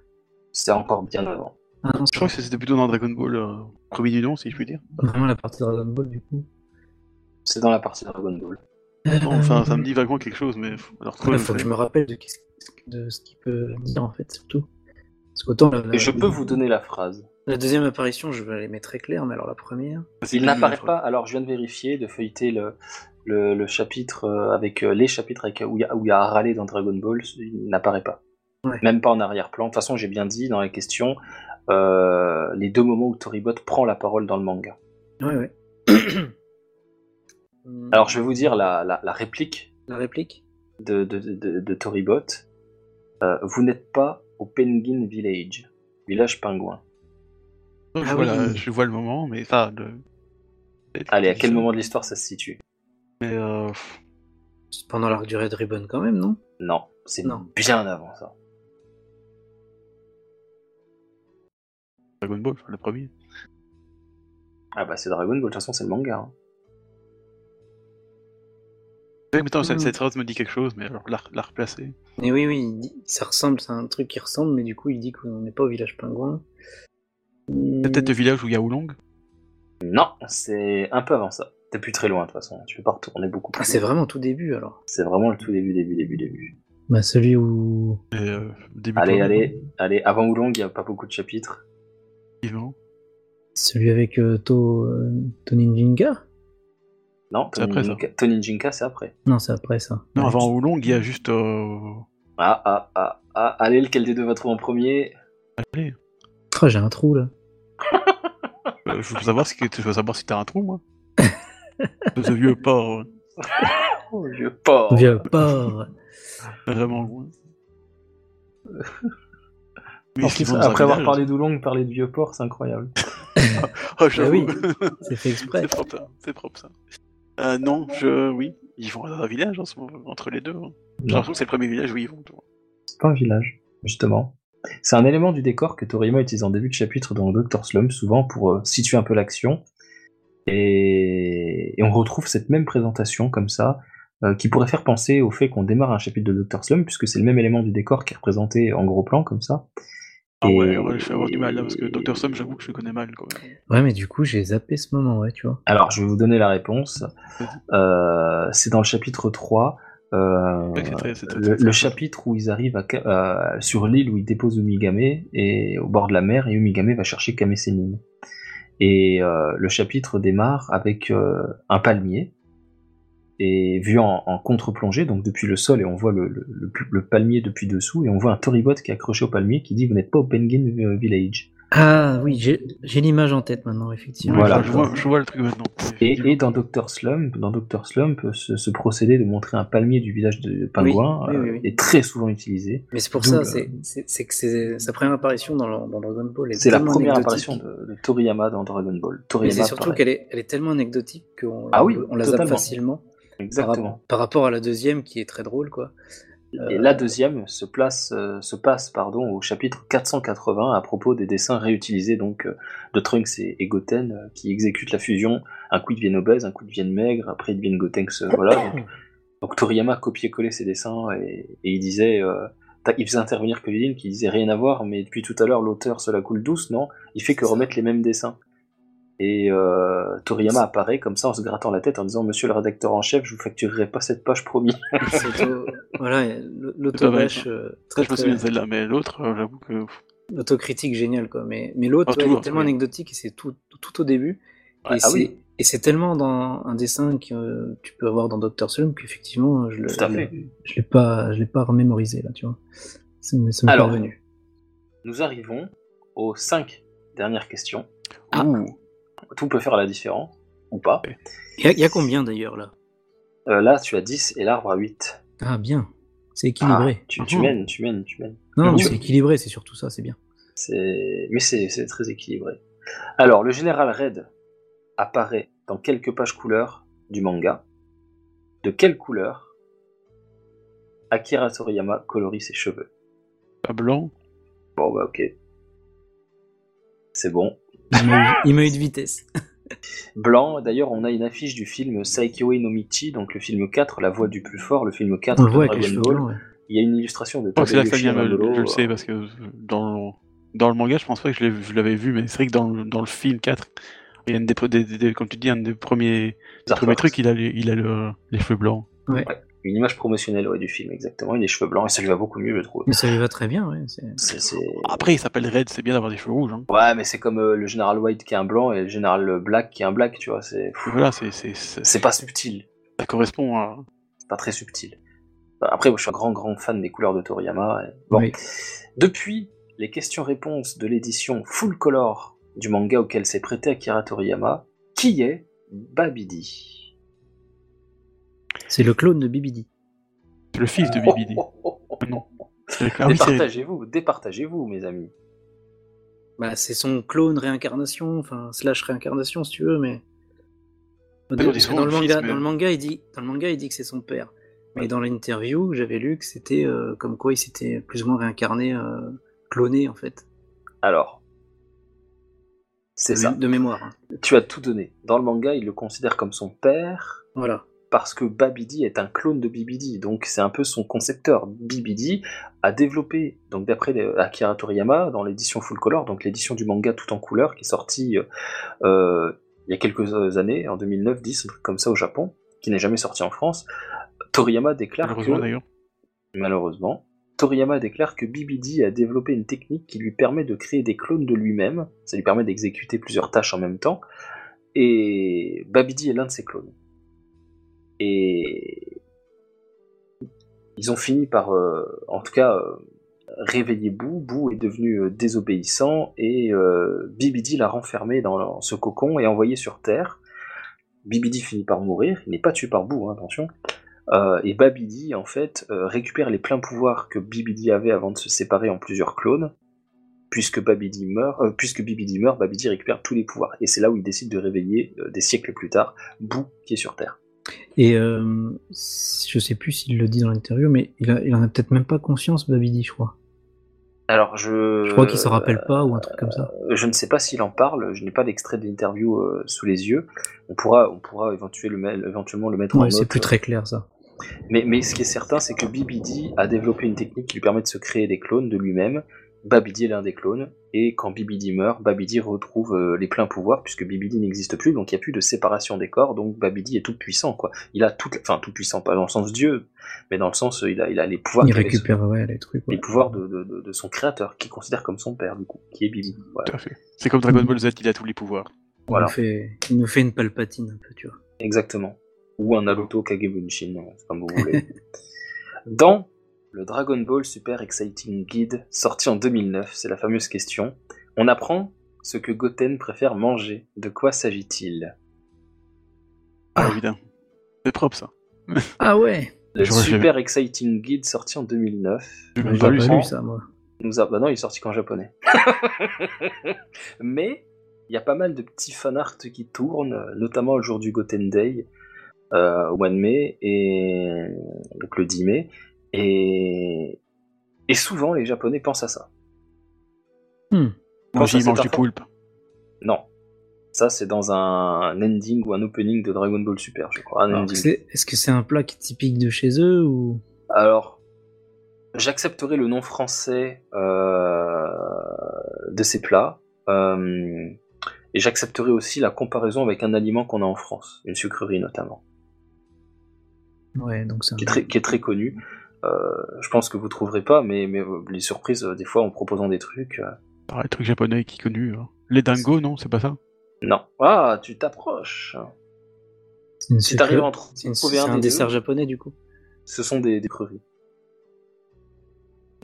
S3: C'est encore bien avant.
S2: Ah non,
S1: Je crois que c'était plutôt dans Dragon Ball, euh, premier du nom si je puis dire.
S2: c'est vraiment la partie Dragon Ball du coup.
S3: C'est dans la partie Dragon Ball.
S1: Enfin, ça me dit vaguement quelque chose, mais faut- alors
S2: Il
S1: trouver.
S2: Euh, faut que je me rappelle de, qu'est-ce- de ce qu'il peut dire en fait, surtout. Parce qu'autant la, la-
S3: Et je peux vous donner la phrase.
S2: la deuxième apparition, je vais les mettre très claire, mais alors la première.
S3: Il n'apparaît pas, alors je viens de vérifier, de feuilleter le, le, le chapitre euh, avec euh, les chapitres avec, où il y a- où il y a à râler dans Dragon Ball, il n'apparaît pas.
S2: Ouais.
S3: Même pas en arrière-plan. De toute façon, j'ai bien dit dans la question euh, les deux moments où Toribot prend la parole dans le manga.
S2: Ouais, ouais.
S3: Alors je vais vous dire la, la, la réplique
S2: La réplique
S3: de, de, de, de Toribot. Euh, vous n'êtes pas au Penguin Village, village pingouin.
S1: Je,
S2: Ah
S1: vois la-
S2: oui.
S1: je vois le moment, mais enfin. le-
S3: Allez, à quel moment de l'histoire ça se situe
S1: Mais, euh, pff,
S2: C'est pendant l'arc du Red Ribbon quand même, non
S3: Non, c'est
S2: Non.
S3: bien avant ça.
S1: Dragon Ball, le premier.
S3: Ah bah c'est Dragon Ball, de toute façon c'est le manga. hein.
S1: Ouais, mais attends, cette,
S2: Mm.
S1: cette phrase me dit quelque chose, mais alors la, la replacer.
S2: Mais oui, oui, il dit- ça ressemble, c'est un truc qui ressemble, mais du coup, il dit qu'on n'est pas au village pingouin. Hmm.
S1: C'est peut-être le village où il y a Oolong.
S3: Non, c'est un peu avant ça. T'es plus très loin de toute façon, tu peux pas retourner beaucoup plus.
S2: Ah, c'est
S3: loin.
S2: vraiment tout début alors.
S3: C'est vraiment le tout début, début, début, début.
S2: Bah, celui où.
S1: Et, euh, début
S3: Allez,
S1: de-
S3: allez, allez, avant Oulong, il n'y a pas beaucoup de chapitres.
S1: effectivement.
S2: Celui avec euh, To. euh, Toninjinga
S3: Non,
S1: C'est après, ça.
S3: Toninjinka, Toninjinka, c'est après.
S2: Non, c'est après ça.
S1: Non,
S3: Bah,
S2: Ouais.
S1: avant Oolong, il y a juste. euh,
S3: Ah, ah, ah, ah, allez, lequel des deux va trouver en premier
S1: Allez,
S2: Ah, j'ai un trou là.
S1: euh, je veux savoir si, je veux savoir si t'as un trou, moi. De ce vieux porc, euh,
S3: Oh, vieux porc
S2: Vieux porc.
S1: vraiment loin. Mais
S3: En
S1: est-ce qu'ils
S3: plus,
S1: vont dans un
S3: Après avoir
S1: village
S3: parlé d'Oulong, parler de vieux porc, c'est incroyable.
S1: Oh,
S3: Eh
S1: j'avoue.
S2: Bah C'est fait exprès.
S1: c'est propre, ça. C'est propre, ça. Euh, non, je. Oui. Ils vont dans un village en ce moment, entre les deux. hein. J'ai l'impression que c'est le premier village où ils vont. tu
S3: Euh,
S1: vois.
S3: C'est pas un village, justement. C'est un élément du décor que Toriyama utilise en début de chapitre dans le Dr. Slum, souvent pour euh, situer un peu l'action. Et... et on retrouve cette même présentation comme ça, euh, qui pourrait faire penser au fait qu'on démarre un chapitre de Dr. Slum, puisque c'est le même élément du décor qui est représenté en gros plan comme ça.
S1: Ah
S3: Et-
S1: ouais, ouais, je vais avoir du mal là,
S3: euh,
S1: parce que Dr. Sum, j'avoue que je le connais mal quand même.
S2: Ouais, mais du coup, j'ai zappé ce moment, ouais, tu vois.
S3: Alors, je vais vous donner la réponse. Euh, c'est dans le chapitre 3. euh,
S1: C'est vrai que c'est très- c'est très-
S3: le,
S1: très-
S3: le
S1: très-
S3: chapitre où ils arrivent à Ka- euh, sur l'île où ils déposent Umigame et au bord de la mer et Umigame va chercher Kame Sennin. Et euh, le chapitre démarre avec euh, un palmier et vu en, en contre-plongée, donc depuis le sol et on voit le, le- le- le palmier depuis dessous et on voit un Toribot qui est accroché au palmier qui dit vous n'êtes pas au Penguin euh, Village.
S2: Ah oui, j'ai j'ai l'image en tête maintenant, effectivement.
S3: Voilà.
S1: je, vois, je vois le truc maintenant.
S3: Et, et dans Doctor Slump, dans Doctor Slump, ce, ce procédé de montrer un palmier du village de pingouins
S2: Oui, oui,
S3: euh,
S2: oui, oui.
S3: est très souvent utilisé.
S2: Mais c'est pour
S3: D'où
S2: ça,
S3: le-
S2: c'est- c'est c'est que c'est sa première apparition dans, le- dans Dragon Ball. est
S3: C'est la
S2: tellement
S3: première
S2: anecdotique.
S3: apparition de, de Toriyama dans Dragon Ball.
S2: Mais
S3: Toriyama,
S2: c'est surtout
S3: pareil.
S2: qu'elle est, elle est tellement anecdotique qu'on
S3: Ah oui,
S2: on la zappe
S3: totalement.
S2: facilement. Par, rap-
S3: Exactement.
S2: par rapport à la deuxième qui est très drôle, quoi.
S3: Et la deuxième se, place, euh, se passe pardon, au chapitre 480 à propos des dessins réutilisés donc, euh, de Trunks et, et Goten euh, qui exécutent la fusion. Un coup ils deviennent obèses, un coup ils deviennent maigres, après ils deviennent Gotenks. euh, voilà. Donc, donc Toriyama copiait-collait ses dessins et, et il disait. euh, ta- il faisait intervenir Kevin qui disait rien à voir, mais depuis tout à l'heure l'auteur se la coule douce, non Il fait que
S2: C'est ça.
S3: remettre les mêmes dessins. Et euh, Toriyama apparaît comme ça en se grattant la tête en disant Monsieur le rédacteur en chef, je vous facturerai pas cette page promis.
S2: C'est au- voilà,
S1: C'est
S2: l-
S1: pas mal,
S2: l'autobâche,
S1: ça.
S2: euh, très,
S1: Je me
S2: très-
S1: souviens de celle-là, mais l'autre, euh, j'avoue que.
S2: l'autocritique géniale, quoi. Mais, mais l'autre,
S1: Ah,
S2: ouais, elle
S1: toujours,
S2: est tellement
S1: oui.
S2: anecdotique et c'est tout, tout au début.
S3: Ouais,
S2: et
S3: ah
S2: c'est-
S3: oui.
S2: et c'est tellement dans un dessin que euh, tu peux avoir dans Doctor Slump qu'effectivement, je le-
S3: Tout à
S2: je
S3: fait.
S2: l'ai je l'ai pas, je l'ai pas remémorisé, là, tu vois. Ça me ça m'est
S3: Alors.
S2: parvenu.
S3: Nous arrivons aux cinq dernières questions.
S2: Ah.
S1: Ouh,
S3: Tout peut faire la différence, ou pas.
S2: Il y a- il y, a combien d'ailleurs, là
S3: Euh, là, tu as 10 et l'arbre à 8.
S2: Ah, bien. C'est équilibré.
S3: Ah, tu, tu
S1: Mhm.
S3: mènes, tu mènes, tu mènes.
S2: Non, non,
S3: Oui.
S2: c'est équilibré, c'est surtout ça, c'est bien.
S3: C'est... Mais c'est, c'est très équilibré. Alors, le général Red apparaît dans quelques pages couleurs du manga. De quelle couleur Akira Toriyama colorie ses cheveux
S1: pas blanc.
S3: Bon, bah ok. C'est bon.
S2: Il m'a
S3: Ah,
S2: eu- il m'a eu de vitesse.
S3: Blanc, d'ailleurs, on a une affiche du film Saikyo Inomichi, donc le film 4, La Voix du plus fort, le film 4
S2: Ah, On
S3: de
S2: le voit avec
S3: Dragon
S2: les cheveux
S3: Ball.
S2: blancs, ouais.
S3: Il y a une illustration de
S1: Je pense que Oh, c'est là que ça
S3: Tadayushi
S1: vient, je,
S3: Amamuro,
S1: je le
S3: euh,
S1: sais, parce que dans le, dans le manga, je pense pas que je l'ai- je l'avais vu, mais c'est vrai que dans, le- dans le film 4, il y a une des, pre- des- des- des- comme tu dis, un des premiers,
S3: Zarfax.
S1: premiers trucs, il a, les- il a le- les cheveux blancs.
S3: Une image promotionnelle ouais, du film, exactement. Il a les cheveux blancs et ça lui va beaucoup mieux, je trouve.
S2: Mais ça lui va très bien, ouais. c'est-
S3: C'est- c'est-
S1: Après, il s'appelle Red, c'est bien d'avoir des cheveux rouges. Hein.
S3: Ouais, mais c'est comme euh, le général White qui est un blanc et le général Black qui est un black, tu vois. C'est pff,
S1: Voilà, c'est, c'est, c'est-
S3: c'est pas subtil.
S1: ça correspond à.
S3: C'est pas très subtil. Enfin, Après, moi, je suis un grand, grand fan des couleurs de Toriyama. et- Bon.
S2: Oui.
S3: Depuis les questions-réponses de l'édition full color du manga auquel s'est prêté Akira Toriyama, qui est Babidi
S2: C'est le clone de Bibidi.
S1: C'est le fils de Bibidi.
S3: Oh, oh, oh, oh.
S1: Non. C'est- ah oui, c'est-
S3: Départagez-vous, départagez-vous, mes amis.
S2: Bah, c'est son clone réincarnation, enfin, slash réincarnation, si tu veux, mais. Au
S1: on
S2: début,
S1: dit
S2: parce que
S1: souvent
S2: Dans le,
S1: le fils,
S2: manga,
S1: mais-
S2: dans, le manga, il dit, dans le manga, il dit que c'est son père. Mais dans l'interview, j'avais lu que c'était euh, comme quoi il s'était plus ou moins réincarné, euh, cloné, en fait.
S3: Alors, c'est
S2: de,
S3: ça.
S2: de mémoire. hein.
S3: Tu as tout donné. Dans le manga, il le considère comme son père
S2: Voilà.
S3: parce que Babidi est un clone de Bibidi, donc c'est un peu son concepteur. Bibidi a développé, donc d'après euh, Akira Toriyama, dans l'édition Full Color, donc l'édition du manga tout en couleur qui est sortie euh, il y a quelques euh, années, en 2009-10, un truc comme ça au Japon, qui n'est jamais sorti en France, Toriyama déclare
S1: Malheureusement
S3: que
S1: d'ailleurs.
S3: Malheureusement, Toriyama déclare que BBD a développé une technique qui lui permet de créer des clones de lui-même, ça lui permet d'exécuter plusieurs tâches en même temps, et Babidi est l'un de ses clones. Et ils ont fini par, euh, en tout cas, euh, réveiller Boo. Boo est devenu euh, désobéissant et euh, Bibidi l'a renfermé dans le- ce cocon et envoyé sur Terre. Bibidi finit par mourir, il n'est pas tué par Boo, hein, attention. Euh, et Babidi, en fait, euh, récupère les pleins pouvoirs que Bibidi avait avant de se séparer en plusieurs clones. Puisque Babidi meurt, euh, puisque Bibidi meurt, Babidi récupère tous les pouvoirs. Et c'est là où il décide de réveiller, euh, des siècles plus tard, Boo qui est sur Terre.
S2: Et euh, je sais plus s'il le dit dans l'interview, mais il, a- il en a peut-être même pas conscience, Babidi, je crois.
S3: Alors, je.
S2: Je crois qu'il s'en rappelle
S3: Euh,
S2: pas ou un truc comme ça.
S3: Je ne sais pas s'il en parle, je n'ai pas d'extrait de l'interview euh, sous les yeux. On pourra, on pourra éventuellement, le, éventuellement le mettre en
S2: Ouais,
S3: note.
S2: c'est plus très clair, ça.
S3: Mais, mais ce qui est certain, c'est que Bibidi a développé une technique qui lui permet de se créer des clones de lui-même. Babidi est l'un des clones, et quand Bibidi meurt, Babidi retrouve euh, les pleins pouvoirs, puisque Bibidi n'existe plus, donc il n'y a plus de séparation des corps, donc Babidi est tout puissant, quoi. Il a tout, enfin tout puissant, pas dans le sens Dieu, mais dans le sens, euh, il a, il a les pouvoirs,
S2: Il
S3: qu'avait-
S2: récupère ouais, les trucs. ouais.
S3: les pouvoirs de, de- de- de son créateur, qu'il considère comme son père, du coup, qui est Bibidi. Voilà.
S1: Tout à fait. C'est comme Dragon Ball Z, il a tous les pouvoirs.
S2: Il,
S3: voilà.
S2: nous fait, il nous fait une palpatine un peu, tu vois.
S3: Exactement. Ou un Naruto Kagebunshin, c'est comme vous voulez. Dans le Dragon Ball Super Exciting Guide, sorti en 2009, c'est la fameuse question, On apprend ce que Goten préfère manger. De quoi s'agit-il
S1: Ah, évidemment. C'est propre ça.
S2: Ah ouais
S3: Le
S1: J'aurais jamais-
S3: Super Exciting Guide sorti en 2009.
S1: J'ai même
S2: J'ai
S1: pas
S2: pas
S1: lu ça.
S2: lu ça, moi.
S3: nous a... Bah non, il est sorti qu'en japonais. Mais il y a pas mal de petits fanarts qui tournent, notamment le jour du Goten Day, euh, au mois de mai, et donc le 10 mai. Et, et souvent, les Japonais pensent à ça.
S1: Moi,
S3: Quand ça,
S1: j'y
S3: c'est
S1: mange du
S3: parfait.
S1: poulpe.
S3: Non. Ça, c'est dans un ending ou un opening de Dragon Ball Super, je crois. Un
S2: Alors,
S3: ending.
S2: Ah, c'est- Est-ce que c'est un plat qui est typique de chez eux ou
S3: Alors, j'accepterai le nom français euh, de ces plats. euh, et j'accepterai aussi la comparaison avec un aliment qu'on a en France, une sucrerie notamment,
S2: Ouais, donc c'est un-
S3: qui est très, qui est très connue. Euh, je pense que vous trouverez pas, mais, mais euh, les surprises, euh, des fois, en proposant des trucs. euh,
S1: Pareil, truc japonais qui est connu. hein. Les dingos, non, c'est pas ça
S3: non. Ah, tu t'approches.
S2: c'est une
S3: Si t'arrives
S2: sucrerie.
S3: à en tr-
S4: C'est une-
S3: trouver
S4: c'est
S3: un,
S4: un
S3: des
S4: dessert
S3: deux,
S4: japonais du coup.
S3: ce sont des, des sucreries.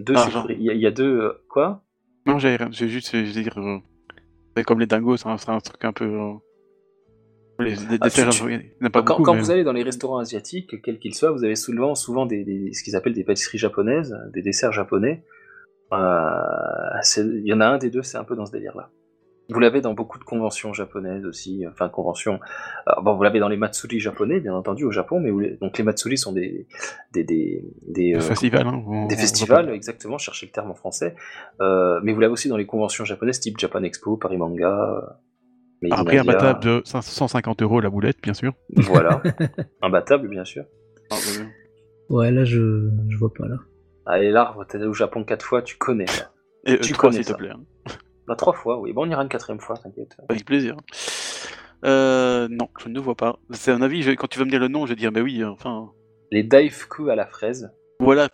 S3: Deux
S1: Ah,
S3: sucreries. Il y, a- il y a deux. euh, quoi
S1: Non, j'ai rien. C'est juste, je veux dire, euh, c'est comme les dingos, c'est un, c'est un truc un peu. euh, les, des,
S3: Ah,
S1: des terres-
S3: tu-
S1: il n'y en a pas
S3: quand
S1: beaucoup.
S3: quand
S1: mais-
S3: vous allez dans les restaurants asiatiques, quels qu'ils soient, vous avez souvent, souvent des, des- ce qu'ils appellent des pâtisseries japonaises, des desserts japonais. Euh, c'est- Il y en a un des deux, c'est un peu dans ce délire-là. Vous l'avez dans beaucoup de conventions japonaises aussi, enfin conventions. euh, bon, vous l'avez dans les matsuri japonais, bien entendu, au Japon, mais vous les- donc les matsuri sont des des des, des,
S1: Des
S3: euh,
S1: festivals, hein, on-
S3: des
S1: on-
S3: festivals, exactement, je cherchais le terme en français. Euh, mais vous l'avez aussi dans les conventions japonaises type Japan Expo, Paris Manga. Made in
S1: Après, un
S3: India.
S1: battable de 5- 150 euros la boulette, bien sûr.
S3: Voilà. Imbattable, bien sûr.
S2: Ouais, là je... je vois pas là.
S3: Ah Allez, l'arbre, t'es allé au Japon quatre fois, tu connais ça.
S1: Et, euh,
S3: Tu
S1: trois, s'il
S3: connais
S1: te
S3: ça.
S1: plaît. hein.
S3: Bah, trois fois, oui. Bon, on ira une quatrième fois, t'inquiète.
S1: Avec plaisir. Euh, non, je ne vois pas. C'est un avis. je- quand tu vas me dire le nom, je vais dire, mais oui, euh, enfin.
S3: Les Daifku à la fraise.
S1: Voilà.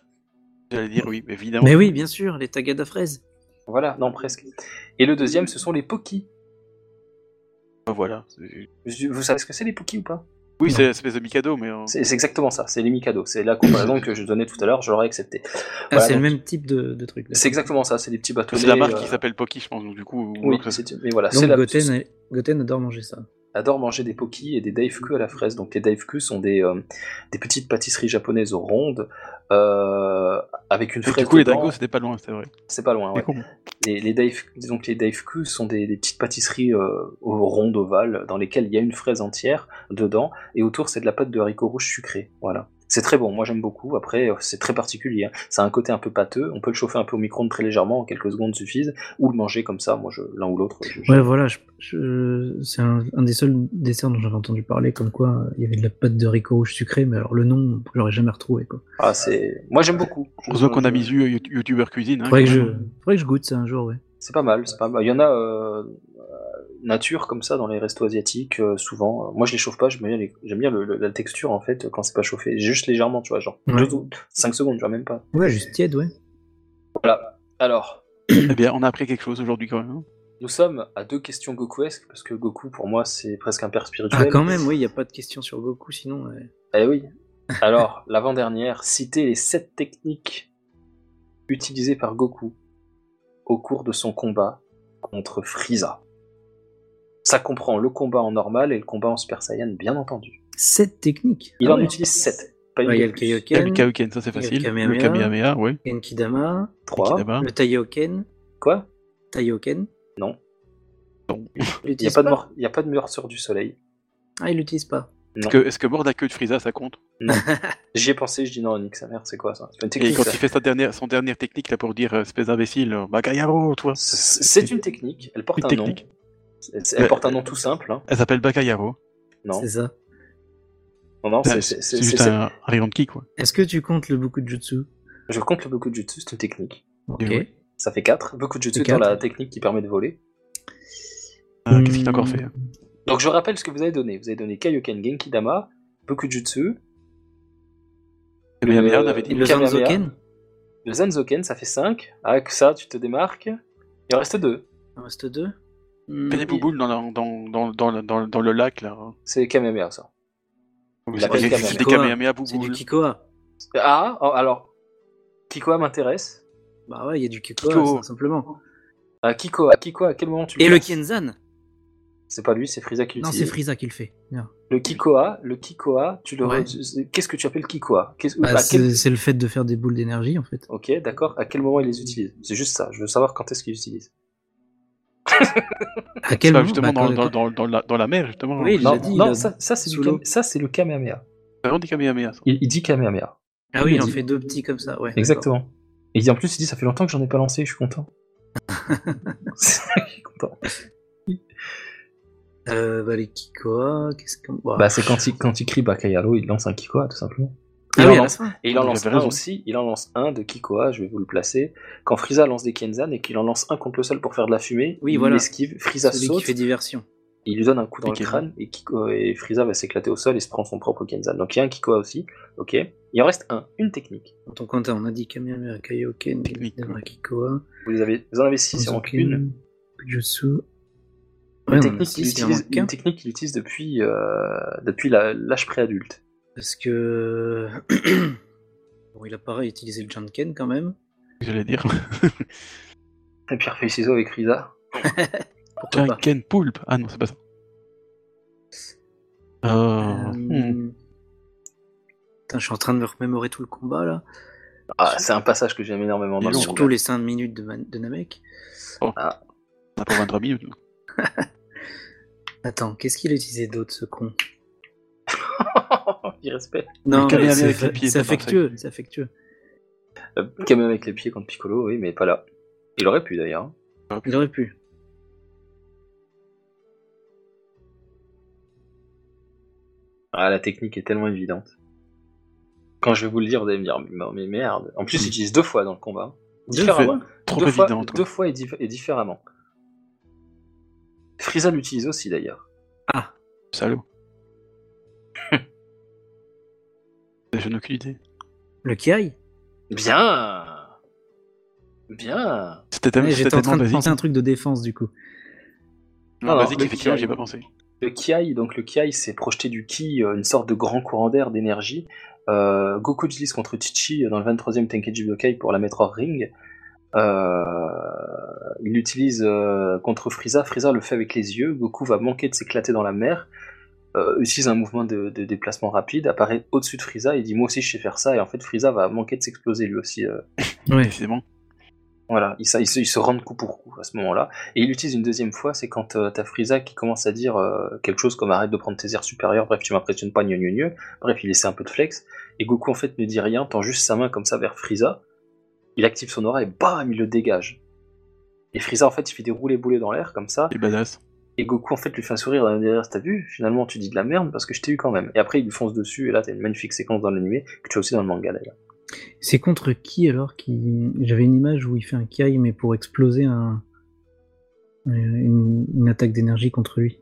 S1: J'allais dire oui, évidemment.
S4: Mais oui, bien sûr, les tagadas fraises.
S3: Voilà, non, presque. Et le deuxième, ce sont les Poki.
S1: Bah, Voilà. C'est-
S3: Vous vous savez ce que c'est les Poki ou pas
S1: Oui, c'est l'espèce de Mikado, mais. euh,
S3: C'est c'est exactement ça, c'est les Mikado. C'est la comparaison que je donnais tout à l'heure, je l'aurais accepté.
S4: Ah,
S3: Voilà,
S4: c'est le
S3: donc,
S4: même type de, de truc. là.
S3: C'est exactement ça, c'est des petits bateaux.
S1: C'est la marque qui s'appelle Poki, je pense, donc du coup.
S3: euh, Oui,
S1: alors que ça-
S3: c'est- mais voilà,
S2: Donc
S3: c'est la
S2: Goten, Goten adore manger ça.
S3: adore manger des poki et des daifku à la fraise. Donc les daifku sont des, euh, des petites pâtisseries japonaises aux rondes euh, avec une
S1: Donc,
S3: fraise.
S1: du coup, les
S3: dedans.
S1: dingos, c'était pas loin, c'est vrai.
S3: c'est pas loin. ouais.
S1: C'est con.
S3: Les, les daif- donc les daifku sont des, des petites pâtisseries euh, au- rondes ovales dans lesquelles il y a une fraise entière dedans et autour c'est de la pâte de haricots rouges sucrés. Voilà. C'est très bon, moi j'aime beaucoup. Après, euh, c'est très particulier. hein. Ça a un côté un peu pâteux. On peut le chauffer un peu au micro-ondes très légèrement, en quelques secondes suffisent, ou le manger comme ça. Moi, je l'un ou l'autre. je- je-
S2: Ouais, voilà, je- je- c'est un, un des seuls desserts dont j'avais entendu parler, comme quoi euh, il y avait de la pâte de haricot rouge sucrée, mais alors le nom, j'aurais jamais retrouvé. Quoi.
S3: Ah, c'est. Moi, j'aime beaucoup.
S1: Heureusement qu'on a
S3: Je-
S1: mis You- You- YouTuber Cuisine. hein,
S2: Faudrait que,
S1: quand
S2: je,
S1: même.
S2: faudrait que je goûte ça un jour, ouais.
S3: C'est pas mal, c'est pas mal. Il y en a euh, euh, nature comme ça dans les restos asiatiques euh, souvent. Euh, Moi je les chauffe pas, j'aime bien, les- j'aime bien le- le- la texture en fait quand c'est pas chauffé. Juste légèrement, tu vois, genre
S2: Ouais.
S3: 5 secondes, tu vois même pas.
S2: Ouais, juste tiède, ouais.
S3: Alors,
S1: Eh bien, on a appris quelque chose aujourd'hui quand même. hein.
S3: nous sommes à deux questions Gokuesques parce que Goku pour moi c'est presque un père spirituel.
S4: Ah, quand même, oui, il n'y a pas de question sur Goku sinon. ouais.
S3: Eh oui. Alors, l'avant-dernière, citer les sept techniques utilisées par Goku au cours de son combat contre Frieza. Ça comprend le combat en normal et le combat en Super Saiyan, bien entendu.
S4: Sept techniques.
S3: Il
S4: Ah
S3: en
S4: ouais.
S3: utilise 7. Pas une
S4: Bah, Il y a
S3: de
S4: le
S3: plus.
S1: Il y a le
S4: Kaioken, le
S1: Kaoken, E ça c'est
S4: il y a le
S1: facile. Le
S4: Kamehameha.
S1: Kamehameha, oui.
S4: Genkidama,
S3: 3.
S1: Kidaba.
S4: le Taioken,
S3: Quoi
S4: Taioken.
S3: Non.
S1: Non.
S4: Il
S3: Il n'y a,
S4: l'utilise
S3: pas de
S4: pas
S3: mor- il y a pas de morsure du soleil.
S4: Ah, il l'utilise pas.
S1: Est-ce que, est que mordre la queue de Frieza, ça compte
S3: J'y ai pensé, je dis non, Nick, sa mère, c'est quoi ça C'est pas
S1: Et
S3: une technique.
S1: quand
S3: ça.
S1: il fait sa dernière, son dernière technique là pour dire euh, espèce d'imbécile, euh, bah Bakayaro, toi
S3: C'est c'est une technique, elle porte
S1: Une
S3: un nom.
S1: technique.
S3: Elle- Elle
S1: Mais-
S3: porte un nom tout simple. hein.
S1: Elle s'appelle Bakayaro.
S3: Non,
S4: C'est ça.
S3: non, non,
S1: C'est
S3: c'est- c'est-
S1: c'est
S3: c'est-
S1: juste
S3: c'est-
S1: un Arion Ki, quoi.
S4: Est-ce que tu comptes le Boku Jutsu
S3: Je compte le Bokujutsu, c'est une technique.
S4: Ok.
S1: oui.
S3: Ça fait 4. Bokujutsu
S4: C'est
S3: étant
S4: quatre.
S3: la technique qui permet de voler.
S1: Euh, Qu'est-ce qu'il a encore fait hein
S3: Donc je rappelle ce que vous avez donné. Vous avez donné Kaioken, Genkidama, Bokujutsu,
S1: Kamehameha, on Eh avait
S4: Et
S1: dit.
S4: le
S3: Kamehameha.
S4: Zanzoken
S3: le Zanzoken, ça fait 5. Avec ça, tu te démarques. Il en reste 2.
S4: Il en reste deux.
S1: Il
S4: Hmm,
S1: fait des bouboules dans, la- dans, dans, dans, le- dans, le- dans le lac, là.
S3: C'est Kamehameha, ça.
S1: Il
S3: l'appelle
S1: des
S3: Kamehameha.
S1: des Kamehameha
S4: C'est du
S1: bouboules.
S4: Kikoa.
S3: Ah, oh, alors, Kikoa m'intéresse.
S4: Bah ouais, il y a du Kikoa,
S1: Kiko.
S4: ça, simplement.
S3: Ah, Kiko, à Kiko, à quel moment tu
S6: Et le
S3: lances
S6: Kienzan
S3: C'est pas lui, c'est Frieza qui
S6: Non,
S3: l'utilise.
S6: c'est Frieza qui le fait. Non.
S3: Le Kikoa, le Kikoa, tu le.
S6: Ouais.
S3: re- Qu'est-ce que tu appelles Kikoa Qu'est-ce-
S6: Bah,
S3: à
S6: c'est
S3: quel-
S6: c'est le fait de faire des boules d'énergie en fait.
S3: Ok, d'accord. À quel moment il les utilise C'est juste ça. Je veux savoir quand est-ce qu'il utilise.
S6: À quel
S1: Bah,
S6: moment
S2: hein?
S1: justement,
S6: bah, quand-
S1: dans, dans- dans- dans la, dans la mer, justement.
S6: Oui, Il
S3: Non,
S6: l'a dit, il
S3: non
S6: a-
S3: ça, ça, c'est du
S6: sous l'eau.
S3: Kame- ça c'est le Kamehameha.
S1: On dit Kamehameha, ça.
S3: Il, il dit Kamehameha.
S6: Ah oui,
S3: il
S6: il en
S3: dit.
S6: fait deux petits comme ça, ouais.
S3: Exactement. Et il dit- en plus, il dit ça fait longtemps que j'en ai pas lancé, je suis content. je suis content.
S2: Euh, bah, les Kikoa, qu'est-ce qu'on. Bah,
S3: Bah, c'est quand il, quand il crie Bakayalo, il lance un Kikoa, tout simplement.
S6: Ah
S3: Il
S6: oui,
S3: en
S6: à la
S3: lance-
S6: fin.
S3: Et il en
S1: Vous
S3: lance
S1: avez
S3: un
S1: raison.
S3: aussi, il en lance un de Kikoa, je vais vous le placer. Quand Frieza lance des Kenzan et qu'il en lance un contre le sol pour faire de la fumée,
S6: Oui,
S3: il
S6: voilà.
S3: l'esquive, Frieza
S6: Celui
S3: saute,
S6: qui fait diversion.
S3: il lui donne un coup dans
S1: Ok.
S3: le crâne et, Kiko, et Frieza va s'éclater au sol et se prend son propre Kenzan. Donc il y a un Kikoa aussi, ok. Il en reste un, une technique.
S2: Dans ton compteur, on a dit Kamehameha, Kaioken,
S1: Technique.
S2: Kamehameha, Kikoa,
S3: Vous, les avez, vous en avez six, il en manque une.
S2: Sanzoken, Jutsu.
S3: Une
S2: Ouais, on en a
S3: technique qu'il
S2: six, il en
S3: utilise-
S2: manque
S3: une
S2: qu'un.
S3: technique qu'il utilise depuis, euh, depuis la- l'âge préadulte.
S2: Parce que. bon, il a pareil utilisé le Janken quand même.
S1: J'allais dire.
S3: Et puis il refait ciseaux avec Frieza.
S2: Pourquoi pas
S1: Janken Poulpe. Ah non, c'est pas ça.
S3: Ah.
S1: Euh, hmm.
S2: Euh, Putain, je suis en train de me remémorer tout le combat là.
S3: Ah, c'est un passage que j'aime énormément dans
S1: Et
S3: le
S2: Surtout
S3: manga.
S2: les 5 minutes de, Man- de Namek.
S1: On a pas 23 minutes. nous.
S2: Attends, qu'est-ce qu'il a utilisé d'autre ce con
S3: Il respecte.
S2: Non,
S1: Kamehameha
S2: mais c'est
S1: avec les
S2: fa-
S1: pieds,
S2: c'est
S1: ça, par
S2: affectueux, c'est affectueux.
S3: Euh, Quand même avec les pieds contre Piccolo, oui, mais pas là. Il aurait pu d'ailleurs.
S2: Il aurait pu.
S3: Ah, la technique est tellement évidente. Quand je vais vous le dire, vous allez me dire, mais, mais merde. En plus, il utilise deux fois dans le combat.
S1: Hmm. Deux
S3: Différemment.
S1: Trop
S3: deux fois,
S1: évidente. quoi.
S3: deux fois et, diff- et différemment. Frieza l'utilise aussi d'ailleurs.
S6: Ah,
S1: Salaud. Je n'ai aucune idée.
S6: le Kiai
S3: Bien Bien
S1: C'était tellement,
S6: Ouais, Eh,
S1: c'était
S6: J'étais en train
S1: tellement
S6: de
S1: basique.
S6: penser un truc de défense du coup.
S1: Non,
S3: Alors,
S1: basique,
S3: le
S1: effectivement,
S3: kiai.
S1: j'y ai pas pensé.
S3: Le Kiai, donc le Kiai, c'est projeter du Ki, euh, une sorte de grand courant d'air, d'énergie. Euh, Goku utilise contre Chichi euh, dans le 23e Tenkaichi Budokai pour la mettre hors ring. Euh, il l'utilise euh, contre Frieza. Frieza le fait avec les yeux. Goku va manquer de s'éclater dans la mer. Euh, utilise un mouvement de, de déplacement rapide, apparaît au-dessus de Frieza et dit moi aussi je sais faire ça. Et en fait Frieza va manquer de s'exploser lui aussi. euh,
S6: Ouais.
S1: Décidément.
S3: voilà, ils, se- ils se, ils se rendent coup pour coup à ce moment-là. Et il l'utilise une deuxième fois, c'est quand euh, t'as Frieza qui commence à dire euh, quelque chose comme arrête de prendre tes airs supérieurs, bref, tu m'impressionnes pas, gneu, gneu, gneu. Bref, il essaie un peu de flex. Et Goku, en fait, ne dit rien, tend juste sa main comme ça vers Frieza. Il active son aura et bam, il le dégage. Et Frieza, en fait, il fait des roulés boulets dans l'air comme ça.
S1: Et badass.
S3: Et Goku, en fait, lui fait un sourire dans derrière, t'as vu Finalement, tu dis de la merde parce que je t'ai eu quand même. Et après, il lui fonce dessus. Et là, t'as une magnifique séquence dans l'animé que tu as aussi dans le manga d'ailleurs.
S6: C'est contre qui alors qui J'avais une image où il fait un Kiai mais pour exploser un... euh, une... une attaque d'énergie contre lui.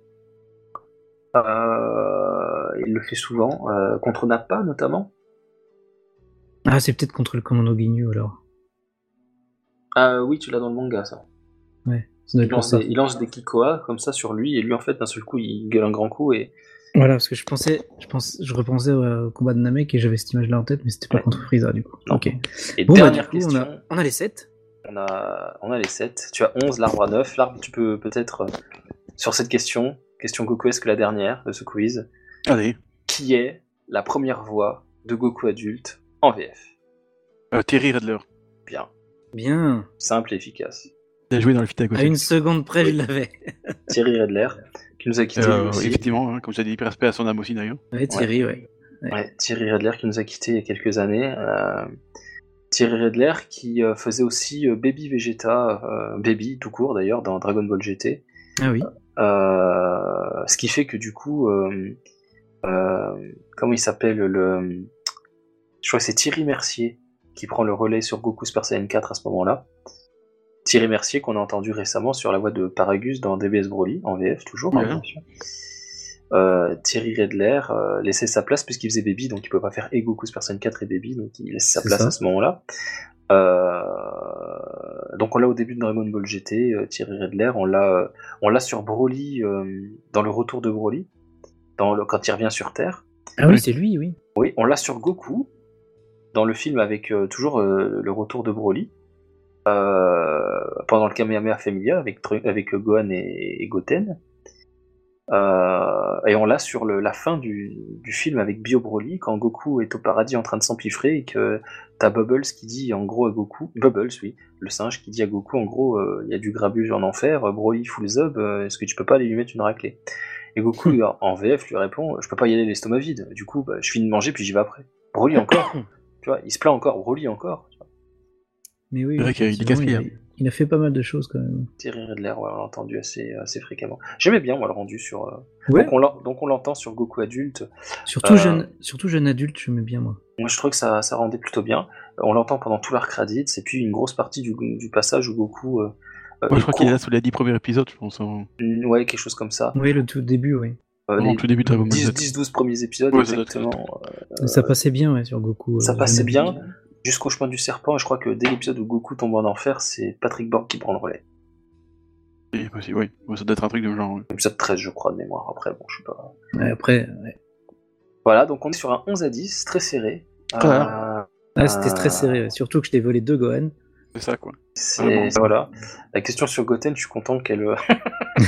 S3: Euh, il le fait souvent, euh, contre Nappa notamment.
S6: Ah, c'est peut-être contre le commando Ginyu alors.
S3: Ah oui, tu l'as dans le manga, ça.
S6: Ça doit
S3: Il
S6: être pour
S3: lance,
S6: ça.
S3: des, il lance des kikoas comme ça sur lui, et lui, en fait, d'un seul coup, il gueule un grand coup, et
S6: Voilà, parce que je pensais, je pense, je repensais au combat de Namek et j'avais cette image-là en tête, mais c'était pas
S3: Ouais.
S6: contre Frieza du coup.
S3: Non.
S6: Ok.
S3: et
S6: Bon, bah, du
S3: dernière
S6: coup, on
S3: question,
S6: a, on a les 7.
S3: on a... on a les 7, tu as 11, l'arbre à 9, l'arbre, tu peux peut-être, euh, sur cette question, question Goku, est-ce que la dernière de ce quiz,
S1: Allez.
S3: qui est la première voix de Goku adulte en VF
S1: Euh, Terry Redler.
S3: Bien,
S6: Bien.
S3: simple et efficace.
S1: Il a joué dans le fit à
S6: À
S2: Ah,
S1: côté.
S6: une seconde près,
S3: Oui.
S6: je l'avais.
S3: Thierry Redler, qui nous a quittés lui
S1: Euh,
S3: aussi.
S1: effectivement, hein, comme j'ai dit, hyper respect à son âme aussi d'ailleurs.
S6: Ouais, Thierry, ouais.
S3: Ouais, Thierry Redler qui nous a quittés il y a quelques années. Euh, Thierry Redler qui euh, faisait aussi euh, Baby Vegeta, euh, Baby tout court d'ailleurs, dans Dragon Ball GT.
S6: Ah oui.
S3: Euh, ce qui fait que du coup, euh, euh, comment il s'appelle le... Je crois que c'est Thierry Mercier qui prend le relais sur Goku Super Saiyan 4 à ce moment-là. Thierry Mercier qu'on a entendu récemment sur la voix de Paragus dans DBS Broly, en VF toujours. hein,
S1: Ouais.
S3: bien sûr. Euh, Thierry Redler euh, laissait sa place puisqu'il faisait Baby, donc il peut pas faire et Goku Super Saiyan 4 et Baby, donc il laisse sa
S6: C'est
S3: place
S6: ça.
S3: à ce moment-là. Euh, donc on l'a au début de Dragon Ball GT, euh, Thierry Redler, on l'a euh, on l'a sur Broly, euh, dans le retour de Broly, dans le, quand il revient sur Terre.
S6: Ah
S1: Oui.
S6: oui, c'est lui, oui.
S3: Oui, on l'a sur Goku, dans le film avec euh, toujours euh, le retour de Broly. euh, pendant le Kamehameha Familia avec, Tru- avec euh, Gohan et, et Goten. Euh, et on l'a sur le- la fin du, du film avec Bio Broly, quand Goku est au paradis en train de s'empiffrer et que t'as Bubbles qui dit en gros à Goku, Bubbles oui, le singe qui dit à Goku en gros euh, il y a du grabuge en enfer, euh, Broly full up, euh, est-ce que tu peux pas aller lui mettre une raclée Et Goku
S1: Hmm.
S3: en- en VF lui répond je peux pas y aller l'estomac vide, du coup bah, je finis de manger puis j'y vais après. Broly encore, tu vois, il se plaint encore, Broly encore, tu vois.
S6: Mais oui,
S1: C'est vrai qu'il y a eu des
S6: effectivement, il, a,
S1: casse-pieds,
S6: il a fait pas mal de choses quand même.
S3: Thierry Redler, ouais, on l'a entendu assez, euh, assez fréquemment. J'aimais bien moi le rendu sur... euh,
S6: Ouais.
S3: donc, on l'en- donc on l'entend sur Goku adulte,
S6: Surtout,
S3: Euh,
S6: jeune, surtout jeune adulte, je mets bien moi.
S3: Moi, je trouve que ça, ça rendait plutôt bien. Euh, On l'entend pendant tout l'arc Raditz, et puis une grosse partie du, du passage où Goku. Euh, euh,
S1: Moi, je crois
S3: il
S1: qu'il est là sous les 10 premiers épisodes, je pense. hein. En,
S3: court- Ouais, quelque chose comme ça.
S6: Oui, le tout début, oui.
S3: Euh,
S1: en
S3: les
S1: tout début de Dragon Ball
S3: 10,
S1: Z.
S3: 10-12 premiers épisodes,
S1: Ouais, ça doit être-
S3: exactement. euh,
S6: ça passait bien ouais, sur Goku.
S3: ça
S6: euh,
S3: passait
S6: jeune adulte.
S3: Jusqu'au chemin du serpent, et je crois que dès l'épisode où Goku tombe en enfer, c'est Patrick Borg qui prend le relais.
S1: Oui, aussi, oui. Ouais, Ça doit être un truc de genre. oui.
S3: Épisode 13, je crois, de mémoire. Après, bon, je sais pas.
S6: Ouais, après, ouais.
S3: Voilà, donc on est sur un 11 à 10, très serré.
S1: Ah.
S3: Euh,
S6: Ah, c'était très serré, ouais. surtout que je t'ai volé deux Gohan.
S1: C'est ça, quoi.
S3: C'est-
S6: Ah
S1: Vraiment.
S3: voilà. La question sur Goten, je suis content qu'elle euh,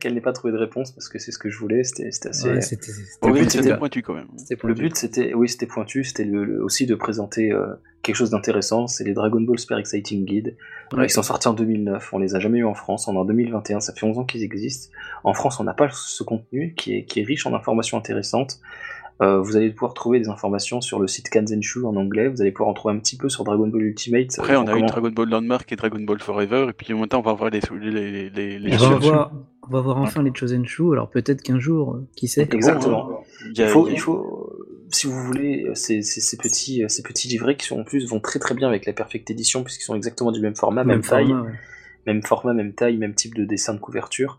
S3: qu'elle n'ait pas trouvé de réponse parce que c'est ce que je voulais. C'était c'était assez.
S6: Ouais, c'était- c'était-
S1: Au
S3: but,
S1: but,
S3: c'était-
S1: c'était pointu quand même.
S6: c'était
S3: le
S6: pointu.
S3: but, c'était oui, c'était pointu, c'était le- le- aussi de présenter euh, quelque chose d'intéressant. C'est les Dragon Ball Super Exciting Guide. Euh, Ils sont sortis en 2009. On les a jamais eu en France. On est en 2021. Ça fait 11 ans qu'ils existent. En France, on n'a pas ce contenu qui est, qui est riche en informations intéressantes. Euh, vous allez pouvoir trouver des informations sur le site Kanzenshu en anglais. Vous allez pouvoir en trouver un petit peu sur Dragon Ball Ultimate.
S1: Après, on a eu
S3: Comment-
S1: Dragon Ball Landmark et Dragon Ball Forever, et puis en même temps, on va revoir les. les, les, les
S6: On
S1: les-
S6: va, avoir, on va voir enfin les Chosen Shu, alors peut-être qu'un jour, euh, qui sait
S3: Exactement.
S1: Il y a-
S3: Il faut,
S1: il y a-
S3: il faut, euh, si vous voulez, euh, ces, ces- ces petits, euh, ces petits livrets qui sont en plus vont très très bien avec la Perfect Edition puisqu'ils sont exactement du même format, même, taille,
S6: format, ouais.
S3: même format, même taille, même type de dessin de couverture.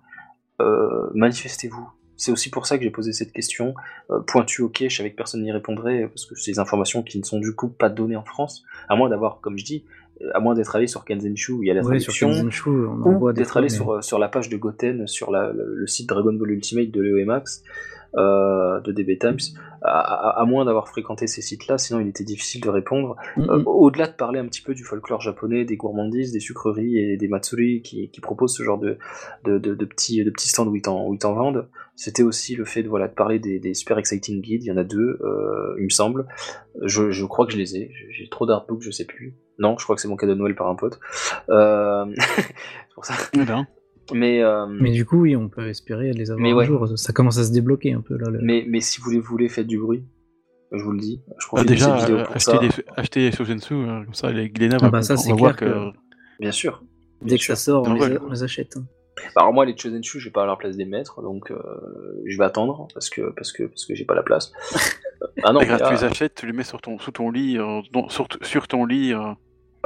S3: Euh, manifestez-vous. C'est aussi pour ça que j'ai posé cette question. Euh, pointue ok, je savais que personne n'y répondrait parce que c'est des informations qui ne sont du coup pas données en France, à moins d'avoir, comme je dis, euh, à moins d'être allé sur Kanzenshu où il y a la
S6: Ouais, sur
S3: traduction
S6: Chosen Shu, on en
S3: ou
S6: voit des
S3: d'être
S6: fois,
S3: allé
S6: mais-
S3: sur, euh, sur la page de Goten, sur la- le, le site Dragon Ball Ultimate de Léo et Max, euh, de DB Times, à, à- à moins d'avoir fréquenté ces sites-là, sinon il était difficile de répondre.
S6: Mm,
S3: Euh,
S6: mm.
S3: Au-delà de parler un petit peu du folklore japonais, des gourmandises, des sucreries et des matsuri qui, qui proposent ce genre de, de, de- de petits, de petits stands où ils t'en où ils t'en vendent, c'était aussi le fait de, voilà, de parler des, des super exciting guides, il y en a deux, euh, il me semble. Je, je crois que je les ai, J'ai- j'ai trop d'artbooks, je sais plus. Non, je crois que c'est mon cadeau de Noël par un pote. Euh, c'est pour ça.
S1: Eh ben,
S3: Mais, euh,
S6: Mais du coup, oui, on peut espérer les avoir
S3: Mais
S6: un
S3: ouais.
S6: jour. Ça commence à se débloquer un peu là. le-
S3: mais, mais si vous les voulez, faites du bruit. Je vous le dis. Je
S1: bah,
S3: profite de
S1: déjà,
S3: cette vidéo
S1: euh,
S3: pour
S1: acheter,
S3: ça.
S1: des, acheter les Shosensu, euh, comme ça, les Glénat
S6: Ah
S1: va,
S6: bah ça,
S1: comprendre,
S6: c'est
S1: va voir
S6: clair
S1: que.
S3: Bien sûr.
S6: Dès que ça sort, on
S1: Dans
S6: les,
S1: le-
S6: a- on les achète. hein.
S3: Bah, alors moi, les Chosenshu, je vais pas à leur place des maîtres, donc euh, je vais attendre parce que parce que parce que j'ai pas la place. ah non,
S1: Bah, grâce,
S3: mais,
S1: tu
S3: ah,
S1: les achètes, tu les mets sur ton, sous ton lit, euh, dans- sur, sur ton lit. euh,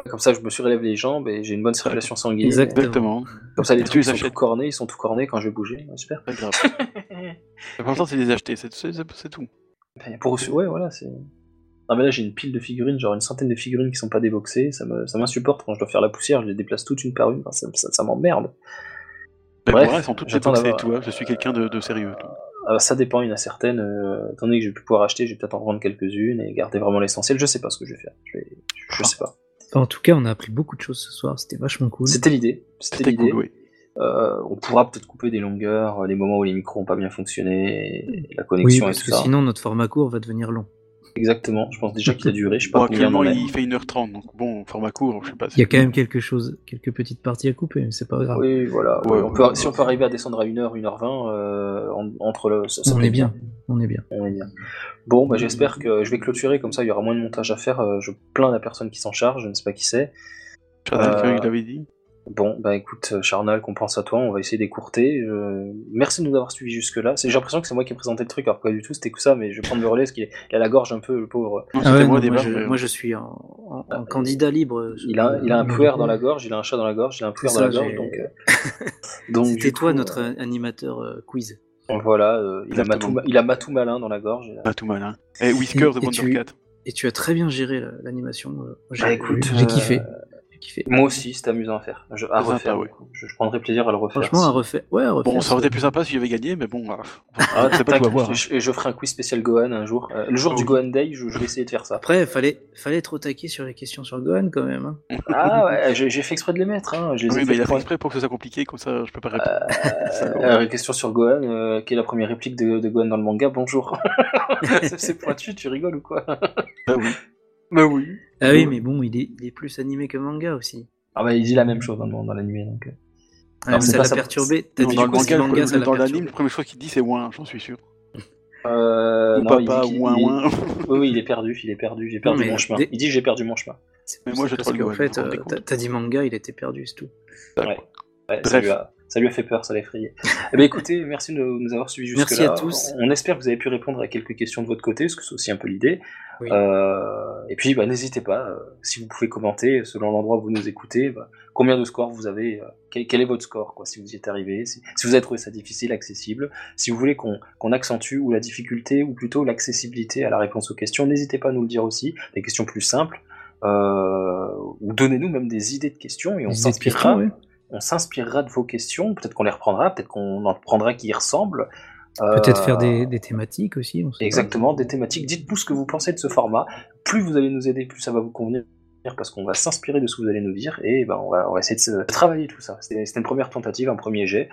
S3: comme ça, je me surélève les jambes et j'ai une bonne circulation sanguine.
S6: Exact.
S1: exactement.
S3: Comme ça, les
S1: Tu
S3: trucs
S1: les
S3: sont tout
S1: achètes.
S3: cornés, ils sont tout cornés quand je vais bouger. Ouais, Super.
S1: Pas grave. Bah, Pour l'instant, c'est les acheter, c'est c'est- c'est- c'est tout.
S3: Et Pour ouais, voilà, c'est. Ah mais là j'ai une pile de figurines, genre une centaine de figurines qui sont pas déboxées, ça me ça m'insupporte quand je dois faire la poussière, je les déplace toutes une par une, Enfin, ça- ça- ça m'emmerde.
S1: Mais
S3: Bref,
S1: Bah, pour elles sont toutes
S3: j'attends
S1: déboxées,
S3: d'avoir-
S1: tu vois, hein. je suis quelqu'un de, de sérieux. toi.
S3: Euh, ça dépend, il y en a certaines. euh, étant donné que je vais plus pouvoir acheter, je vais peut-être en prendre quelques-unes et garder vraiment l'essentiel. Je sais pas ce que je vais faire. Je, vais- je- je sais pas.
S6: Enfin, en tout cas, on a appris beaucoup de choses ce soir. C'était vachement cool.
S3: C'était l'idée. C'était
S1: C'était
S3: l'idée.
S1: cool, oui.
S3: Euh, on pourra peut-être couper des longueurs, euh, les moments où les micros ont pas bien fonctionné, et- et la
S6: Oui,
S3: connexion et
S6: parce
S3: tout
S6: que
S3: ça.
S6: sinon, notre format court va devenir long.
S3: Exactement. Je pense déjà qu'il a duré. Je sais pas
S1: Bon,
S3: combien on
S1: actuellement,
S3: en est.
S1: il fait 1h30, donc bon, format court, je sais pas.
S6: Il y a quand même quelque chose, quelques petites parties à couper, mais c'est pas grave.
S3: Oui, voilà.
S1: Ouais,
S3: on peut, si on peut arriver à descendre à 1h, 1h20, euh, en- entre le. ça- ça
S6: on
S3: peut
S6: est
S3: être
S6: bien, on est bien.
S3: On est bien. Bon, bah, j'espère que je vais clôturer, comme ça il y aura moins de montage à faire. Euh, Je plains la personne qui s'en charge, je ne sais pas qui c'est.
S1: Chardin,
S3: Euh,
S1: il l'avait dit.
S6: Ah
S3: Bon, bah écoute, euh, Charnal, qu'on pense à toi, on va essayer d'écourter. Euh, merci de nous avoir suivis jusque-là. C'est- J'ai l'impression que c'est moi qui ai présenté le truc, alors pas du tout, c'était que ça, mais je vais prendre le relais parce qu'il est- il a la gorge un peu, le pauvre.
S1: Non,
S6: Ah
S1: c'était
S6: ouais,
S1: moi,
S6: non,
S1: des
S6: moi,
S1: barres,
S6: je,
S1: euh,
S6: moi, je suis en, en- en candidat libre.
S3: Euh, Il a, il a un
S6: Euh,
S3: puer dans la gorge, il a un chat dans la gorge, il a un puer
S6: C'est
S3: dans la
S6: ça,
S3: gorge,
S6: j'ai-
S3: donc. euh, donc,
S6: C'était
S3: du
S6: toi
S3: coup,
S6: notre animateur euh, quiz.
S3: euh, voilà, euh, il, a
S1: Exactement.
S3: matou, ma- il a matou malin dans la gorge. il a-
S1: Pas tout mal, hein. Et Whisker de
S6: Et
S1: Wonder
S6: tu-
S1: Cat.
S6: Et tu as très bien géré la- l'animation. euh, J'ai
S3: Bah, écoute,
S6: j'ai
S3: euh,
S6: kiffé.
S2: kiffé.
S3: Moi aussi, c'est amusant à faire. Je, à
S1: C'est sympa,
S3: refaire.
S1: ouais.
S3: Je, je prendrais plaisir à le refaire.
S2: Franchement, à
S3: si-
S2: refaire. Ouais, à refaire.
S1: Bon, ça aurait été
S2: c'est-
S1: plus sympa si j'avais gagné, mais bon, euh,
S3: Ah,
S1: c'est pas
S3: tac,
S1: tout à voir. hein.
S3: Je, et je ferai un quiz spécial Gohan un jour. Euh, le jour
S1: Oh.
S3: du Gohan Day, je, je vais essayer de faire ça.
S2: Après, fallait, fallait trop taquer sur les questions sur Gohan quand même. hein.
S3: Ah ouais, j'ai j'ai fait exprès de les mettre. Hein. Je les ai
S1: Oui,
S3: fait
S1: mais il a fait
S3: pour-
S1: exprès pour que ce soit compliqué, comme ça je peux pas répondre. Salaud.
S3: Euh, question sur Gohan, euh, qui est la première réplique de, de Gohan dans le manga Bonjour. C'est- c'est pointu, tu rigoles ou quoi
S1: Bah oui.
S3: Bah oui.
S2: Ah oui,
S3: Cool.
S2: mais bon, il est, il est plus animé que manga aussi.
S3: Ah bah il dit la même chose dans, le- dans l'animé donc. euh.
S2: Ah,
S3: c'est
S2: ça
S3: pas
S2: l'a
S3: ça.
S2: perturbé. T'as
S1: Dans,
S2: dit
S1: dans
S2: du
S1: le
S2: coup, c'est
S1: manga,
S2: manga,
S1: le-
S2: ça l'a
S1: dans l'anime,
S2: perturbé.
S1: la première chose qu'il dit c'est ouin, j'en suis sûr.
S3: Euh,
S1: Ou
S3: non, il dit
S1: papa,
S3: qu'il-
S1: ouin,
S3: il-
S1: ouin.
S3: Oui, oui, il est perdu, il est perdu, j'ai perdu
S2: mais
S3: mon chemin.
S2: dès-
S3: Il dit j'ai perdu mon chemin.
S2: C'est
S1: Mais
S2: pour
S1: moi,
S2: ça,
S1: je
S2: parce
S1: troll
S2: qu'en
S1: Gohan,
S2: fait,
S1: vous vous rendez
S2: euh,
S1: compte
S2: t'as- t'as dit manga, il était perdu, c'est tout.
S3: Ouais, ça,
S1: Bref.
S3: lui a, ça lui a fait peur, ça l'a effrayé. eh ben écoutez, merci de nous avoir suivis jusque-là.
S2: Merci à tous.
S3: On espère que vous avez pu répondre à quelques questions de votre côté, parce que c'est aussi un peu l'idée.
S4: Oui.
S3: Euh, et puis, bah, n'hésitez pas, euh, si vous pouvez commenter, selon l'endroit où vous nous écoutez, bah, combien de scores vous avez, euh, quel, quel est votre score, quoi, si vous y êtes arrivé, si, si vous avez trouvé ça difficile, accessible. Si vous voulez qu'on qu'on accentue ou la difficulté, ou plutôt l'accessibilité à la réponse aux questions, n'hésitez pas à nous le dire aussi, des questions plus simples. Euh, ou donnez-nous même des idées de questions et on
S6: Des idées de
S3: s'inspirera
S6: questions, ouais.
S3: on s'inspirera de vos questions, peut-être qu'on les reprendra, peut-être qu'on en prendra qui y ressemblent. Euh,
S6: Peut-être faire des, des thématiques aussi. On sait pas.
S3: Exactement, des thématiques. Dites-nous ce que vous pensez de ce format. Plus vous allez nous aider, plus ça va vous convenir, parce qu'on va s'inspirer de ce que vous allez nous dire, et ben, on, va, on va essayer de se- de travailler tout ça. C'était c'était une première tentative, un premier jet.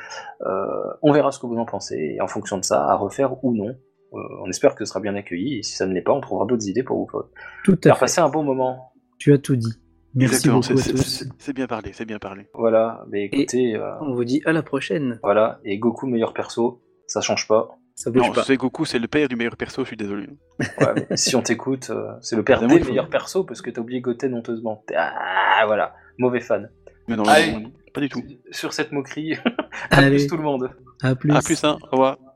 S3: Euh, on verra ce que vous en pensez, et en fonction de ça, à refaire ou non. Euh, on espère que ce sera bien accueilli, et si ça ne l'est pas, on trouvera d'autres idées pour vous faire
S6: Tout à fait.
S3: passer un bon moment.
S6: Tu as tout dit. Merci
S1: Exactement,
S6: beaucoup à
S1: c'est-
S6: tous.
S1: c'est- C'est bien parlé, c'est bien parlé.
S3: Voilà, mais écoutez, euh,
S2: On vous dit à la prochaine.
S3: voilà, et Goku meilleur perso, ça change pas.
S2: Ça bouge
S1: Non,
S2: pas.
S1: c'est Goku, c'est le père du meilleur perso, je suis désolé.
S3: Ouais, mais si on t'écoute, euh, c'est le père
S1: Ah,
S3: des
S1: oui.
S3: meilleurs persos parce que t'as oublié Goten honteusement. T'es- Ah voilà, mauvais fan.
S1: Mais non,
S3: Allez.
S1: non, pas du tout.
S3: Sur cette moquerie,
S6: Allez,
S3: plus tout le monde.
S6: à plus.
S1: A plus, hein, au revoir.